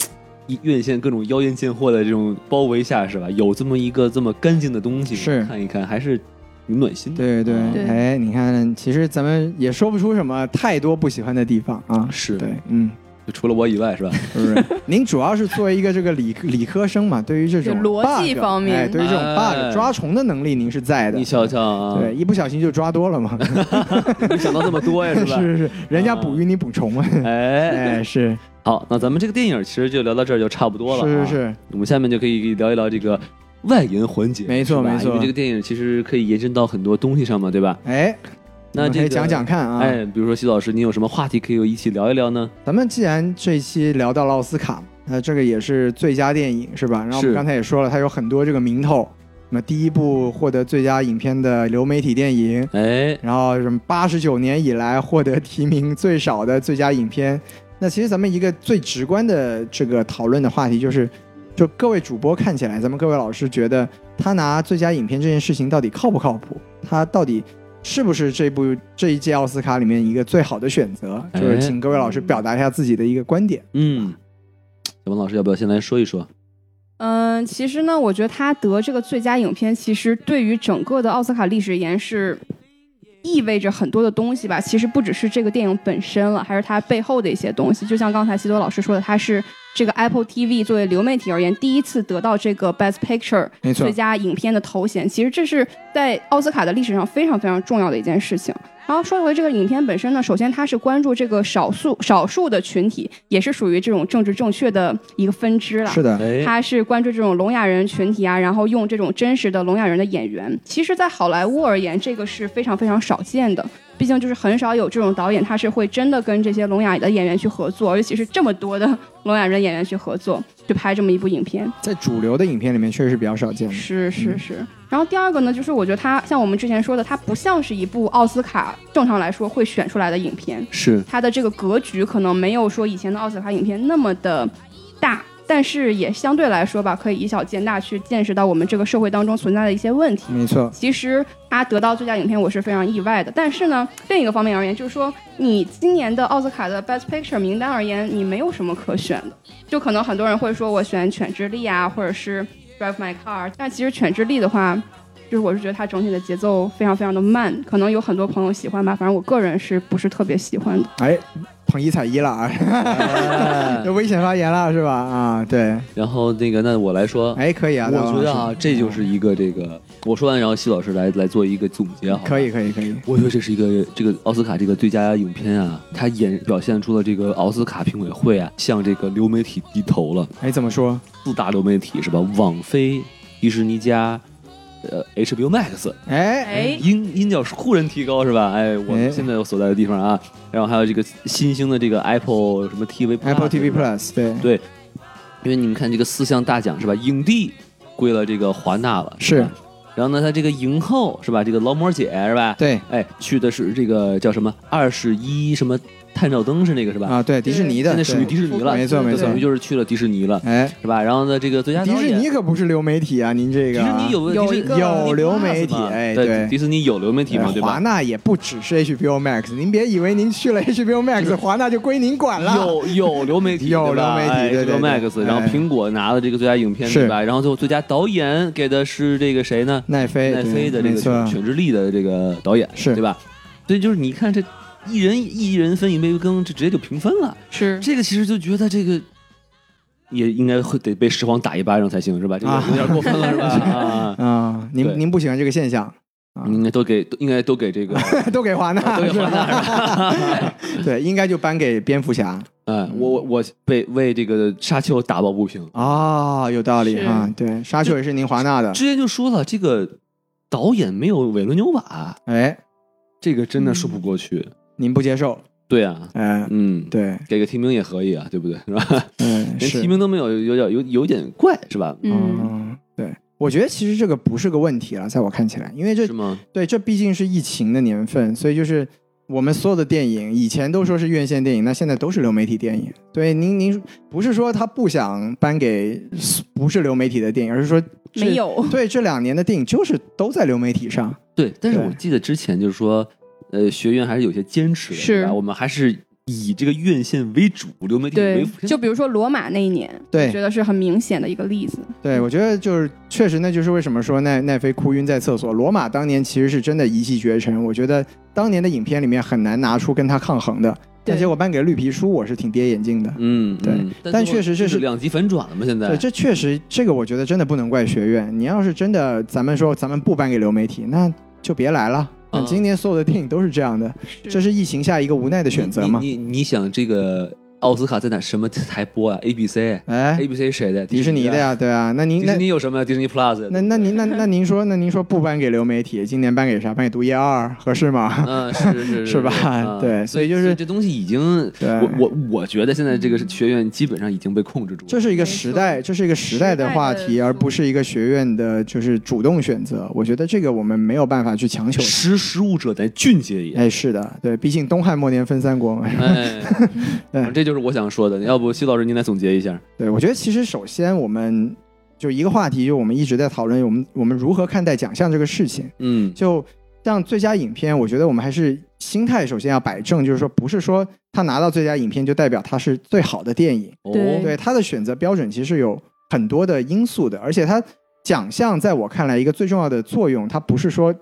B: 一院线各种妖艳贱货的这种包围下，是吧？有这么一个这么干净的东西，
A: 是
B: 看一看还是挺暖心的。
A: 对
E: 嗯
A: 对
B: 啊，
D: 对
A: 哎，你看，其实咱们也说不出什么太多不喜欢的地方啊。
B: 是
A: 对，嗯，
B: 就除了我以外，是吧？
A: 是不是？您主要是作为一个这个理科理科生嘛，对于这种
E: 对逻辑
A: bug，
E: 方面
A: 哎，对于这种
B: 哎
A: bug 抓虫的能力您是在的
B: 你。瞧瞧啊，
A: 对，一不小心就抓多了嘛，
B: 没想到这么多呀，
A: 是
B: 是吧？ 啊
A: 是是，人家捕鱼你捕虫 嘛，
B: 哎，
A: 哎是
B: 好，那咱们这个电影其实就聊到这儿就差不多了、啊。
A: 是是是，
B: 我们下面就可以聊一聊这个外延环节，
A: 没错
B: 是吧
A: 没错
B: 因为这个电影其实可以延伸到很多东西上嘛，对吧？
A: 哎，
B: 那
A: 我们
B: 这
A: 可
B: 个
A: 以讲讲看啊。
B: 哎，比如说徐老师，你有什么话题可以一起聊一聊呢？
A: 咱们既然这一期聊到了奥斯卡，那这个也是最佳电影是吧？然后我
B: 是
A: 们刚才也说了，它有很多这个名头，那么第一部获得最佳影片的流媒体电影，
B: 哎，
A: 然后什么八十九年以来获得提名最少的最佳影片。那其实咱们一个最直观的这个讨论的话题就是，就各位主播看起来，咱们各位老师觉得他拿最佳影片这件事情到底靠不靠谱？他到底是不是这部这一届奥斯卡里面一个最好的选择？
B: 哎
A: 就是请各位老师表达一下自己的一个观点。
B: 嗯，小王老师要不要先来说一说？
D: 嗯，其实呢，我觉得他得这个最佳影片，其实对于整个的奥斯卡历史而言是意味着很多的东西吧。其实不只是这个电影本身了，还是它背后的一些东西。就像刚才西多老师说的，它是这个 Apple TV 作为流媒体而言，第一次得到这个 Best Picture
A: 没
D: 最佳影片的头衔。其实这是在奥斯卡的历史上非常非常重要的一件事情。然后说回这个影片本身呢，首先它是关注这个少数少数的群体，也是属于这种政治正确的一个分支了。
A: 是的，
B: 哎，
D: 他是关注这种聋哑人群体啊，然后用这种真实的聋哑人的演员。其实，在好莱坞而言，这个是非常非常少见的，毕竟就是很少有这种导演，他是会真的跟这些聋哑的演员去合作，尤其是这么多的 聋哑人演员去合作，就拍这么一部影片。
A: 在主流的影片里面确实是比较少见的。
D: 是是
A: 嗯
D: 是。然后第二个呢，就是我觉得它像我们之前说的，它不像是一部奥斯卡正常来说会选出来的影片，
B: 是
D: 它的这个格局可能没有说以前的奥斯卡影片那么的大，但是也相对来说吧，可以以小见大，去见识到我们这个社会当中存在的一些问题。
A: 没错，
D: 其实他得到最佳影片，我是非常意外的。但是呢，另一个方面而言，就是说你今年的奥斯卡的 Best Picture 名单而言，你没有什么可选的。就可能很多人会说我选《犬之力》啊，或者是《Drive My Car》，但其实《犬之力》的话，就是我是觉得它整体的节奏非常非常的慢，可能有很多朋友喜欢吧，反正我个人是不是特别喜欢的。
A: 哎，捧一踩一了啊，
B: 哎
A: 有危险发言了是吧？啊，对，
B: 然后那个，那我来说，
A: 哎，可以啊，
B: 我
A: 大王
B: 觉得
A: 老
B: 啊
A: 师，
B: 这就是一个这个，我说完，然后西老师来来做一个总结，好吧
A: 嗯可以，。可以，可以。
B: 我觉得这是一个这个奥斯卡这个最佳影片啊，它演表现出了这个奥斯卡评委会啊向这个流媒体低头了。
A: 哎，怎么说？
B: 四大流媒体是吧？网飞、迪士尼加、呃 HBO Max，
A: 哎，
D: 哎，
B: 音音调忽然提高是吧？哎，我
A: 哎
B: 们现在我所在的地方啊，然后还有这个新兴的这个 Apple 什么 TV Plus
A: Apple TV
B: 是吧
A: Plus 对
B: 对，因为你们看这个四项大奖是吧？影帝归了这个华纳了，吧
A: 是。
B: 然后呢，他这个影后是吧？这个劳模姐是吧？
A: 对
B: 哎，去的是这个叫什么二十一什么探照灯是那个是吧？
A: 啊，对迪士尼的，
B: 现在属于
A: 对
B: 迪士尼了，
A: 没错没
B: 就
A: 错
B: 等于就是去了迪士尼了，
A: 哎，
B: 是吧？然后呢，这个最佳
A: 迪
B: 导
A: 士
B: 演
A: 尼可不是流媒体啊，您这
B: 迪
A: 个
B: 士
A: 啊
B: 尼有
D: 有
B: 迪士
D: 一个
A: 有流媒体
B: Disney Plus 嘛
A: 哎对
B: 对，迪士尼有流媒体嘛，
A: 哎
B: 对
A: 华
B: 吧？
A: 纳也不只是 HBO Max，您别以为您去了 HBO Max，华纳就归您管了。
B: 有有流媒体，
A: 有
B: 对吧
A: 流媒体
B: 哎
A: 对对
B: HBO
A: 对
B: Max，然后
A: 哎
B: 苹果拿了这个最佳影片，
A: 是
B: 对吧？然后最后最佳导演给的是这个谁呢？
A: 奈飞，
B: 奈
A: 哎对
B: 飞的这
A: 没
B: 个
A: 错
B: 犬犬之力的这个导演，
A: 是
B: 对吧？所以就是你看这一人一人分一杯羹，这直接就平分了。
D: 是
A: 嗯
B: 这个其实就觉得这个也应该会得被拾荒打一巴掌才行，是吧？这个
A: 啊
B: 有点过分了， 是吧？啊，
A: 啊，
B: 对
A: 您您不喜欢这个现象， 啊
B: 应该都给应该都给这个
A: 都给华纳，
B: 啊都给
A: 是
B: 华
A: 吧
B: 纳，是 吧？
A: 对，应该就颁给蝙蝠侠
B: 哎，我我我被为这个沙丘打抱不平。
A: 啊，有道理
D: 是
A: 啊，对，沙丘也是您华纳的，
B: 之前就说了，这个导演没有韦伦纽瓦，
A: 哎，
B: 这个真的说不过去。
A: 您不接受？
B: 嗯对啊，
A: 哎，
B: 嗯，
A: 对，
B: 给个提名也可以啊，对不对？ 是吧？
A: 嗯，
B: 连
A: 是
B: 提，名都没有，有点有有点怪，是吧？
D: 嗯，
A: 嗯，对，我觉得其实这个不是个问题了，在我看起来，因
D: 嗯
A: 为这
B: 是吗？
A: 对，这毕竟是疫情的年份，所以就是我们所有的电影以前都说是院线电影，那现在都是流媒体电影。对，您您不是说他不想颁给不是流媒体的电影，而是说这
D: 没。有，
A: 对，这两年的电影就是都在流媒体上。
B: 对，但是
A: 对
B: 我记得之前就是说，呃，学院还是有些坚持的，
D: 是
B: 对吧我们还是以这个院线为主，流媒体为
D: 对
B: 辅。，
D: 就比如说罗马那一年，
A: 对
D: 我觉得是很明显的一个例子。
A: 对，我觉得就是确实，那就是为什么说奈奈飞哭晕在厕所。罗马当年其实是真的一骑绝尘，我觉得当年的影片里面很难拿出跟他抗衡的。但
D: 对
A: 结果颁给绿皮书，我是挺跌眼镜的。
B: 嗯，
A: 对
B: 嗯
A: 但确实
B: 就是是两极反转了嘛，现在
A: 对，这确实，这个我觉得真的不能怪学院。你要是真的，咱们说咱们不颁给流媒体，那就别来了。
B: 啊
A: 今年所有的电影都是这样的，这是疫情下一个无奈的选择嘛？
B: 你你你你想这个奥斯卡在哪什么台播啊？A B C
A: 哎
B: A，B C 谁的？
A: 迪士尼的
B: 啊。
A: 呀，对啊。那您
B: 迪
A: 那
B: 士尼有什么呀？迪士尼 Plus
A: 那那您那那您说，那您说不颁给流媒体，今年颁给啥？颁给毒液二合适吗？
B: 嗯，是是
A: 是吧
B: 啊
A: 对所以就是哎
B: 这东西已经，
A: 对
B: 我我我觉得现在这个学院基本上已经被控制住了。
A: 这是一个时代，这是一个时代的嗯话
D: 时代
A: 题，
D: 的
A: 而不是一个学院的，就是主动选择。我觉得这个我们没有办法去强求。
B: 识时务者咱俊杰也。
A: 哎，是的，对，毕竟东汉末年分三国 嘛。
B: 哎，
A: 对
B: 反正这就是我想说的。要不，徐老师您来总结一下？
A: 对，我觉得其实首先我们就一个话题，就我们一直在讨论我们我们如何看待奖项这个事情。
B: 嗯，
A: 就像最佳影片，我觉得我们还是心态首先要摆正，就是说不是说他拿到最佳影片就代表他是最好的电影，
B: 哦，
D: 对
A: 对他的选择标准其实有很多的因素的，而且他奖项在我看来一个最重要的作用，它不是说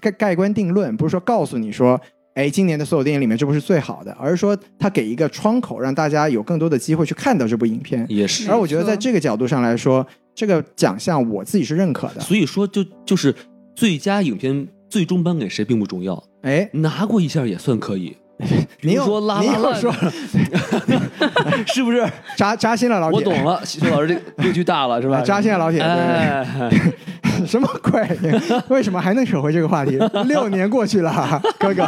A: 盖盖棺定论，不是说告诉你说。哎，今年的所有电影里面，这部是最好的，而是说它给一个窗口，让大家有更多的机会去看到这部影片。
B: 也是
A: 而。我觉得
D: 没错
A: 在这个角度上来说，这个奖项我自己是认可的。
B: 所以说就，就是最佳影片最终颁给谁并不重要，
A: 哎，
B: 拿过一下也算可 以。比
A: 你
B: 如
A: 有
B: 说拉
A: 你
B: 拉
A: 有
B: 烂，
A: 说
B: 是不是？
A: 扎扎心了，老铁，
B: 我懂了，徐老师这个格局大了是吧？
A: 啊扎心了老铁对
B: 哎，
A: 什么鬼？为什么还能扯回这个话题？六年过去了，哥哥，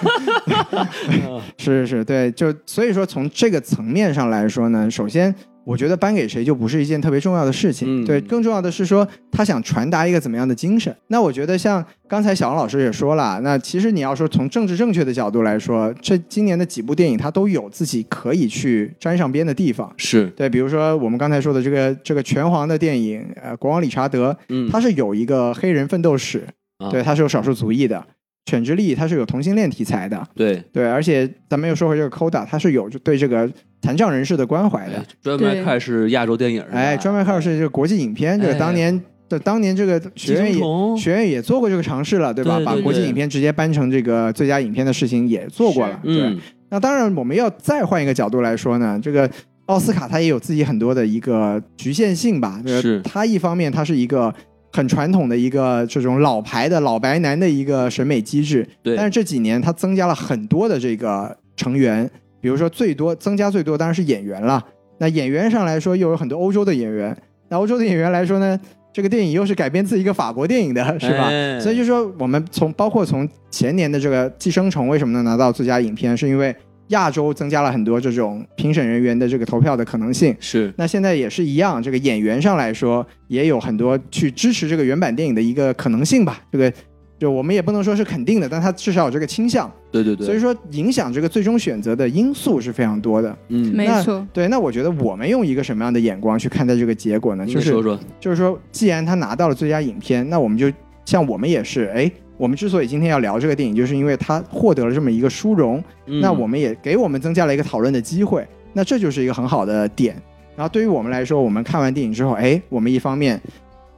A: 是是是，对，就所以说从这个层面上来说呢，首先。我觉得颁给谁就不是一件特别重要的事情，
B: 嗯
A: 对，更重要的是说他想传达一个怎么样的精神。那我觉得像刚才小王老师也说了，那其实你要说从政治正确的角度来说，这今年的几部电影它都有自己可以去沾上边的地方，
B: 是，
A: 对，比如说我们刚才说的这个这个拳皇的电影，呃，国王理查德，
B: 嗯，
A: 他是有一个黑人奋斗史，
B: 啊
A: 对，他是有少数族裔的。犬之力它是有同性恋题材的，
B: 对，
A: 对，而且咱们又说回这个 Coda，它是有就对这个残障人士的关怀的
B: 哎。专门
D: 对
B: 看是嗯亚洲电影，
A: 哎，专门还有是这个国际影片，这个
B: 哎
A: 当年的当年这个学
B: 寄
A: 院
B: 生
A: 也
B: 虫，
A: 学院也做过这个尝试了，对吧？
B: 对对
A: 把国际
B: 对
A: 影片直接搬成这个最佳影片的事情也做过了，对。
B: 嗯，
A: 那当然，我们要再换一个角度来说呢，这个奥斯卡它也有自己很多的一个局限性吧。这个
B: 是
A: 它一方面它是一个很传统的一个这种老牌的老白男的一个审美机制，
B: 对
A: 但是这几年它增加了很多的这个成员，比如说最多增加最多当然是演员了。那演员上来说，又有很多欧洲的演员。那欧洲的演员来说呢，这个电影又是改编自一个法国电影的，是吧？
B: 哎
A: 所以就说我们从包括从前年的这个《寄生虫》为什么能拿到最佳影片，是因为亚洲增加了很多这种评审人员的这个投票的可能性。
B: 是
A: 那现在也是一样，这个演员上来说也有很多去支持这个原版电影的一个可能性吧。这个就我们也不能说是肯定的，但它至少有这个倾向。
B: 对对对，
A: 所以说影响这个最终选择的因素是非常多的。
B: 嗯，
D: 没
A: 那
D: 错，
A: 对，那我觉得我们用一个什么样的眼光去看待这个结果呢？
B: 您
A: 就
B: 给
A: 是
B: 说说，
A: 就是说，既然他拿到了最佳影片，那我们就像我们也是，哎，我们之所以今天要聊这个电影，就是因为它获得了这么一个殊荣，
B: 嗯
A: 那我们也给我们增加了一个讨论的机会，那这就是一个很好的点。然后对于我们来说，我们看完电影之后，哎，我们一方面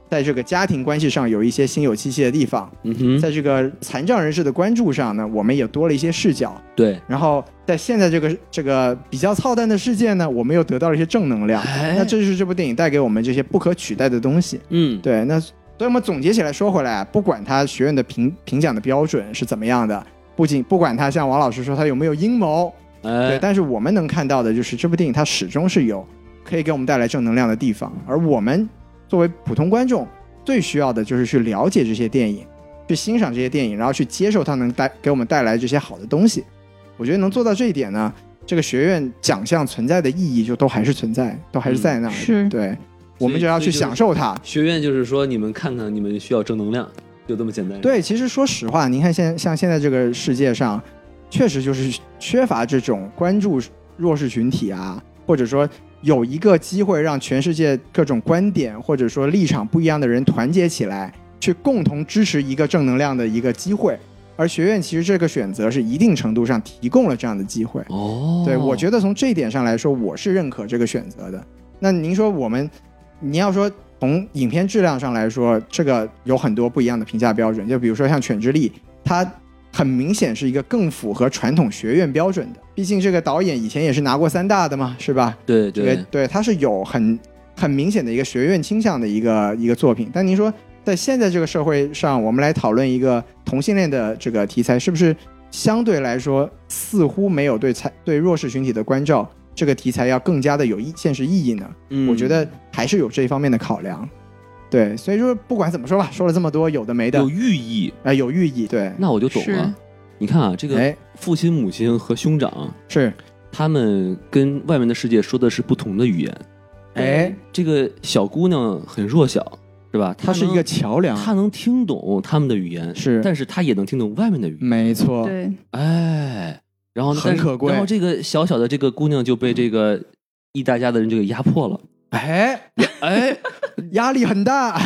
A: 在这个家庭关系上有一些心有戚戚的地方，
B: 嗯哼，
A: 在这个残障人士的关注上呢，我们也多了一些视角。
B: 对，
A: 然后在现在这个这个比较操蛋的世界呢，我们又得到了一些正能量。
B: 哎
A: 那这就是这部电影带给我们这些不可取代的东西。
B: 嗯，
A: 对，那所以我们总结起来说回来，不管他学院的评评奖的标准是怎么样的，不仅不管他像王老师说他有没有阴谋，对，
B: 哎，
A: 但是我们能看到的就是这部电影它始终是有可以给我们带来正能量的地方，而我们作为普通观众，最需要的就是去了解这些电影，去欣赏这些电影，然后去接受它能带给我们带来这些好的东西。我觉得能做到这一点呢，这个学院奖项存在的意义就都还是存在，都还是在那儿的。
D: 是
A: 对，我们就要去享受它。
B: 学院就是说，你们看看，你们需要正能量，就这么简单。，
A: 对，其实说实话，您看现像现在这个世界上，确实就是缺乏这种关注弱势群体啊，或者说有一个机会让全世界各种观点或者说立场不一样的人团结起来，去共同支持一个正能量的一个机会。而学院其实这个选择是一定程度上提供了这样的机会。
B: 哦，
A: 对，我觉得从这一点上来说，我是认可这个选择的。那您说我们，您要说从影片质量上来说，这个有很多不一样的评价标准。就比如说像《犬之力》，它很明显是一个更符合传统学院标准的，毕竟这个导演以前也是拿过三大的嘛，是吧？
B: 对
A: 这个
B: 对，
A: 对，它是有很很明显的一个学院倾向的一个一个作品。但您说，在现在这个社会上，我们来讨论一个同性恋的这个题材，是不是相对来说似乎没有对才对弱势群体的关照这个题材要更加的有意现实意义呢？
B: 嗯
A: 我觉得还是有这一方面的考量。对，所以说不管怎么说吧，说了这么多有的没的，
B: 有寓意，
A: 呃，有寓意。对，
B: 那我就懂
D: 是
B: 了。你看啊，这个
A: 哎，
B: 父亲、母亲和兄长，
A: 是，
B: 他们跟外面的世界说的是不同的语言。
A: 哎，
B: 这个小姑娘很弱小，是吧？
A: 它
B: 她
A: 是一个
B: 能，
A: 桥梁，
B: 她能听懂他们的语言，
A: 是
B: 但是她也能听懂外面的语言。
A: 没错，
D: 对，
B: 哎，然后呢
A: 很
B: 但是
A: 可贵
B: 然后这个小小的这个姑娘就被这个一大家的人就给压迫了。
A: 哎。
B: 哎，
A: 压力很大，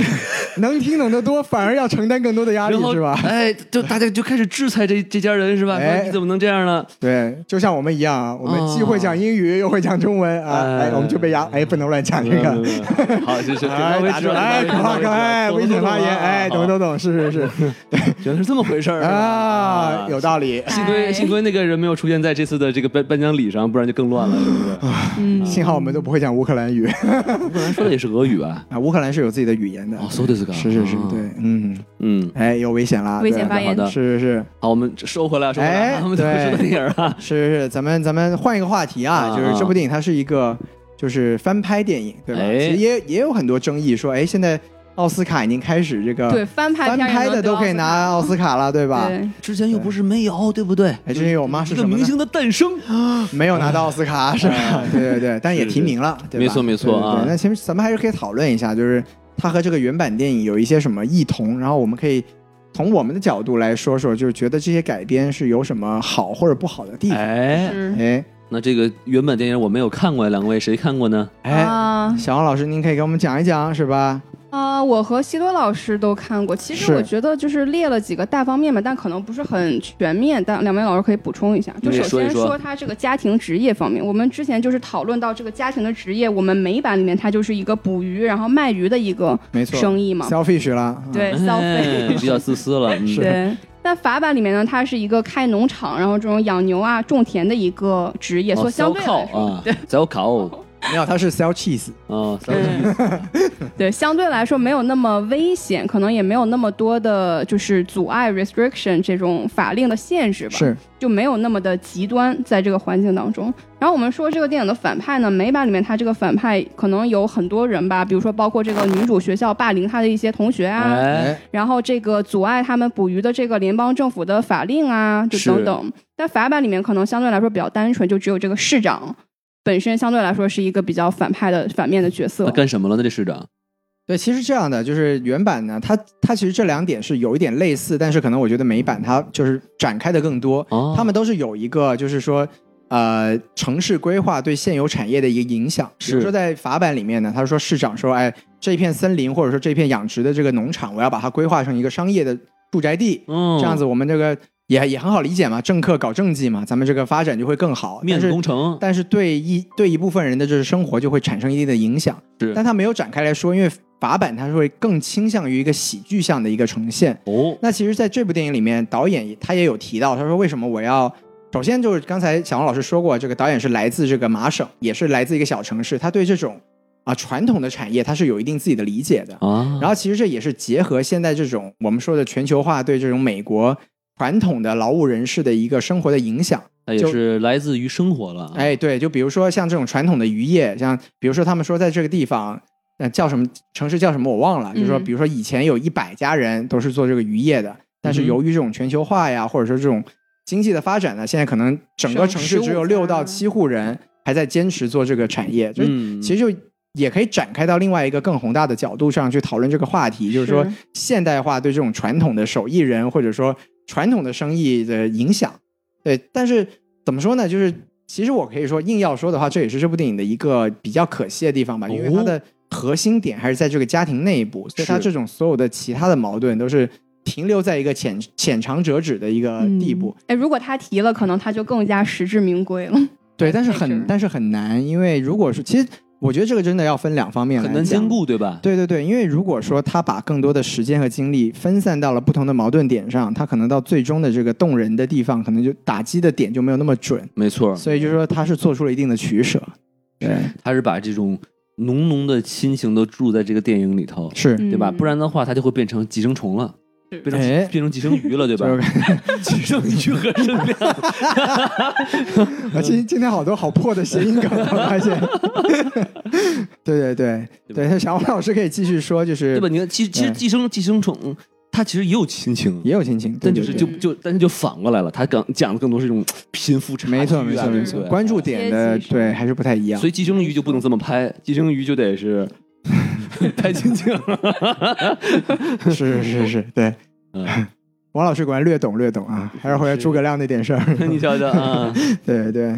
A: 能听懂得多，反而要承担更多的压力
B: 然，后
A: 是吧？
B: 哎，就大家就开始制裁这这家人是吧？
A: 哎
B: 说你怎么能这样呢？
A: 对，就像我们一样啊，我们既会讲英语，又会讲中文啊，
B: 哎
A: 哎，我们就被压，哎，不能乱讲这
B: 没有
A: 个。
B: 没有没有嗯好，就是
A: 哎，打住！哎，可怕可怕！哎，危险发言！哎，懂懂
B: 懂，
A: 懂，是是是
B: 原来是这么回事儿
A: 啊，有
B: 有。
A: 道理。
B: 幸亏
D: 哎
B: 幸亏那个人没有出现在这次的这个颁颁奖礼上，不然就更乱了，是 不是？
D: 嗯，
A: 幸好我们都不会讲乌克兰语
B: 乌克兰说的也是俄语 吧？
A: 啊，乌克兰是有自己的语言的。
B: 哦，そうですか。
A: 是是是，
B: 啊
A: 对，，嗯，
B: 嗯，
A: 哎，有危险啦！
D: 危险发言
B: 好的
A: 对是是是
B: 好，我们收回来，收回来，
A: 哎
B: 我们怎么说
A: 对
B: 电影啊？
A: 是是，咱们咱们换一个话题啊，
B: 啊
A: 就是这部电影它是一个就是翻拍电影，对吧？
B: 哎
A: 其实也也有很多争议，说哎，现在奥斯卡已经开始这个
D: 对，翻拍
A: 啊翻
D: 片儿也
A: 拍的
D: 能
A: 都可以
D: 得奥
A: 拿奥斯卡了，对
D: 斯卡
A: 吧？
D: 对，
B: 之前又不是没有，对不对？
A: 哎，之前有吗？是
B: 一个
A: 什么
B: 明
A: 呢？
B: 星的诞生，
A: 没有拿到奥斯 卡是吧？对对对，但也提名了，对吧？
B: 啊没错没错
A: 对对对
B: 啊
A: 那其实咱们还是可以讨论一下，就是它和这个原版电影有一些什么异同，然后我们可以从我们的角度来说说，就是觉得这些改编是有什么好或者不好的地方。
B: 哎，
D: 是
A: 哎
B: 那这个原本电影我没有看过，两位谁看过呢？
A: 哎，
D: 啊
A: 小王老师，您可以给我们讲一讲，是吧？
D: 啊！我和西多老师都看过。其
A: 是
D: 实我觉得就是列了几个大方面吧，但可能不是很全面。但两位老师可以补充一下。就
B: 你
D: 首
B: 说一
D: 先
B: 说
D: 说他这个家庭职业方面，我们之前就是讨论到这个家庭的职业，我们美版里面它就是一个捕鱼然后卖鱼的一个
A: 没错
D: 生意嘛，
A: ，selfish 了，嗯，
D: 对，消
B: 哎
D: 费。
B: 比较自私 了，嗯
D: 对。但法版里面呢，它是一个开农场，然后这种养牛啊、种田的一个职业，所
B: 哦
D: 以相对
B: 烧
D: 来
B: 烤
D: 说，
B: 啊，烧烤
A: 没有，它是 sell cheese，
B: 啊，烧
D: 嗯
B: 烤，
D: 对，相对来说没有那么危险，可能也没有那么多的，就是阻碍 restriction 这种法令的限制吧，
A: 是
D: 就没有那么的极端在这个环境当中。然后我们说这个电影的反派呢，美版里面他这个反派可能有很多人吧，比如说包括这个女主学校霸凌她的一些同学啊，
B: 哎，
D: 然后这个阻碍他们捕鱼的这个联邦政府的法令啊，就是等等。但法版里面可能相对来说比较单纯，就只有这个市长本身相对来说是一个比较反派的反面的角
B: 那
D: 色。
B: 干什么了呢？这市长
A: 对，其实这样的就是原版呢，它它其实这两点是有一点类似，但是可能我觉得美版它就是展开的更多，
B: 哦
A: 他们都是有一个就是说。呃，城市规划对现有产业的一个影响，比如
B: 是
A: 说在法版里面呢，他说市长说，哎，这片森林或者说这片养殖的这个农场，我要把它规划成一个商业的住宅地，
B: 嗯
A: 这样子我们这个也也很好理解嘛，政客搞政绩嘛，咱们这个发展就会更好。
B: 面
A: 但
B: 子
A: 是
B: 工程，
A: 但是对一对一部分人的就是生活就会产生一定的影响。
B: 是
A: 但他没有展开来说，因为法版它是会更倾向于一个喜剧向的一个呈现。
B: 哦，
A: 那其实，在这部电影里面，导演也他也有提到，他说为什么我要。首先就是刚才小王老师说过，这个导演是来自这个麻省，也是来自一个小城市，他对这种啊传统的产业，他是有一定自己的理解的。
B: 啊，
A: 然后其实这也是结合现在这种我们说的全球化对这种美国传统的劳务人士的一个生活的影响。
B: 那也
A: 就是
B: 来自于生活了，，啊
A: 哎哎，对，就比如说像这种传统的渔业，像比如说他们说在这个地方，呃叫什么城市叫什么我忘了，就是说，
D: 嗯
A: 比如说以前有一百家人都是做这个渔业的，但是由于这种全球化呀，或者说这种经济的发展呢，现在可能整个城市只有
D: 15
A: 六到七户人还在坚持做这个产业，就是
B: 嗯
A: 其实就也可以展开到另外一个更宏大的角度上去讨论这个话题，就是说
D: 是
A: 现代化对这种传统的手艺人或者说传统的生意的影响。对，但是怎么说呢？就是其实我可以说，硬要说的话，这也是这部电影的一个比较可惜的地方吧，因为它的核心点还是在这个家庭内部，所以它
B: 哦是
A: 这种所有的其他的矛盾都是停留在一个浅浅尝辄止的一个
B: 嗯
A: 地步。嗯
D: 哎、如果他提了，可能他就更加实至名归了。
A: 对，但是
D: 确
A: 很
D: 实
A: 但是很难，因为如果是其实我觉得这个真的要分两方面来
B: 很难
A: 讲
B: 兼顾，对吧？
A: 对对对，因为如果说他把更多的时间和精力分散到了不同的矛盾点上，他可能到最终的这个动人的地方，可能就打击的点就没有那么准，
B: 没错，
A: 所以就是说他是做出了一定的取舍。对，
B: 他是把这种浓浓的亲情都注入在这个电影里头，
A: 是，
B: 对吧？
D: 嗯
B: 不然的话，它就会变成寄生虫了，变成
A: 哎
B: 变成寄生鱼了，对吧？ 寄生鱼和生亮，
A: 啊，今今天好多好破的谐音梗，我发现。 对对对对，小王老师可以继续说，就
B: 对
A: 是
B: 吧？你看，其实其实
A: 对
B: 寄生寄生虫，它其实也有亲情，
A: 也有亲情，对
B: 但
A: 对
B: 就是
A: 对
B: 就就但是就反过来了，它讲讲的更多是一种贫富差距啊，
A: 没错没错
B: 对
A: 没
B: 不
A: 错，
B: 对
A: 关注点的
D: 阶级是
A: 对还是不太一样
B: 所。以寄生鱼就不能这么拍，寄生鱼就得是 拍亲情。
A: 是是是是，对，
B: 嗯，
A: 王老师果然略懂略懂啊，还是回来诸葛亮那点事儿。
B: 你瞧瞧啊，
A: 对对，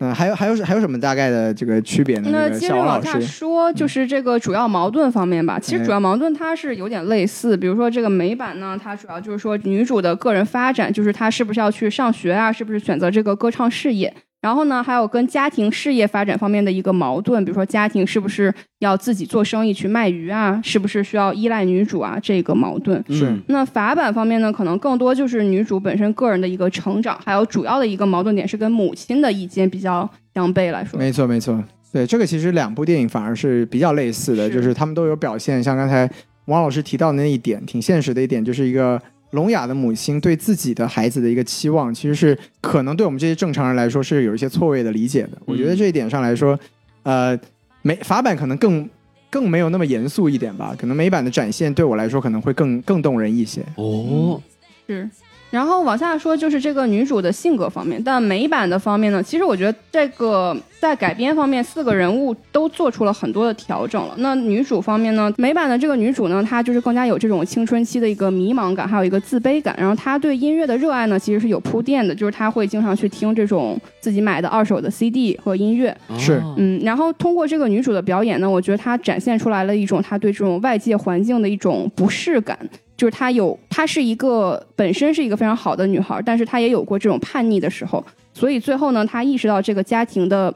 A: 嗯，还有还有还有什么大概的这个区别呢？
D: 那
A: 这个
D: 接
A: 小
D: 着
A: 王
D: 往
A: 老
D: 下
A: 师，
D: 说，就是这个主要矛盾方面吧。其
A: 哎
D: 实主要矛盾它是有点类似，比如说这个美版呢，它主要就是说女主的个人发展，就是她是不是要去上学啊，是不是选择这个歌唱事业。然后呢，还有跟家庭事业发展方面的一个矛盾，比如说家庭是不是要自己做生意去卖鱼啊，是不是需要依赖女主啊这个矛盾。
A: 是
B: 嗯
D: 那法版方面呢，可能更多就是女主本身个人的一个成长，还有主要的一个矛盾点是跟母亲的意见比较相悖来说。
A: 没错没错，对，这个其实两部电影反而是比较类似的，
D: 是
A: 就是他们都有表现，像刚才王老师提到的那一点，挺现实的一点，就是一个。聋哑的母亲对自己的孩子的一个期望，其实是可能对我们这些正常人来说是有一些错位的理解的。我
D: 嗯
A: 觉得这一点上来说，呃，美法版可能更更没有那么严肃一点吧，可能美版的展现对我来说可能会更更动人一些。
B: 哦，
D: 是。然后往下说就是这个女主的性格方面，但美版的方面呢，其实我觉得这个在改编方面，四个人物都做出了很多的调整了。那女主方面呢，美版的这个女主呢，她就是更加有这种青春期的一个迷茫感，还有一个自卑感。然后她对音乐的热爱呢，其实是有铺垫的，就是她会经常去听这种自己买的二手的 CD 和音乐，
A: 是
B: 哦
D: 嗯，然后通过这个女主的表演呢，我觉得她展现出来了一种她对这种外界环境的一种不适感，就是她有，她是一个本身是一个非常好的女孩，但是她也有过这种叛逆的时候，所以最后呢，她意识到这个家庭的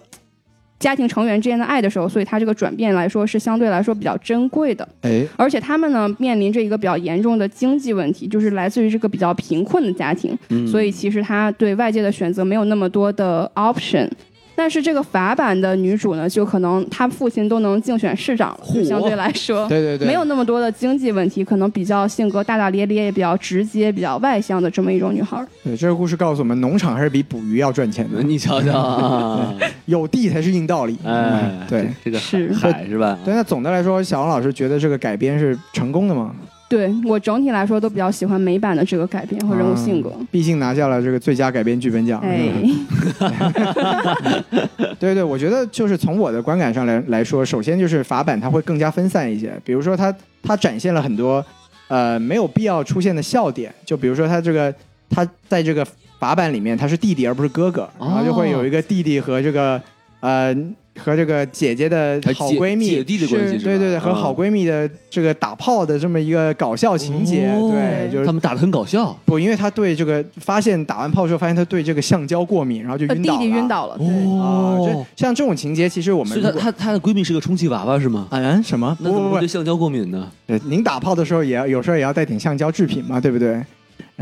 D: 家庭成员之间的爱的时候，所以她这个转变来说是相对来说比较珍贵的。
A: 哎，
D: 而且他们呢面临着一个比较严重的经济问题，就是来自于这个比较贫困的家庭，
B: 嗯
D: 所以其实他对外界的选择没有那么多的 option。但是这个法版的女主呢，就可能她父亲都能竞选市长了，就
B: 嚯
D: 相对来说
A: 对对对，
D: 没有那么多的经济问题，可能比较性格大大咧咧，也比较直接，比较外向的这么一种女孩儿。
A: 对，这个故事告诉我们，农场还是比捕鱼要赚钱的，
B: 你瞧瞧 啊，
A: 有地才是硬道理。
B: 嗯哎
A: 嗯，对。
B: 这，这个
D: 是
B: 海海是吧？
A: 对，那总的来说，小王老师觉得这个改编是成功的吗？
D: 对我整体来说都比较喜欢美版的这个改编和人物性格。
A: 嗯毕竟拿下了这个最佳改编剧本奖。
D: 哎
A: 是，吧对对，我觉得就是从我的观感上来来说，首先就是法版它会更加分散一些，比如说它它展现了很多呃没有必要出现的笑点，就比如说它这个它在这个法版里面它是弟弟而不是哥哥，
B: 哦
A: 然后就会有一个弟弟和这个呃和这个姐姐的
B: 哎
A: 好
B: 姐
A: 闺蜜
B: 姐弟的关系
D: 是
B: 是吧，
A: 对对对，和
B: 嗯
A: 好闺蜜的这个打炮的这么一个搞笑情节，
B: 哦
A: 对，就是
B: 他们打的很搞笑，
A: 不，因为他对这个发现打完炮之后，发现他对这个橡胶过敏，然后就
D: 呃
A: 晕
D: 弟
A: 倒了。
D: 弟晕倒了，对。
A: 啊，这
B: 哦，
A: 像这种情节，其实我们
B: 所以她
A: 如果
B: 她她的闺蜜是个充气娃娃是吗？
A: 啊什么？
B: 那
A: 不
B: 怎么
A: 不
B: 会
A: 不
B: 对橡胶过敏呢？
A: 不，您打炮的时候也要有时候也要带点橡胶制品嘛，对不对？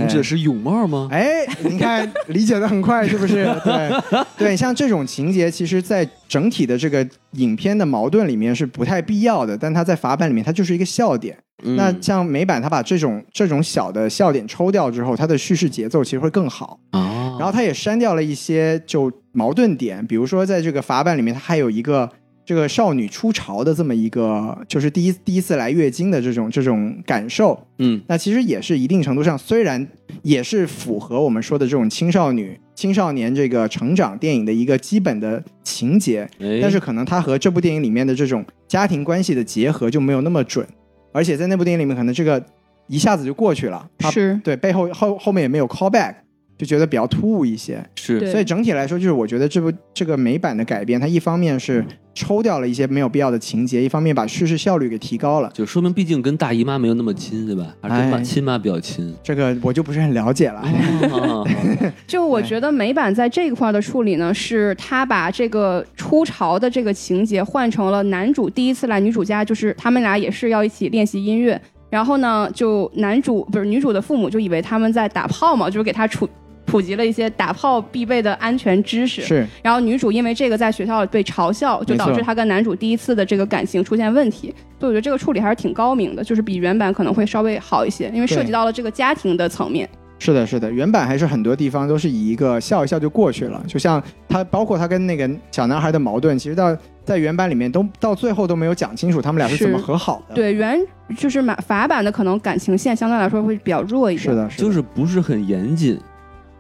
B: 你指的是泳帽吗？
A: 哎，你看理解的很快，是不 是？对对，像这种情节，其实，在整体的这个影片的矛盾里面是不太必要的，但它在法版里面，它就是一个笑点。
B: 嗯
A: 那像美版，它把这种这种小的笑点抽掉之后，它的叙事节奏其实会更好。
B: 啊，
A: 然后它也删掉了一些就矛盾点，比如说在这个法版里面，它还有一个这个少女初潮的这么一个，就是第一第一次来月经的这种这种感受，
B: 嗯
A: 那其实也是一定程度上，虽然也是符合我们说的这种青少女、青少年这个成长电影的一个基本的情节，
B: 哎
A: 但是可能它和这部电影里面的这种家庭关系的结合就没有那么准，而且在那部电影里面，可能这个一下子就过去了，它
D: 是
A: 对背后后后面也没有 callback，就觉得比较突兀一些。
B: 是
D: 对
A: 所以整体来说，就是我觉得这部这个美版的改编，它一方面是抽掉了一些没有必要的情节，一方面把叙事效率给提高了。
B: 就说明，毕竟跟大姨妈没有那么亲，对吧？还是跟妈
A: 哎
B: 亲妈比较亲。
A: 这个我就不是很了解了。
D: 嗯
B: 哦
D: 就我觉得美版在这一块儿的处理呢，是他把这个初潮的这个情节换成了男主第一次来女主家，就是他们俩也是要一起练习音乐。然后呢，就男主不是女主的父母就以为他们在打炮嘛，就是给他普 普及了一些打炮必备的安全知识。
A: 是
D: 然后女主因为这个在学校被嘲笑，就导
A: 没
D: 致
A: 错
D: 她跟男主第一次的这个感情出现问题。所以我觉得这个处理还是挺高明的，就是比原版可能会稍微好一些，因为涉及
A: 对
D: 到了这个家庭的层面。
A: 是的，是的，原版还是很多地方都是以一个笑一笑就过去了，就像他，包括他跟那个小男孩的矛盾，其实到在原版里面都到最后都没有讲清楚他们俩是怎么
D: 是
A: 和好的。，
D: 对原就是马法版的可能感情线相对来说会比较弱一点。
A: 是，的，是的
B: 就是不是很严谨。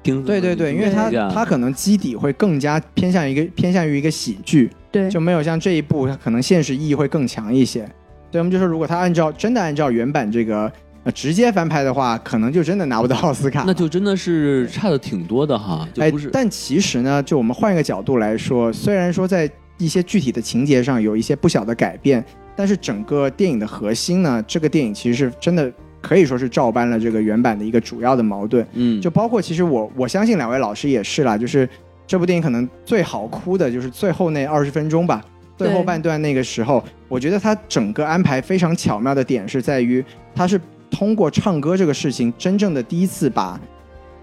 B: 听
A: 对对对，因为他
B: 他
A: 他可能基底会更加偏向一个偏向于一个喜剧，
D: 对，
A: 就没有像这一部它可能现实意义会更强一些。所以我们就说，如果他按照真的按照原版这个、呃、直接翻拍的话，可能就真的拿不到奥斯卡了。
B: 那就真的是差的挺多的哈，就
A: 哎
B: 不是，
A: 但其实呢，就我们换一个角度来说，虽然说在一些具体的情节上有一些不小的改变，但是整个电影的核心呢，这个电影其实是真的可以说是照搬了这个原版的一个主要的矛盾。
B: 嗯，
A: 就包括其实我我相信两位老师也是啦，就是这部电影可能最好哭的就是最后那二十分钟吧，
D: 对
A: 最后半段那个时候，我觉得它整个安排非常巧妙的点是在于，它是通过唱歌这个事情，真正的第一次把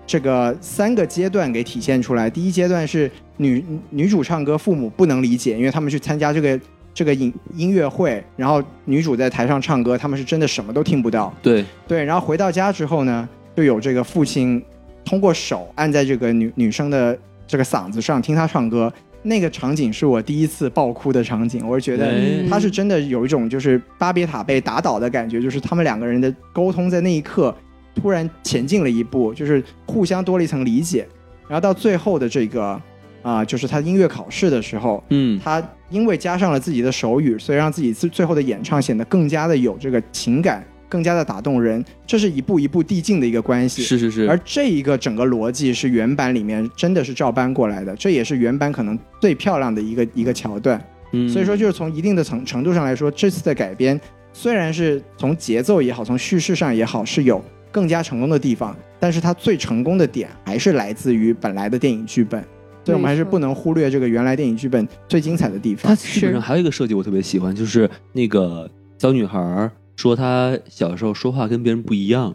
A: 这个三个阶段给体现出来。第一阶段是女女主唱歌，父母不能理解，因为他们去参加这个。这个音音乐会，然后女主在台上唱歌，他们是真的什么都听不到。
B: 对，
A: 对，然后回到家之后呢，就有这个父亲通过手按在这个女女生的这个嗓子上听她唱歌，那个场景是我第一次爆哭的场景，我是觉得。
D: 嗯
B: 哎
A: 他是真的有一种就是巴别塔被打倒的感觉，就是他们两个人的沟通在那一刻突然前进了一步，就是互相多了一层理解。然后到最后的这个啊、就是他音乐考试的时候，
B: 嗯，
A: 他因为加上了自己的手语，所以让自己最最后的演唱显得更加的有这个情感，更加的打动人。这是一步一步递进的一个关系。
B: 是是是，
A: 嗯而这一个整个逻辑是原版里面真的是照搬过来的，这也是原版可能最漂亮的一个一个桥段。
B: 嗯
A: 所以说，就是从一定的程程度上来说，这次的改编虽然是从节奏也好，从叙事上也好，是有更加成功的地方，但是它最成功的点还是来自于本来的电影剧本，所以我们还是
D: 没错
A: 不能忽略这个原来电影剧本最精彩的地
B: 它
A: 方。
B: 基本上
D: 是
B: 还有一个设计我特别喜欢，就是那个小女孩儿说她小时候说话跟别人不一样，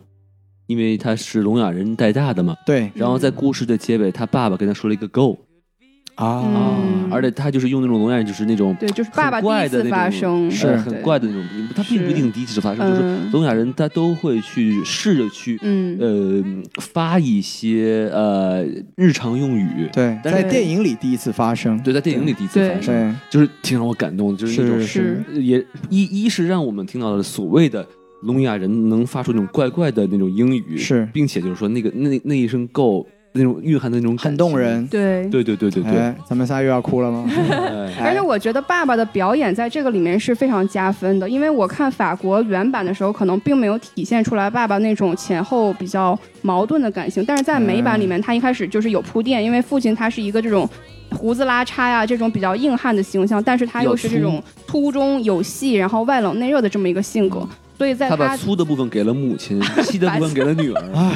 B: 因为她是聋哑人带大的嘛。
A: 对
B: 然后在故事的结尾，她爸爸跟她说了一个 “go”，
A: 嗯啊
D: 嗯
B: 而且她就是用那种聋哑人，就是那种
D: 对，就是
B: 很
D: 爸爸第
B: 怪
D: 一
B: 的
D: 次
B: 那
D: 发
B: 种
D: 声，
B: 呃
A: 是
B: 很
D: 对
B: 怪的那种，他并不一
D: 是
B: 定第一次发生，就是
D: 嗯
B: 聋哑人他都会去试着去
D: 嗯，
B: 呃发一些呃日常用语，
A: 对，
B: 但
A: 在
B: 是
A: 电影里第一次发生，
B: 对，在电影里第一次
D: 对
B: 发生，
A: 对，
B: 就是挺让我感动的，就是那种
A: 是
D: 是
B: 也一一是让我们听到了所谓的聋哑人能发出那种怪怪的那种英语，
A: 是
B: 并且就是说那个那那一声 “go” 那种蕴含的那种感
A: 很动
B: 情，
A: 人。
D: 对。
B: 对对对对对，
A: 哎，咱们仨又要哭了 吗？
B: 哎
D: 而且我觉得爸爸的表演在这个里面是非常加分的，因为我看法国原版的时候，可能并没有体现出来爸爸那种前后比较矛盾的感情，但是在美版里
B: 嗯
D: 面，他一开始就是有铺垫，因为父亲他是一个这种胡子拉碴呀、啊这种比较硬汉的形象，但是他又是这种粗中有细，然后外冷内热的这么一个性格，所以在
B: 嗯他把
D: 他
B: 粗的部分给了母 亲，细的部分给了女儿。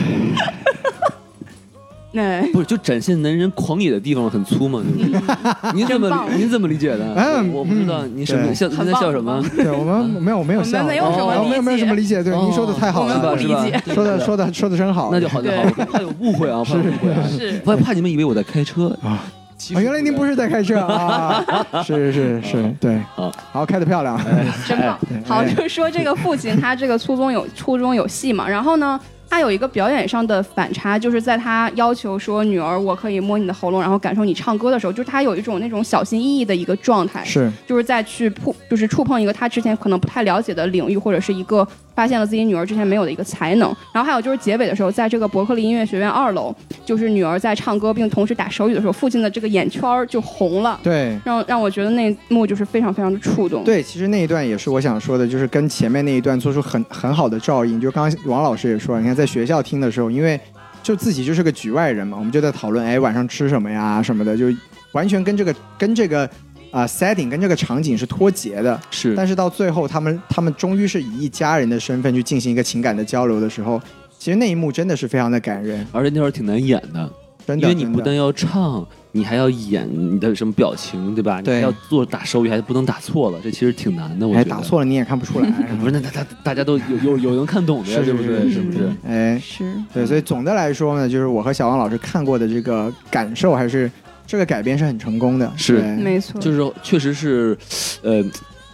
D: 那、
B: 不是，就展现男人狂野的地方很粗嘛？对不对？您怎
D: 真
B: 么
D: 棒
B: 您怎么理解的？
A: 嗯
B: 我我不知道您什么
A: 对
B: 笑，您
D: 很
B: 在
D: 棒
B: 笑什么？
A: 对我 们没有没有
D: 我们
A: 笑，
D: 没有
A: 哦
B: 什么
A: 哦
D: 理
A: 没有没有
D: 解
A: 什么理解，对，您说的太好
B: 哦
D: 我们
A: 了，
D: 不
A: 是
D: 理
A: 吧
D: 解
A: 说的说的说的真好，
B: 那就好，那就好，我怕有误会啊，怕有误会啊，
D: 是
B: 我也怕你们以为我在开车
A: 啊。
B: 其实
A: 哦，原来您不是在开车啊？ 哦是是是是，对，
B: 好
A: 好，开的漂亮，嗯哎
D: 真棒。好，就是说这个父亲他这个粗中有粗中有细嘛，然后呢，他有一个表演上的反差，就是在他要求说女儿，我可以摸你的喉咙，然后感受你唱歌的时候，就是他有一种那种小心翼翼的一个状态，
A: 是
D: 就是在去碰，就是触碰一个他之前可能不太了解的领域，或者是一个发现了自己女儿之前没有的一个才能。然后还有就是结尾的时候，在这个伯克利音乐学院二楼，就是女儿在唱歌并同时打手语的时候，父亲的这个眼圈儿就红了，
A: 对。
D: 让让我觉得那一幕就是非常非常的触动。
A: 对，其实那一段也是我想说的，就是跟前面那一段做出很很好的照应。就刚刚王老师也说，你看在学校听的时候，因为就自己就是个局外人嘛，我们就在讨论，哎，晚上吃什么呀什么的，就完全跟这个跟这个啊、setting 跟这个场景是脱节的。
B: 是，
A: 但是到最后，他们他们终于是以一家人的身份去进行一个情感的交流的时候，其实那一幕真的是非常的感人，
B: 而且那会儿挺难演的，
A: 真
B: 因
A: 的。
B: 为你不
A: 真的
B: 但要唱，你还要演你的什么表情，对吧？你
A: 对
B: 还要做打手语，还不能打错了，这其实挺难的。我觉
A: 哎
B: 得哎
A: 打，错了你也看不出 来，
B: 不是那大大大家都有有有能看懂的呀，
A: 是
B: 对
A: 是
B: 不对？
A: 是
B: 是不是？
A: 哎，
D: 是
A: 对，所以总的来说呢，就是我和小王老师看过的这个感受，还是这个改编是很成功的。
B: 是
A: 对
D: 没错，
B: 就是说确实是，呃，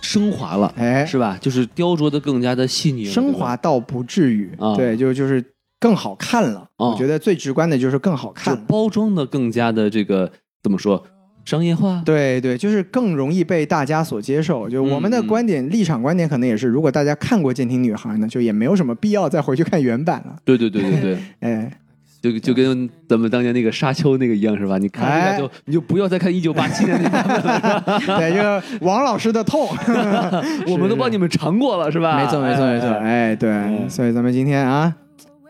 B: 升华了，
A: 哎，
B: 是吧？就是雕琢的更加的细腻了，
A: 升
B: 对吧
A: 华倒不至于，
B: 啊
A: 对，就就是更好看了。
B: 哦
A: 我觉得最直观的就是更好
B: 就
A: 看了。
B: 包装的更加的这个怎么说商业化？
A: 对对，就是更容易被大家所接受。就我们的
B: 嗯嗯
A: 观点、立场观点，可能也是，如果大家看过《监听女孩》呢，就也没有什么必要再回去看原版了。
B: 对对对对对，
A: 哎，
B: 就就跟咱们当年那个沙丘那个一样是吧？你看一
A: 哎
B: 下就、你就不要再看一九八七年那 版本了，
A: 对，就是王老师的痛，
B: 我们都帮你们尝过了是吧？
A: 没错没错
B: 哎
A: 没错。哎，对，
B: 嗯
A: 所以咱们今天啊，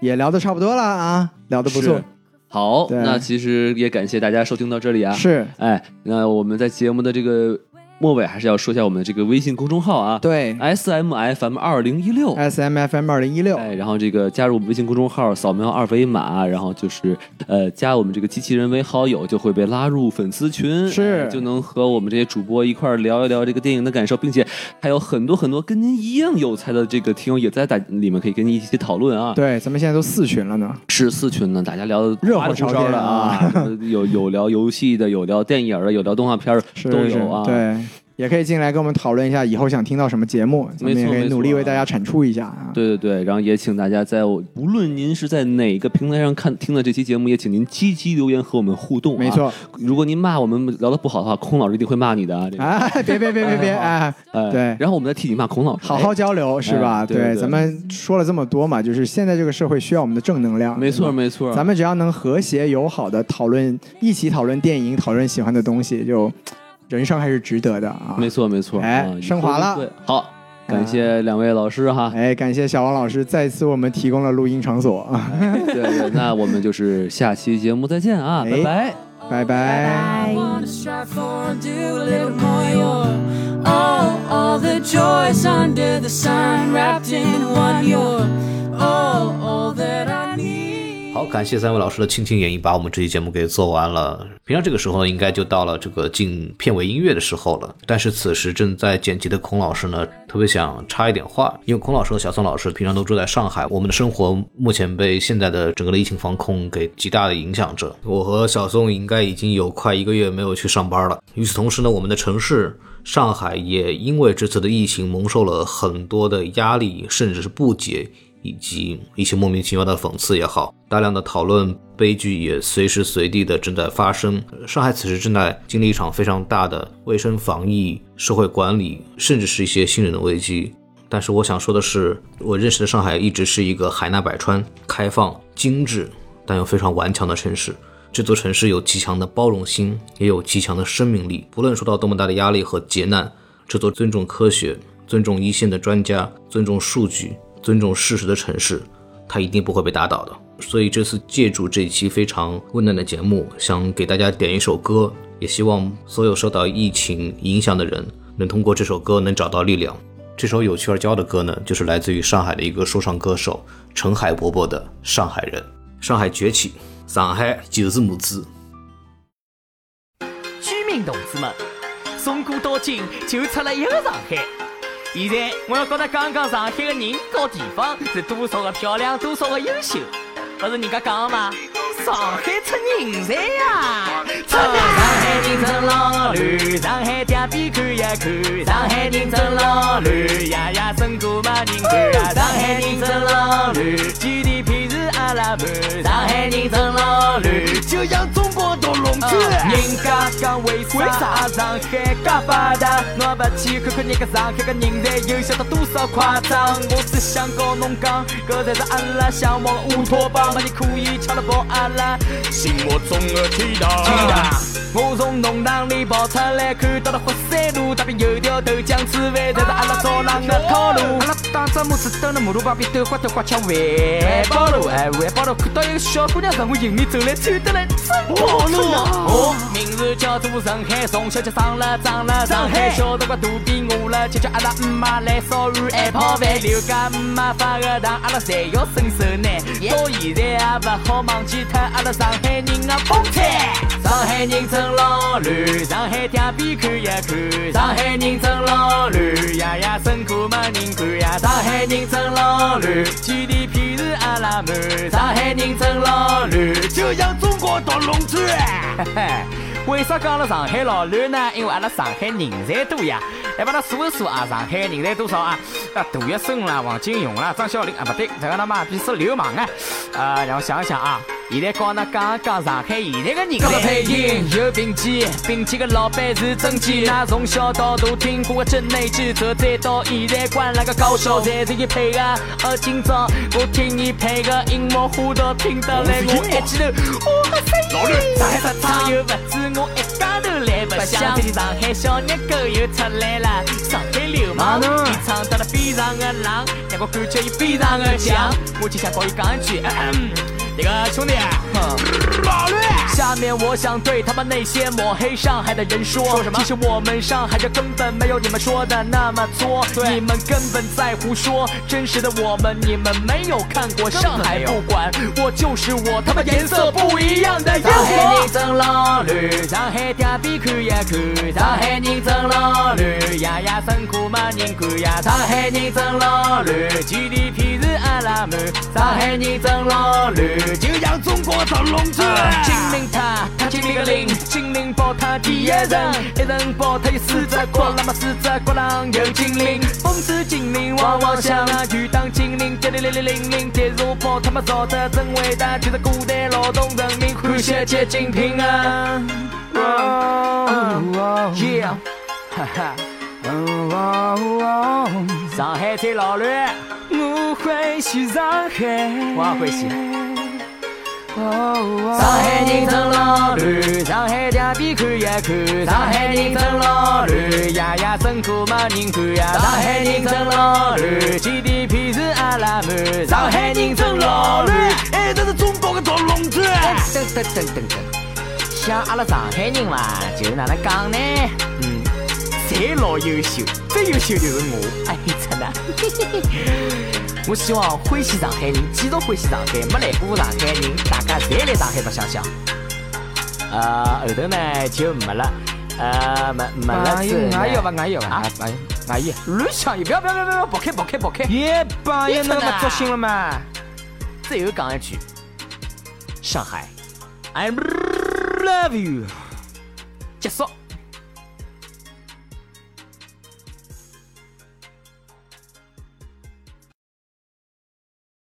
A: 也聊的差不多了啊，聊的不错
B: 是，好，
A: 对
B: 那其实也感谢大家收听到这里啊。
A: 是
B: 哎，那我们在节目的这个末尾还是要说一下我们的这个微信公众号啊，
A: 对
B: ，S M F M 二零一六。
A: S M F M 二零一六，
B: 哎，然后这个加入我们微信公众号，扫描二维码，然后就是呃加我们这个机器人为好友，就会被拉入粉丝群，
A: 是
B: 哎就能和我们这些主播一块儿聊一聊这个电影的感受，并且还有很多很多跟您一样有才的这个听友也在打里面可以跟您一起讨论啊。
A: 对，咱们现在都四群了呢，
B: 是四群呢，大家聊得
A: 热
B: 花
A: 火
B: 里胡
A: 朝
B: 哨
A: 天
B: 的啊， 有有聊游戏的，有聊电影的，有聊动画片儿
A: 是
B: 都
A: 是
B: 有啊。
A: 对，也可以进来跟我们讨论一下以后想听到什么节目，咱们也
B: 没错
A: 可以
B: 没错
A: 努力为大家产出一下啊。
B: 对对对，然后也请大家在我无论您是在哪个平台上看听的这期节目，也请您积极留言和我们互动、啊。
A: 没，错，
B: 如果您骂我们聊的不好的话，孔老师一定会骂你的啊。这个，
A: 哎， 别别别别 别，哎，
B: 哎
A: 对
B: 然后我们再替你骂孔老师。
A: 好好交流是吧？
B: 哎对对
A: 咱们说了这么多嘛，就是现在这个社会需要我们的正能量，
B: 哎，没
A: 对
B: 错
A: 吧。
B: 没错，
A: 嗯咱们只要能和谐友好的讨论，一起讨论电影，讨论喜欢的东西，就人生还是值得的啊！
B: 没错没错，
A: 哎
B: 啊
A: 升华了
B: 对，好，感谢两位老师哈。
A: 哎，感谢小王老师再次为我们提供了录音场所啊，
B: 对对，那我们就是下期节目再见啊，
A: 哎
B: 拜拜。
A: 拜拜
D: 拜。
E: want to strive for and do a little more. You're all, all the joys under the sun wrapped in one. You're all, all that I need.
F: 好，感谢三位老师的倾情演绎，把我们这期节目给做完了。平常这个时候呢，应该就到了这个进片尾音乐的时候了。但是此时正在剪辑的孔老师呢，特别想插一点话，因为孔老师和小宋老师平常都住在上海，我们的生活目前被现在的整个的疫情防控给极大的影响着。我和小宋应该已经有快一个月没有去上班了。与此同时呢，我们的城市上海也因为这次的疫情蒙受了很多的压力，甚至是不解。以及一些莫名其妙的讽刺也好，大量的讨论悲剧也随时随地的正在发生。上海此时正在经历一场非常大的卫生防疫、社会管理，甚至是一些信任的危机。但是我想说的是，我认识的上海一直是一个海纳百川、开放、精致，但又非常顽强的城市。这座城市有极强的包容心，也有极强的生命力。不论受到多么大的压力和劫难，这座尊重科学、尊重一线的专家、尊重数据、尊重事实的城市，它一定不会被打倒的。所以这次借助这一期非常温暖的节目，想给大家点一首歌，也希望所有受到疫情影响的人能通过这首歌能找到力量。这首有趣而骄傲的歌呢，就是来自于上海的一个说唱歌手陈海伯伯的《上海人》。上海崛起，上海就是么子。
G: 居民同志们，从古到今就出了一个上海。现在我要跟他讲讲上海的人和地方是多少的漂亮，多少的优秀，不是人家讲的吗？上海出人才呀！出上海人真老卵，上海嗲边看一看，上海人真老卵，夜夜笙歌没人管啊！上海人真老卵，GDP 是变成了绿。
H: 就像中国独龙去。
G: 人家讲为
H: 为
G: 啥
H: 啥
G: 上海噶发达？我不去看看人家上海个人才又晓得多少夸张？我只想告侬讲，搿才是阿拉向往的乌托邦，把你可以吃得饱阿拉
H: 心目中的天堂。
G: 我从弄堂里跑出来，看到了淮山路，那边有条豆浆吃饭，才是阿拉早浪的套路。阿拉打着么子蹲在马路旁边抖花抖花吃饭包路，哎，环保路，看到有个小姑娘从我迎面走来，穿得来真暴露。我哦名字叫做上海，从小就长了长了上海，小辰光肚皮饿了，就叫阿拉姆妈来烧鱼，还泡饭，刘家姆妈发个糖，阿拉侪要伸手拿，到现在也勿好忘记脱阿拉上海人啊风采。上海人真老乱，上海江边看一看，上海人真老乱，夜夜笙歌没人管呀。上海人真老乱，几地片是阿拉满，上海人真老乱。
H: 就像中国独龙去。
G: 为啥讲了上海老乱呢？因为阿拉上海人才多呀。来帮他数一数啊，上海人才多少啊？啊，杜月笙啦，王金勇啦，张小林啊，不对，这个他妈逼是流氓啊！啊，让我想想啊，现在讲呢，讲讲上海现在个人才。搿配音有病记，病记个老板是真记。那从小到大听过个真内记者，再到现在关了个高手，侪是一配啊。而今朝我听你配个樱木花道，听得来我一记头，哇塞！
H: 老六
G: 上海说唱又不止我一家头来白相，最近上海小热狗又出来了，上海流氓，伊唱到了非常的浪，让我感觉伊非常的强，我就想帮伊讲一句，嗯那个兄弟，哼。下面我想对他们那些抹黑上海的人说，说什么？其实我们上海人根本没有你们说的那么作，你们根本在胡说。真实的我们，你们没有看过上海，不管我就是我，他们颜色不一样的烟火。上海人真老乱，上海嗲逼看一看，上海人真老乱，夜夜笙歌没人管呀。上海人真老乱，GDP 是阿拉满，上海人真老乱。
H: 就像中国独龙去。
G: 金陵塔，他金陵个陵，金陵宝塔第一人，一人宝塔有四只角，那么四只角浪有金陵，风驰金陵旺旺响啊，鱼当金陵，叮铃铃铃铃铃，铁如宝他们造的真伟大，就是古代劳动人民汗血结晶品啊。Yeah，哈哈。上海最老乱，
E: 我欢喜上海，
G: 我也欢喜。
E: 哦
G: 上海人真老乱，上海江边看一看，上海人真老乱，夜夜笙歌没人管呀。上海人真老乱，GDP 是阿拉满，上海人真老乱。
H: 哎，这是中国的独龙去。
G: 噔噔噔噔噔，像阿拉上海人嘛，就哪能讲呢？嗯，侪老优秀，最优秀就是我，哎，真的。 我希望欢喜上海人继续欢喜上海，没来过上海人，大家侪来上海白相相。呃，后头呢就没了，呃，没没了
E: 哎
G: 之后
E: 呦，
G: 呢。
E: 俺要吧，俺要吧，
G: 啊
E: 哎哎，俺要。
G: 乱想，不要不要不要不要，跑开跑开跑开！
E: 耶吧，
G: 一
E: 也
G: 层
E: 那么
G: 啊
E: 作兴了嘛？
G: 最后讲一句，上海，I love you，结束。